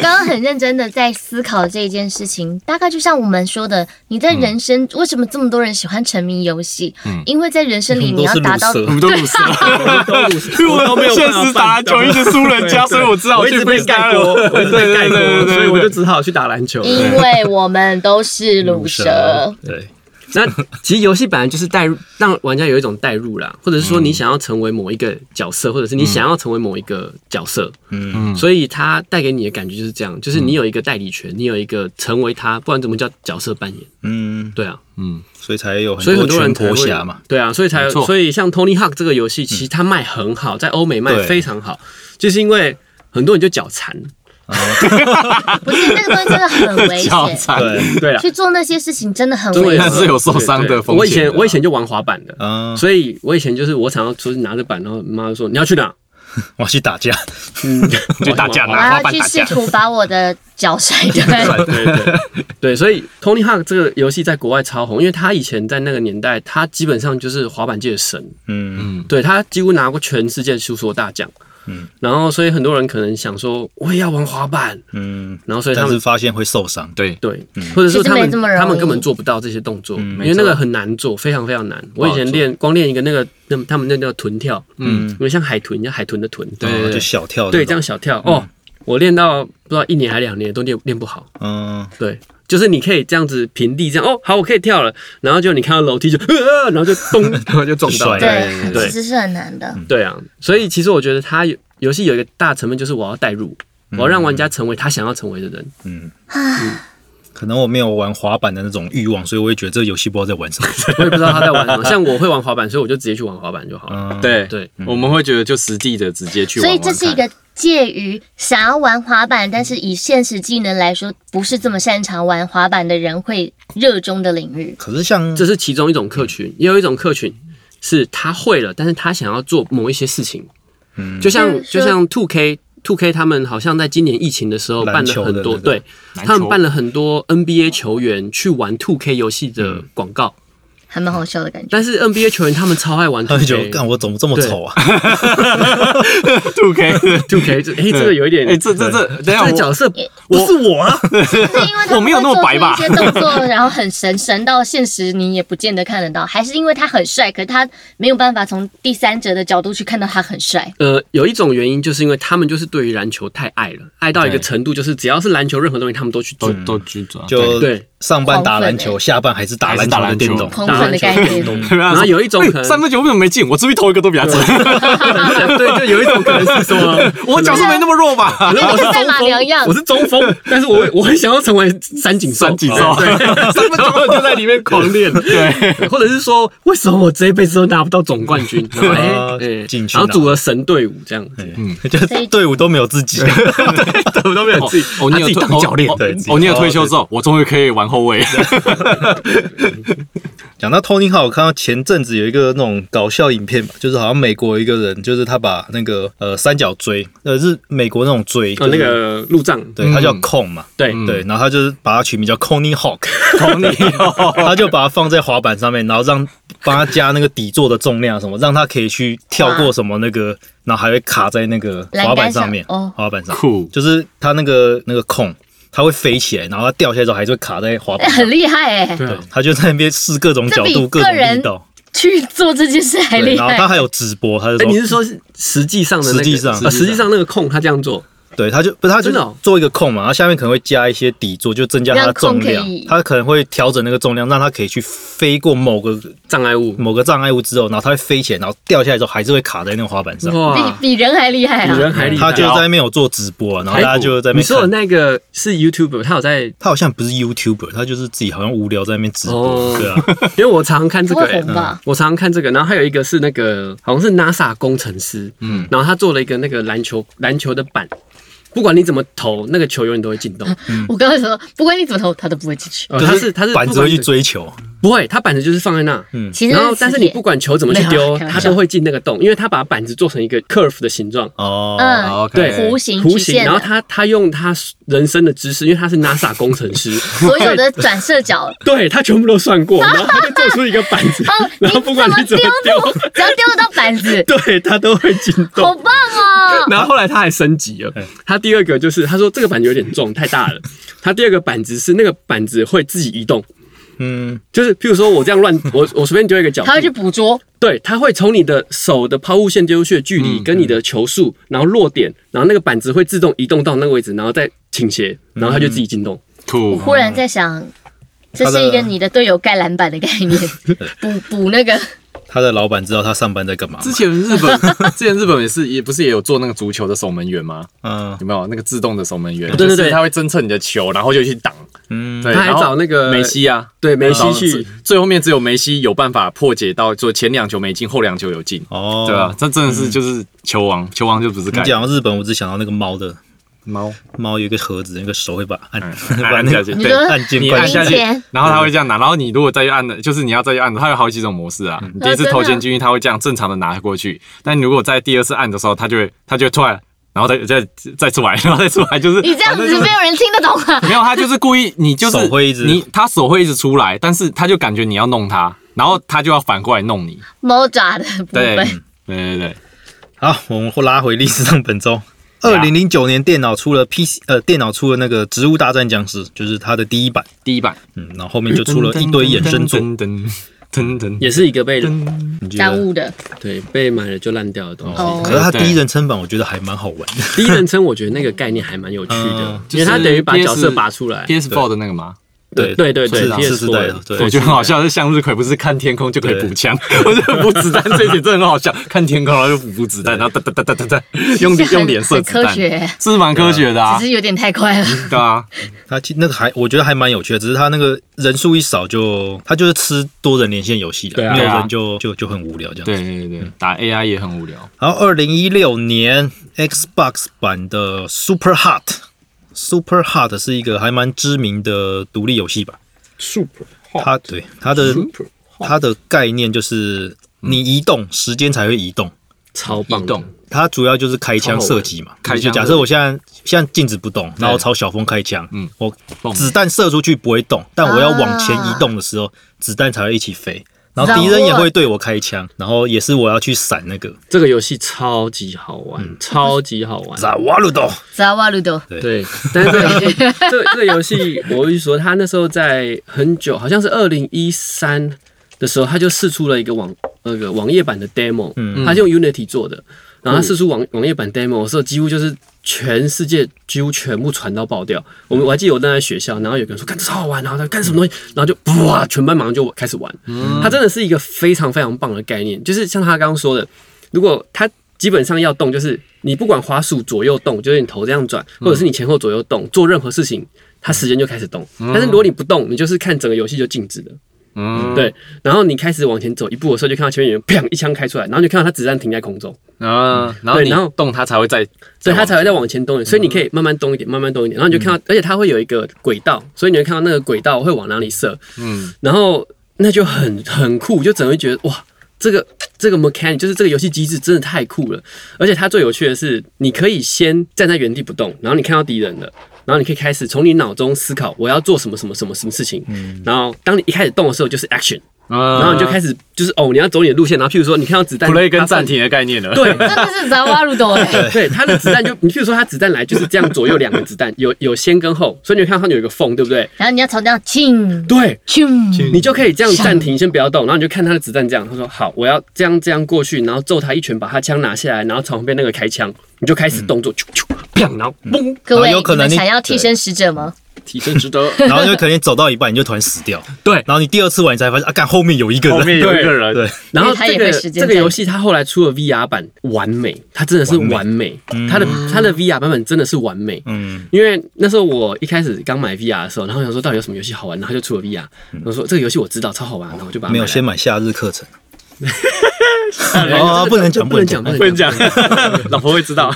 [SPEAKER 1] 刚刚很认真的在思考这一件事情。大概就像我们说的，你
[SPEAKER 2] 嗯
[SPEAKER 1] 在人生为什么这么多人喜欢沉迷游戏？因为在人生里
[SPEAKER 3] 嗯
[SPEAKER 1] 你要
[SPEAKER 3] 都是
[SPEAKER 1] 达到
[SPEAKER 3] 卤蛇
[SPEAKER 4] 我们都不是，
[SPEAKER 1] 啊
[SPEAKER 2] 我都没有
[SPEAKER 4] 现实打篮球一直输人家，所以我知道
[SPEAKER 2] 我一
[SPEAKER 4] 去
[SPEAKER 2] 直被盖
[SPEAKER 4] freestyle
[SPEAKER 2] 过， 我一直被盖过，
[SPEAKER 4] 对对对对
[SPEAKER 2] 所以我就只好去打篮球。
[SPEAKER 1] 因为我们都是乳蛇，
[SPEAKER 3] 对，
[SPEAKER 2] 那其实游戏本来就是带入，让玩家有一种代入啦，或者是说
[SPEAKER 4] 嗯
[SPEAKER 2] 你想要成为某一个角色，或者是你想要成为某一个角色，
[SPEAKER 3] 嗯
[SPEAKER 4] 嗯
[SPEAKER 2] 所以它带给你的感觉就是这样，就是你有一个代理权，你有一个成为他，不然怎么叫角色扮演？
[SPEAKER 3] 嗯，
[SPEAKER 2] 对啊，
[SPEAKER 4] 嗯，
[SPEAKER 3] 所以才有
[SPEAKER 2] 所以
[SPEAKER 3] 很
[SPEAKER 2] 很多
[SPEAKER 3] 拳
[SPEAKER 2] 人才
[SPEAKER 3] 头
[SPEAKER 2] 会
[SPEAKER 3] 侠嘛。，
[SPEAKER 2] 对啊，所以才有
[SPEAKER 4] 没错嗯
[SPEAKER 2] 所以像 Tony Hawk 这个游戏，其实它卖很好，在欧美卖
[SPEAKER 3] 对
[SPEAKER 2] 非常好，就是因为很多人就脚残，
[SPEAKER 1] 不是那个东西真的很 危
[SPEAKER 4] 笑
[SPEAKER 1] 险，
[SPEAKER 4] 惨，
[SPEAKER 3] 对，
[SPEAKER 2] 对啊，
[SPEAKER 1] 去做那些事情真的很
[SPEAKER 2] 真的
[SPEAKER 1] 危
[SPEAKER 4] 但
[SPEAKER 1] 险。
[SPEAKER 4] 是有受伤的
[SPEAKER 2] 对对
[SPEAKER 4] 风险的啊
[SPEAKER 2] 我以前我以前就玩滑板的，
[SPEAKER 3] 啊，
[SPEAKER 2] 所以我以前就是我常常出去拿着板，然后妈就说你要去哪？
[SPEAKER 3] 我去打架，
[SPEAKER 2] 嗯，
[SPEAKER 4] 就打架
[SPEAKER 2] 我
[SPEAKER 1] 我
[SPEAKER 4] 拿花
[SPEAKER 1] 要
[SPEAKER 4] 瓣
[SPEAKER 1] 啊去
[SPEAKER 4] 打
[SPEAKER 1] 试
[SPEAKER 4] 架
[SPEAKER 1] 图把我的脚甩断。
[SPEAKER 2] 对对对，所以 Tony Hawk 这个游戏在国外超红，因为他以前在那个年代，他基本上就是滑板界的神，
[SPEAKER 3] 嗯，
[SPEAKER 2] 对他几乎拿过全世界的所有大奖。嗯，然后所以很多人可能想说，我也要玩滑板，
[SPEAKER 3] 嗯，
[SPEAKER 2] 然后所以他
[SPEAKER 3] 但
[SPEAKER 2] 们
[SPEAKER 3] 是发现会受伤。
[SPEAKER 4] 对，
[SPEAKER 2] 对，或者说他
[SPEAKER 1] 其实
[SPEAKER 2] 们
[SPEAKER 1] 没这么容易
[SPEAKER 2] 他们根本做不到这些动作，因为
[SPEAKER 4] 没错
[SPEAKER 2] 那个很难做，非常非常难。
[SPEAKER 4] 好
[SPEAKER 2] 我以前练光练一个那个，那他们那叫臀跳，
[SPEAKER 4] 嗯，
[SPEAKER 2] 因为像海豚，像海豚的豚，
[SPEAKER 4] 对
[SPEAKER 3] 哦就小跳。
[SPEAKER 2] 对，这样，小跳哦，我练到不知道一年还两年都练练不好，
[SPEAKER 3] 嗯，
[SPEAKER 2] 对，就是你可以这样子平地这样哦，好，我可以跳了，然后就你看到楼梯就呃，然后就咚，然后就撞
[SPEAKER 3] 摔
[SPEAKER 2] 到
[SPEAKER 1] 对，
[SPEAKER 2] 了。对
[SPEAKER 1] 其实是很难的。
[SPEAKER 2] 对啊，所以其实我觉得它有游戏有一个大成分就是我要代入，我要让玩家成为他想要成为的人。
[SPEAKER 3] 可能我没有玩滑板的那种欲望，所以我也觉得这个游戏不知道在玩什么。
[SPEAKER 2] 我也不知道他在玩什么，像我会玩滑板，所以我就直接去玩滑板就好了。
[SPEAKER 3] 嗯，
[SPEAKER 4] 对
[SPEAKER 2] 对，
[SPEAKER 4] 我们会觉得就实地的直接去
[SPEAKER 1] 所
[SPEAKER 4] 玩
[SPEAKER 1] 以
[SPEAKER 4] 玩
[SPEAKER 1] 这是
[SPEAKER 4] 看。
[SPEAKER 1] 一个介于想要玩滑板，但是以现实技能来说不是这么擅长玩滑板的人会热衷的领域。
[SPEAKER 3] 可是像
[SPEAKER 2] 这是其中一种客群，也有一种客群是他会了，但是他想要做某一些事情，
[SPEAKER 3] 嗯
[SPEAKER 2] 就像
[SPEAKER 1] 嗯是
[SPEAKER 2] 就像 Two K。Two K 他们好像在今年疫情的时候办
[SPEAKER 3] 篮
[SPEAKER 2] 了
[SPEAKER 3] 球的
[SPEAKER 2] 很多，
[SPEAKER 3] 那个
[SPEAKER 2] 对
[SPEAKER 4] 篮球
[SPEAKER 2] 他们办了很多 NBA 球员去玩 Two K 游戏的
[SPEAKER 4] 嗯
[SPEAKER 2] 广告，
[SPEAKER 1] 还蛮好笑的感 觉。
[SPEAKER 2] 但是 NBA 球员他们超爱 玩 Two
[SPEAKER 3] 他就觉得
[SPEAKER 2] K，
[SPEAKER 3] 干我怎么这么丑啊？
[SPEAKER 4] Two K，
[SPEAKER 2] Two K 这哎、这个有一点，
[SPEAKER 4] 哎，这这这，等一
[SPEAKER 2] 这
[SPEAKER 4] 下
[SPEAKER 2] 个
[SPEAKER 4] 我
[SPEAKER 2] 角色
[SPEAKER 3] 不是 我啊，
[SPEAKER 1] 是因为他
[SPEAKER 4] 我没有那么白吧
[SPEAKER 1] 会做出一些动作， 然后很神神到现实你也不见得看得到，还是因为他很帅，可是他没有办法从第三者的角度去看到他很帅。
[SPEAKER 2] 呃，有一种原因就是因为他们就是对于篮球太爱了，爱到一个
[SPEAKER 4] 对哦
[SPEAKER 2] 程度，就是只要是篮球任何东西，他们都去做
[SPEAKER 4] 都。都啊去抓，
[SPEAKER 3] 就
[SPEAKER 2] 对
[SPEAKER 3] 上班打篮
[SPEAKER 1] 狂
[SPEAKER 3] 球，下班还是打篮球的电动。
[SPEAKER 1] 狂粉的概念，
[SPEAKER 4] 然
[SPEAKER 2] 然后有一种可
[SPEAKER 4] 哎三
[SPEAKER 2] 能，
[SPEAKER 4] 分球为什么没进？我这边投一个都比他准，
[SPEAKER 2] 对，就有一种可能是说，
[SPEAKER 4] 我角色没那么弱吧？
[SPEAKER 1] 跟那个赛马娘一样
[SPEAKER 2] 我，是中锋，但是我会我很想要成为三井寿哦
[SPEAKER 4] 三井寿
[SPEAKER 2] 对， 三分球就在里面狂练，对，或者是说， 为什么我这一辈子都拿不到总冠军？然后
[SPEAKER 3] 啊
[SPEAKER 2] 哎，哎
[SPEAKER 3] 进去
[SPEAKER 2] 然后
[SPEAKER 3] 拿
[SPEAKER 2] 组了神队伍这样子，
[SPEAKER 3] 嗯 就是队伍都没有自己，
[SPEAKER 2] 我都没有自己，
[SPEAKER 4] 哦，你
[SPEAKER 2] 他
[SPEAKER 4] 有
[SPEAKER 2] 自己
[SPEAKER 4] 退
[SPEAKER 2] 当教练
[SPEAKER 4] 哦，
[SPEAKER 3] 对自己
[SPEAKER 4] 哦，你有退休之后，我终于可以玩后卫。
[SPEAKER 3] 讲到 Tony Hawk，我看到前阵子有一个那种搞笑影片吧，就是好像美国一个人，就是他把那个呃三角锥，呃是美哦国那种锥，
[SPEAKER 2] 呃，
[SPEAKER 3] 就是
[SPEAKER 2] 那个路障，
[SPEAKER 3] 对，他叫
[SPEAKER 4] 嗯
[SPEAKER 3] cone 嘛，
[SPEAKER 2] 对，
[SPEAKER 3] 对，然后他就是把它取名叫 Coney Hawk，
[SPEAKER 4] Tony，
[SPEAKER 3] 他就把它放在滑板上面，然后让帮他加那个底座的重量什么，让他可以去跳过什么那个，然后还会卡在那个滑板上面，
[SPEAKER 1] 栏杆上哦
[SPEAKER 3] 滑板上，
[SPEAKER 4] 酷，
[SPEAKER 3] 就是他那个那个孔，它会飞起来，然后它掉下来之后还是会卡在滑 板上，
[SPEAKER 1] 很厉害哎、
[SPEAKER 2] 对啊
[SPEAKER 3] 对，他就在那边试各种角
[SPEAKER 1] 这比
[SPEAKER 3] 度、各
[SPEAKER 1] 个
[SPEAKER 3] 种
[SPEAKER 1] 人
[SPEAKER 3] 力道，
[SPEAKER 1] 去做这件事还
[SPEAKER 3] 对，
[SPEAKER 1] 厉
[SPEAKER 3] 然后他
[SPEAKER 1] 害。
[SPEAKER 3] 还有直播，他就
[SPEAKER 2] 哎，你
[SPEAKER 3] 说，
[SPEAKER 2] 是说实际上的那个？
[SPEAKER 3] 实际上
[SPEAKER 2] 呃实际上那个控他这样做，
[SPEAKER 3] 对，他就不是他就
[SPEAKER 2] 真的哦
[SPEAKER 3] 做一个空嘛，然后下面可能会加一些底座，就增加它的
[SPEAKER 1] 让空
[SPEAKER 3] 重
[SPEAKER 1] 可
[SPEAKER 3] 量
[SPEAKER 1] 以，
[SPEAKER 3] 他可能会调整那个重量，让它可以去飞过某个
[SPEAKER 2] 障碍物，
[SPEAKER 3] 某个障碍物之后，然后它会飞起来，然后掉下来之后还是会卡在那个滑板上。
[SPEAKER 1] 比
[SPEAKER 2] 哇，
[SPEAKER 1] 比人还厉害
[SPEAKER 2] 啊比人
[SPEAKER 1] 啊！
[SPEAKER 2] 还厉害。
[SPEAKER 3] 他就在那边有做直播啊，然后
[SPEAKER 2] 哎
[SPEAKER 3] 大家就在那
[SPEAKER 2] 你
[SPEAKER 3] 边
[SPEAKER 2] 说的
[SPEAKER 3] 看。
[SPEAKER 2] 那个是 YouTube，他有在，
[SPEAKER 3] 他好像不是 YouTuber，他就是自己好像无聊在那边直播
[SPEAKER 2] 哦，
[SPEAKER 3] 对啊，
[SPEAKER 2] 因为我常常看这
[SPEAKER 1] 不
[SPEAKER 2] 个、
[SPEAKER 1] 会
[SPEAKER 2] 欸
[SPEAKER 1] 红吧？
[SPEAKER 2] 我常常看这个，然后还有一个是那个好像是 NASA 工程师，嗯，然后他做了一个那个篮球篮球的板，不管你怎么投，那个球永远都会进洞。
[SPEAKER 1] 我刚刚说，不管你怎么投，他都不会进去。
[SPEAKER 2] 呃
[SPEAKER 3] 啊就
[SPEAKER 2] 他是他是
[SPEAKER 3] 板
[SPEAKER 2] 不
[SPEAKER 3] 子会
[SPEAKER 2] 管
[SPEAKER 3] 去
[SPEAKER 2] 怎，
[SPEAKER 3] 追嗯求，
[SPEAKER 2] 不会，他板子就是放在那。
[SPEAKER 1] 其实
[SPEAKER 2] 嗯然后
[SPEAKER 1] 磁，
[SPEAKER 2] 但是你
[SPEAKER 1] 铁
[SPEAKER 2] 不管球怎么去
[SPEAKER 1] 没有啊
[SPEAKER 2] 丢，
[SPEAKER 1] 开玩
[SPEAKER 2] 它
[SPEAKER 1] 笑
[SPEAKER 2] 都会进那个洞，因为他把板子做成一个 curve 的形状，
[SPEAKER 3] 哦，
[SPEAKER 1] 嗯，
[SPEAKER 2] 对，
[SPEAKER 1] 弧形
[SPEAKER 2] 啊弧
[SPEAKER 1] 曲
[SPEAKER 2] 形。
[SPEAKER 1] 线的
[SPEAKER 2] 然后他他用他人生的知识，因为他是 NASA 工程 师，
[SPEAKER 1] 所有的转射 角
[SPEAKER 2] 对他全部都算过，然后他就做出一个板子
[SPEAKER 1] 哦，，
[SPEAKER 2] 然后不管你
[SPEAKER 1] 怎
[SPEAKER 2] 怎么，
[SPEAKER 1] 丢，只要丢得到板子
[SPEAKER 2] 对他都会进
[SPEAKER 1] 好
[SPEAKER 2] 洞。
[SPEAKER 1] 棒哦！
[SPEAKER 2] 然后后来他还升级了
[SPEAKER 4] 嗯
[SPEAKER 3] 哎，
[SPEAKER 2] 他第二个就是他说这个板子有点重，太大了。他第二个板子是那个板子会自己移动，
[SPEAKER 3] 嗯，
[SPEAKER 2] 就是譬如说我这样乱， 我我随便丢一个角度
[SPEAKER 1] 他，会去捕捉，
[SPEAKER 2] 对，它会从你的手的抛物线丢出去的距
[SPEAKER 4] 嗯
[SPEAKER 2] 离跟你的球速，然后落点，然后那个板子会自动移动到那个位置，然后再倾斜，然后它就自己进
[SPEAKER 4] 嗯
[SPEAKER 2] 洞。
[SPEAKER 1] 我
[SPEAKER 4] 酷，
[SPEAKER 1] 忽然在想，这是一个你的队友盖篮板的概 念，补补那个
[SPEAKER 3] 他的老板知道他上班在干嘛吗，
[SPEAKER 4] 之前日本，之前日本也是，也不是也有做那个足球的守门员吗？
[SPEAKER 3] 嗯
[SPEAKER 4] 有没有那个自动的守门员？
[SPEAKER 2] 对对对
[SPEAKER 4] 就是他会侦测你的球，然后就去挡。
[SPEAKER 3] 嗯，
[SPEAKER 4] 对，
[SPEAKER 2] 他还
[SPEAKER 4] 然后
[SPEAKER 2] 找那个
[SPEAKER 4] 梅西啊，
[SPEAKER 2] 对，梅
[SPEAKER 4] 然
[SPEAKER 2] 西
[SPEAKER 4] 后
[SPEAKER 2] 去
[SPEAKER 4] 最，最后面只有梅西有办法破解到，就前两球没进，后两球有进。
[SPEAKER 3] 哦，
[SPEAKER 4] 对啊，，这真的是就是球王，球王就不是
[SPEAKER 3] 你
[SPEAKER 4] 盖
[SPEAKER 3] 讲到日本，我只想到那个猫的
[SPEAKER 4] 猫，
[SPEAKER 3] 猫有一个盒子，那个手会把按
[SPEAKER 4] 嗯
[SPEAKER 3] 把
[SPEAKER 4] 按
[SPEAKER 3] 那
[SPEAKER 4] 下
[SPEAKER 3] 个
[SPEAKER 4] 去，
[SPEAKER 1] 你
[SPEAKER 4] 对
[SPEAKER 1] 说，
[SPEAKER 3] 按键
[SPEAKER 4] 你
[SPEAKER 3] 关
[SPEAKER 4] 按
[SPEAKER 1] 零
[SPEAKER 4] 下去
[SPEAKER 1] 钱，
[SPEAKER 4] 然后他会这样拿，然后你如果再去按的，就是你要再去按的，它有好几种模式啊。
[SPEAKER 3] 嗯
[SPEAKER 4] 你第一次投钱进去，它会这样正常的拿过去，但你如果在第二次按的时候，它就会它就会突然，然后再再再出来， 然后再出来，就是
[SPEAKER 1] 你这样
[SPEAKER 2] 啊
[SPEAKER 4] 反
[SPEAKER 1] 子
[SPEAKER 4] 正就是
[SPEAKER 1] 没有人听得懂啊！
[SPEAKER 4] 没有，他就是故意，你就是
[SPEAKER 3] 手会一直
[SPEAKER 4] 你他手会一直出来，但是他就感觉你要弄他，然后他就要反过来弄你。
[SPEAKER 1] 猫爪的部
[SPEAKER 4] 对，
[SPEAKER 1] 分，
[SPEAKER 4] 对对对，
[SPEAKER 3] 好，我们拉回历史上本周。二零零九年，电脑出了 PC，呃，电脑出了那个《植物大战僵尸》，就是它的第一版，
[SPEAKER 4] 第一版
[SPEAKER 3] 嗯，然后后面就出了一堆衍生作，
[SPEAKER 4] 噔噔噔噔
[SPEAKER 2] 也
[SPEAKER 4] 噔
[SPEAKER 2] 是一个被
[SPEAKER 3] 你觉
[SPEAKER 1] 耽
[SPEAKER 3] 得？
[SPEAKER 1] 误的
[SPEAKER 2] 对被买了就烂掉的东西。
[SPEAKER 1] 哦
[SPEAKER 3] 可是它第一人称版，我觉得还蛮好玩的。
[SPEAKER 2] 第一人称我觉得那个概念还蛮有趣的
[SPEAKER 3] 嗯，
[SPEAKER 2] 因为它
[SPEAKER 4] 就是
[SPEAKER 2] 等于把
[SPEAKER 4] PS
[SPEAKER 2] 角色拔出来。
[SPEAKER 4] ，PS4 的那个吗？
[SPEAKER 2] 对对对对
[SPEAKER 3] 是啊
[SPEAKER 2] ，T
[SPEAKER 3] 是
[SPEAKER 2] S
[SPEAKER 3] 是对的
[SPEAKER 2] Four，
[SPEAKER 3] 对
[SPEAKER 4] 我觉得很好笑，是向日葵不是看天空就可以补枪， 我觉得补子弹这一点真的很好笑，看天空然后就补补子弹，然后哒哒哒哒哒哒，用
[SPEAKER 1] 是很
[SPEAKER 4] 用脸射
[SPEAKER 1] 很
[SPEAKER 4] 子
[SPEAKER 1] 科
[SPEAKER 4] 弹，
[SPEAKER 1] 学，
[SPEAKER 4] 是蛮科学的啊
[SPEAKER 1] 只，是有点太快了。
[SPEAKER 2] 嗯
[SPEAKER 4] 对啊，
[SPEAKER 3] 他其那个还我觉得还蛮有趣的，只是他那个人数一少就他就是吃多人连线游戏的，
[SPEAKER 2] 对啊
[SPEAKER 3] 没有
[SPEAKER 4] 对啊
[SPEAKER 3] 人就就就很无聊这样。
[SPEAKER 4] 对对对，打 AI 也很无聊，
[SPEAKER 3] 然后二零一六年 Xbox 版的 Super Hot。Super Hot 是一个还蛮知名的独立游戏吧，
[SPEAKER 2] Super
[SPEAKER 4] 哦
[SPEAKER 3] 它对它的
[SPEAKER 2] Super
[SPEAKER 3] 它的概念就是你移动，时间才会移动。
[SPEAKER 2] 超
[SPEAKER 4] 移
[SPEAKER 2] 棒的
[SPEAKER 4] 动，
[SPEAKER 3] 它主要就是开枪射击嘛，
[SPEAKER 4] 开枪
[SPEAKER 3] 就假设我现在现在静止不动，然后朝小峰开枪，
[SPEAKER 4] 嗯
[SPEAKER 3] 我
[SPEAKER 4] 蹦
[SPEAKER 3] 子弹射出去不会动，但我要往前移
[SPEAKER 1] 啊
[SPEAKER 3] 动的时候，子弹才会一起飞，然后敌人也会对我开枪，然后也是我要去闪那个
[SPEAKER 2] 这个游戏超级好
[SPEAKER 4] 嗯
[SPEAKER 2] 玩，超级好玩。
[SPEAKER 3] 扎瓦鲁多，
[SPEAKER 1] 扎瓦鲁多，
[SPEAKER 2] 对，但是这个游戏， 这这个游戏，我跟你说，他那时候在很久，好像是二零一三的时候，他就试出了一个网那个网页版的 demo，
[SPEAKER 3] 嗯
[SPEAKER 2] 他是用 Unity 做的，然后他试出
[SPEAKER 4] 嗯
[SPEAKER 2] 网网页版 demo 的时候，几乎就是全世界几乎全部传到爆掉。我
[SPEAKER 4] 嗯
[SPEAKER 2] 们我还记得我那在学校，然后有个人说干这超好玩，然后他说干什么东西，然后就哇，全班马上就开始玩。
[SPEAKER 4] 嗯
[SPEAKER 2] 它真的是一个非常非常棒的概念，就是像他刚刚说的，如果它基本上要动，就是你不管滑鼠左右动，就是你头这样转，或者是你前后左右动，做任何事情，它时间就开始动。但是如果你不动，你就是看整个游戏就静止的。
[SPEAKER 4] 嗯，
[SPEAKER 2] 对，然后你开始往前走一步的时候，就看到前面有人砰一枪开出来，然后你就看到它子弹停在空中，
[SPEAKER 4] 然后啊然后
[SPEAKER 2] 对
[SPEAKER 4] 你
[SPEAKER 2] 然后
[SPEAKER 4] 动它才会再，嗯
[SPEAKER 2] 所以它才会再往前动一点。所以你可以慢慢动一点，慢慢动一点，然后你就看到，而且它会有一个轨道，所以你会看到那个轨道会往哪里射，
[SPEAKER 4] 嗯，
[SPEAKER 2] 然后那就很很酷，就整个觉得哇，这个这个 mechanic 就是这个游戏机制真的太酷了。而且它最有趣的是，你可以先站在原地不动，然后你看到敌人了。然后你可以开始从你脑中思考我要做什么什么什么什么事情，
[SPEAKER 4] 嗯
[SPEAKER 2] 然后当你一开始动的时候就是 action，
[SPEAKER 4] 然
[SPEAKER 2] 然后你就开始就是哦你要走你的路线，然后譬如说你看到子弹
[SPEAKER 4] 嗯啊 play 跟
[SPEAKER 2] 它
[SPEAKER 4] 暂停的概念了，
[SPEAKER 2] 对，
[SPEAKER 1] 真的是扎瓦鲁多 哎，
[SPEAKER 2] 对，它的子弹就你譬如说它子弹来就是这样左右两个子弹有有先跟后，所以你会看到它有一个缝，对不对？
[SPEAKER 1] 然后你要朝这样庆
[SPEAKER 2] 对，
[SPEAKER 1] 庆，
[SPEAKER 2] 你就可以这样暂停，先不要动，然后你就看他的子弹这样。他说：“好，我要这样这样过去，然后揍他一拳，把他枪拿下来，然后朝旁边那个开枪，你就开始动作，啾啾砰，然后嘣，
[SPEAKER 1] 各位，
[SPEAKER 3] 然后有可
[SPEAKER 1] 你
[SPEAKER 3] 能
[SPEAKER 1] 们
[SPEAKER 3] 你
[SPEAKER 1] 想要替身使者吗？
[SPEAKER 2] 提升值得。
[SPEAKER 3] 然后就可能走到一半你就突然死掉，
[SPEAKER 4] 对
[SPEAKER 3] 然后你第二次玩你才发现啊，干后面有一个人，
[SPEAKER 4] 后面有一个人，
[SPEAKER 3] 对，
[SPEAKER 2] 然后
[SPEAKER 1] 因为它
[SPEAKER 2] 这
[SPEAKER 1] 也
[SPEAKER 2] 个
[SPEAKER 1] 会时间
[SPEAKER 2] 这个
[SPEAKER 1] 战
[SPEAKER 2] 游戏它后来出了 VR 版，完美，它真的是完美，嗯它的它的 VR 版本真的是完美。
[SPEAKER 3] 嗯，
[SPEAKER 2] 因为那时候我一开始刚买 VR 的时候，然后想说到底有什么游戏好玩，然后就出了 VR，我说这个游戏我知道超好玩，然后我就把它
[SPEAKER 3] 没有
[SPEAKER 2] 买来
[SPEAKER 3] 先买夏日课程。哦，不能讲，
[SPEAKER 2] 不能讲，不能
[SPEAKER 4] 不 能讲，老婆会知道。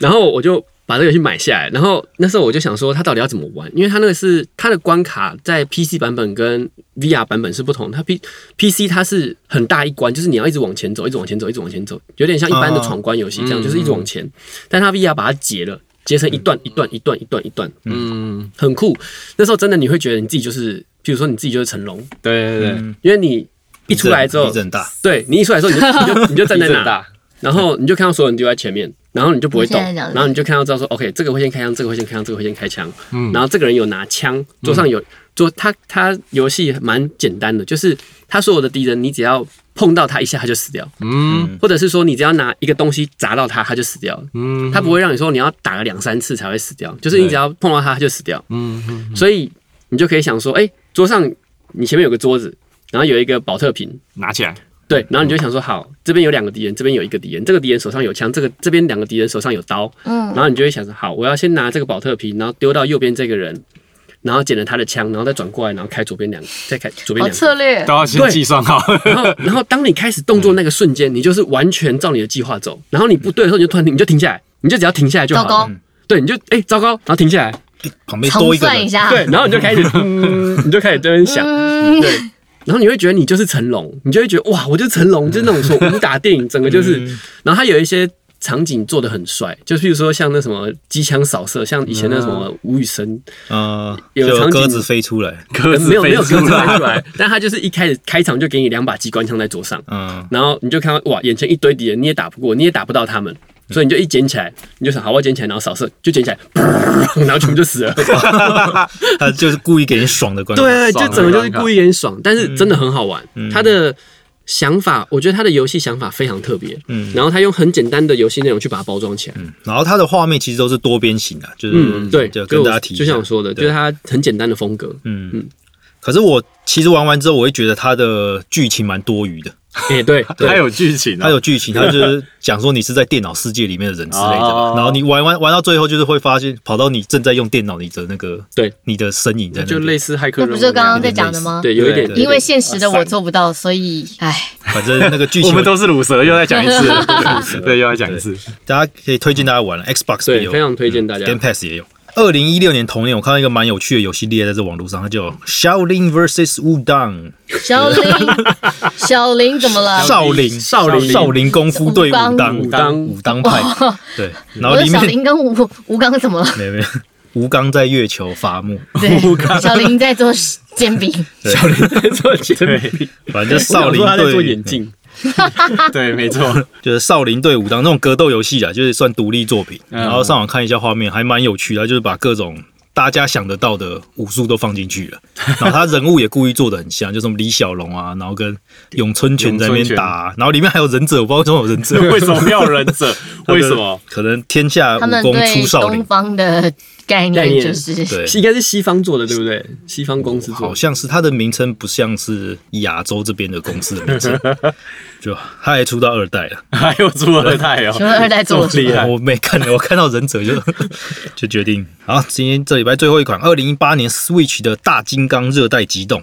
[SPEAKER 2] 然后我就把这个游戏买下来，然后那时候我就想说，它到底要怎么玩？因为它那个是它的关卡在 PC 版本跟 VR 版本是不同的。它 P PC 它是很大一关，就是你要一直往前走，一直往前走，一直往前走，有点像一般的
[SPEAKER 3] 哦
[SPEAKER 2] 闯关游戏这样，
[SPEAKER 4] 嗯
[SPEAKER 2] 就是一直往前。但它 VR 把它截了，截成一段一段一段一段一段，
[SPEAKER 4] 嗯，
[SPEAKER 2] 很酷。那时候真的你会觉得你自己就是，比如说你自己就是成龙，
[SPEAKER 4] 对对
[SPEAKER 3] 嗯
[SPEAKER 2] 因
[SPEAKER 4] 对，
[SPEAKER 2] 为你一出来之后
[SPEAKER 3] 地，震大，
[SPEAKER 2] 对你一出来之后你 就你就你就站在
[SPEAKER 4] 地
[SPEAKER 2] 那
[SPEAKER 4] 震大。
[SPEAKER 2] 然后你就看到所有人丢在前面，然后你就不会动，
[SPEAKER 1] 我现在讲的
[SPEAKER 2] 然后你就看到知道说，OK，这个会先开枪，这个会先开枪，这个会先开枪，
[SPEAKER 4] 嗯
[SPEAKER 2] 然后这个人有拿枪，桌上有桌，他他游戏蛮简单的，就是他所有的敌人，你只要碰到他一下他就死掉，
[SPEAKER 4] 嗯
[SPEAKER 2] 或者是说你只要拿一个东西砸到他他就死掉了，
[SPEAKER 4] 嗯
[SPEAKER 2] 他不会让你说你要打个两三次才会死掉，就是你只要碰到他他就死掉，
[SPEAKER 4] 嗯嗯
[SPEAKER 2] 所以你就可以想说，哎，桌上你前面有个桌子，然后有一个保特瓶，
[SPEAKER 4] 拿起来，
[SPEAKER 2] 对，
[SPEAKER 1] 嗯
[SPEAKER 2] 然后你就想说，好，这边有两个敌人，这边有一个敌人，这个敌人手上有枪，这个这边两个敌人手上有刀，
[SPEAKER 1] 嗯
[SPEAKER 2] 然后你就会想说，好，我要先拿这个保特瓶，然后丢到右边这个人，然后捡了他的枪，然后再转过来，然后开左边两，再开左边
[SPEAKER 1] 好
[SPEAKER 2] 两个，
[SPEAKER 1] 策略
[SPEAKER 4] 都，要先
[SPEAKER 2] 对
[SPEAKER 4] 计算好。
[SPEAKER 2] 然后然后当你开始动作那个瞬间，你就是完全照你的计划走，然后你不对的时候，你就突然停你就停下来，你就只要停下来就好
[SPEAKER 1] 糟糕啊
[SPEAKER 2] 了，，对，你就哎、糟糕，然后停下来，
[SPEAKER 3] 旁边
[SPEAKER 1] 重
[SPEAKER 3] 嗯多一个
[SPEAKER 1] 算
[SPEAKER 3] 人
[SPEAKER 1] 一，下，
[SPEAKER 2] 对，然后你就开始，嗯，你就开始在那边想，
[SPEAKER 1] 嗯，
[SPEAKER 2] 对，然后你会觉得你就是成龙，你就会觉得哇，我就是成龙，就是那种说武打电影，整个 就是。
[SPEAKER 4] 嗯
[SPEAKER 2] 然后他有一些场景做的很帅，就譬如说像那什么机枪扫射，像以前那什么吴宇 森，
[SPEAKER 3] 嗯，
[SPEAKER 2] 有
[SPEAKER 3] 就
[SPEAKER 2] 场景
[SPEAKER 3] 鸽子飞出来，
[SPEAKER 4] 鸽
[SPEAKER 2] 没有没有
[SPEAKER 4] 飞
[SPEAKER 2] 鸽子
[SPEAKER 4] 出
[SPEAKER 2] 飞出来， 但他就是一开始开场就给你两把机关枪在桌上，
[SPEAKER 3] 嗯，
[SPEAKER 2] 然后你就看到哇，眼前一堆敌人，你也打不过，你也打不到他们。所以你就一捡起来，你就想好，我要捡起来，然后扫射，就捡 起来，然后全部就死了。
[SPEAKER 3] 他就是故意给你爽的关卡。
[SPEAKER 2] 对，
[SPEAKER 4] 爽
[SPEAKER 2] 就
[SPEAKER 4] 的
[SPEAKER 2] 整个就
[SPEAKER 4] 观
[SPEAKER 2] 是
[SPEAKER 4] 看
[SPEAKER 2] 故意很爽，但是真的很好玩。它的想法，我觉得他的游戏想法非常特别，
[SPEAKER 3] 嗯
[SPEAKER 2] 然后他用很简单的游戏内容去把它包装起来，
[SPEAKER 3] 然后它的画面其实都是多边形的，就是、
[SPEAKER 2] 嗯，对，
[SPEAKER 3] 就
[SPEAKER 2] 就
[SPEAKER 3] 跟
[SPEAKER 2] 我
[SPEAKER 3] 大家提一下
[SPEAKER 2] 就像我说的，就
[SPEAKER 3] 对
[SPEAKER 2] 是他很简单的风格，
[SPEAKER 3] 嗯。可是我其实玩完之后，我会觉得它的剧情蛮多余的。
[SPEAKER 2] 哎，对，
[SPEAKER 4] 它有剧情啊
[SPEAKER 3] 它，有剧情，它就是讲说你是在电脑世界里面的人之类的吧
[SPEAKER 2] 啊
[SPEAKER 4] 哦，
[SPEAKER 3] 然后你玩玩玩到最后，就是会发现跑到你正在用电脑你的那个
[SPEAKER 2] 对
[SPEAKER 3] 你的身影在那
[SPEAKER 2] 就
[SPEAKER 3] 里，
[SPEAKER 2] 类似骇客
[SPEAKER 6] 那 不
[SPEAKER 2] 任务那样，
[SPEAKER 6] 就刚刚在讲的吗？
[SPEAKER 2] 对，有一点
[SPEAKER 3] 对，对
[SPEAKER 6] 因为现实的我做不到，所以唉，
[SPEAKER 3] 反正那个剧
[SPEAKER 4] 我
[SPEAKER 3] 情
[SPEAKER 4] 们都是卤蛇，又再讲一次了， 对，又再讲一次。
[SPEAKER 3] 大家可以推荐大家玩了，Xbox 也
[SPEAKER 2] 对，
[SPEAKER 3] 有
[SPEAKER 2] 非常推荐大家。
[SPEAKER 3] ，Game Pass 也有。二零一六年同年，我看到一个蛮有趣的游戏列在这网络上，它叫《Shaolin vs Wudang
[SPEAKER 6] 小 林，小林怎么》，了？
[SPEAKER 3] 少林
[SPEAKER 2] 少林
[SPEAKER 3] 少林功夫对武当
[SPEAKER 2] 武当
[SPEAKER 3] 武当派，对，然后
[SPEAKER 6] 我的
[SPEAKER 3] 里
[SPEAKER 6] 小
[SPEAKER 3] 面
[SPEAKER 6] 林跟吴吴刚怎么 了？
[SPEAKER 3] 没有没有吴刚在月球伐木，
[SPEAKER 6] 对，小林在做煎 饼，
[SPEAKER 2] 少林在做煎饼，
[SPEAKER 3] 反正就少林
[SPEAKER 2] 我想说他在做
[SPEAKER 3] 对
[SPEAKER 2] 眼镜，
[SPEAKER 4] 对，没错，
[SPEAKER 3] 就是少林对武当那种格斗游戏啊，就是算独立作品。
[SPEAKER 4] 嗯
[SPEAKER 3] 然后上网看一下画面，还蛮有趣的，它就是把各种大家想得到的武术都放进去了。然后他人物也故意做的很像，就什么李小龙啊，然后跟咏春拳在那边打啊、然后里面还有忍者，我不知道为什么有忍者，
[SPEAKER 4] 为什么要忍者？ 为什么？？
[SPEAKER 3] 可能天下武
[SPEAKER 6] 他们
[SPEAKER 3] 功
[SPEAKER 6] 对
[SPEAKER 3] 出少
[SPEAKER 6] 东
[SPEAKER 3] 林，
[SPEAKER 6] 方的概
[SPEAKER 2] 概
[SPEAKER 6] 念
[SPEAKER 2] 念
[SPEAKER 6] 就是
[SPEAKER 3] 对，
[SPEAKER 2] 应该是西方做的，对不对？西方公司做
[SPEAKER 3] 好
[SPEAKER 2] 的，
[SPEAKER 3] 像是它的名称不像是亚洲这边的公司的名 称，就他还出到二代了。
[SPEAKER 4] 还有猪二代哦，
[SPEAKER 6] 请问二代做了什么
[SPEAKER 4] 厉害
[SPEAKER 3] 我没看，我看到忍者 就就决定。好，今天这礼拜最后一款，二零一八年 Switch 的大金刚热带机动，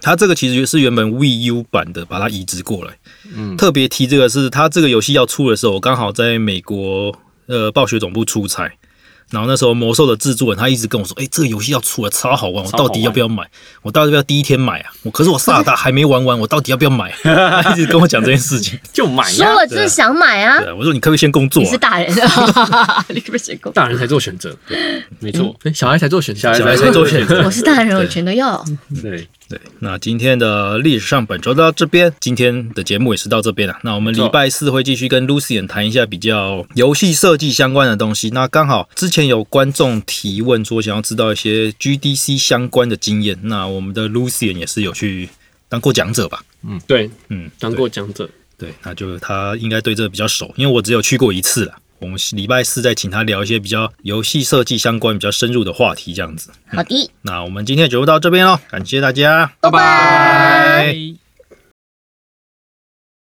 [SPEAKER 3] 它这个其实是原本 Wii U 版的，把它移植过来。嗯，特别提这个是它这个游戏要出的时候，我刚好在美国呃暴雪总部出差。然后那时候魔兽的制作人他一直跟我说：“哎、这个游戏要出了，超好玩，我
[SPEAKER 4] 超好
[SPEAKER 3] 到
[SPEAKER 4] 玩
[SPEAKER 3] 底要不要买？我到底要不要第一天买啊？我可是我萨尔达还没玩完，我到底要不要买？” 他一直跟我讲这件事情。
[SPEAKER 4] 就买
[SPEAKER 6] 说
[SPEAKER 4] 呀。
[SPEAKER 6] 了就是想买啊
[SPEAKER 3] 对，啊，我说你可不可以先工作、
[SPEAKER 6] 你
[SPEAKER 3] 啊
[SPEAKER 6] 是？大人， 你是不是够？
[SPEAKER 2] 大人才做选择，没错，诶小孩才做选择，
[SPEAKER 4] 小孩
[SPEAKER 3] 嗯小孩才 做选 择。
[SPEAKER 6] 我是大人，我全都要。
[SPEAKER 4] 对，
[SPEAKER 3] 对，那今天的历史上本周到这边，今天的节目也是到这边了。那我们礼拜四会继续跟 Lucian 谈一下比较游戏设计相关的东西。那刚好之前有观众提问说想要知道一些 GDC 相关的经验，那我们的 Lucian 也是有去当过讲者吧？
[SPEAKER 2] 对，
[SPEAKER 3] 嗯，
[SPEAKER 2] 当过讲者，
[SPEAKER 3] 对，对那就他应该对这个比较熟，因为我只有去过一次了。我们礼拜四再请他聊一些比较游戏设计相关、比较深入的话题，这样子。
[SPEAKER 1] 好的。
[SPEAKER 3] 那我们今天的节目到这边喽，感谢大家，
[SPEAKER 4] 拜拜。
[SPEAKER 3] 拜。
[SPEAKER 2] 哎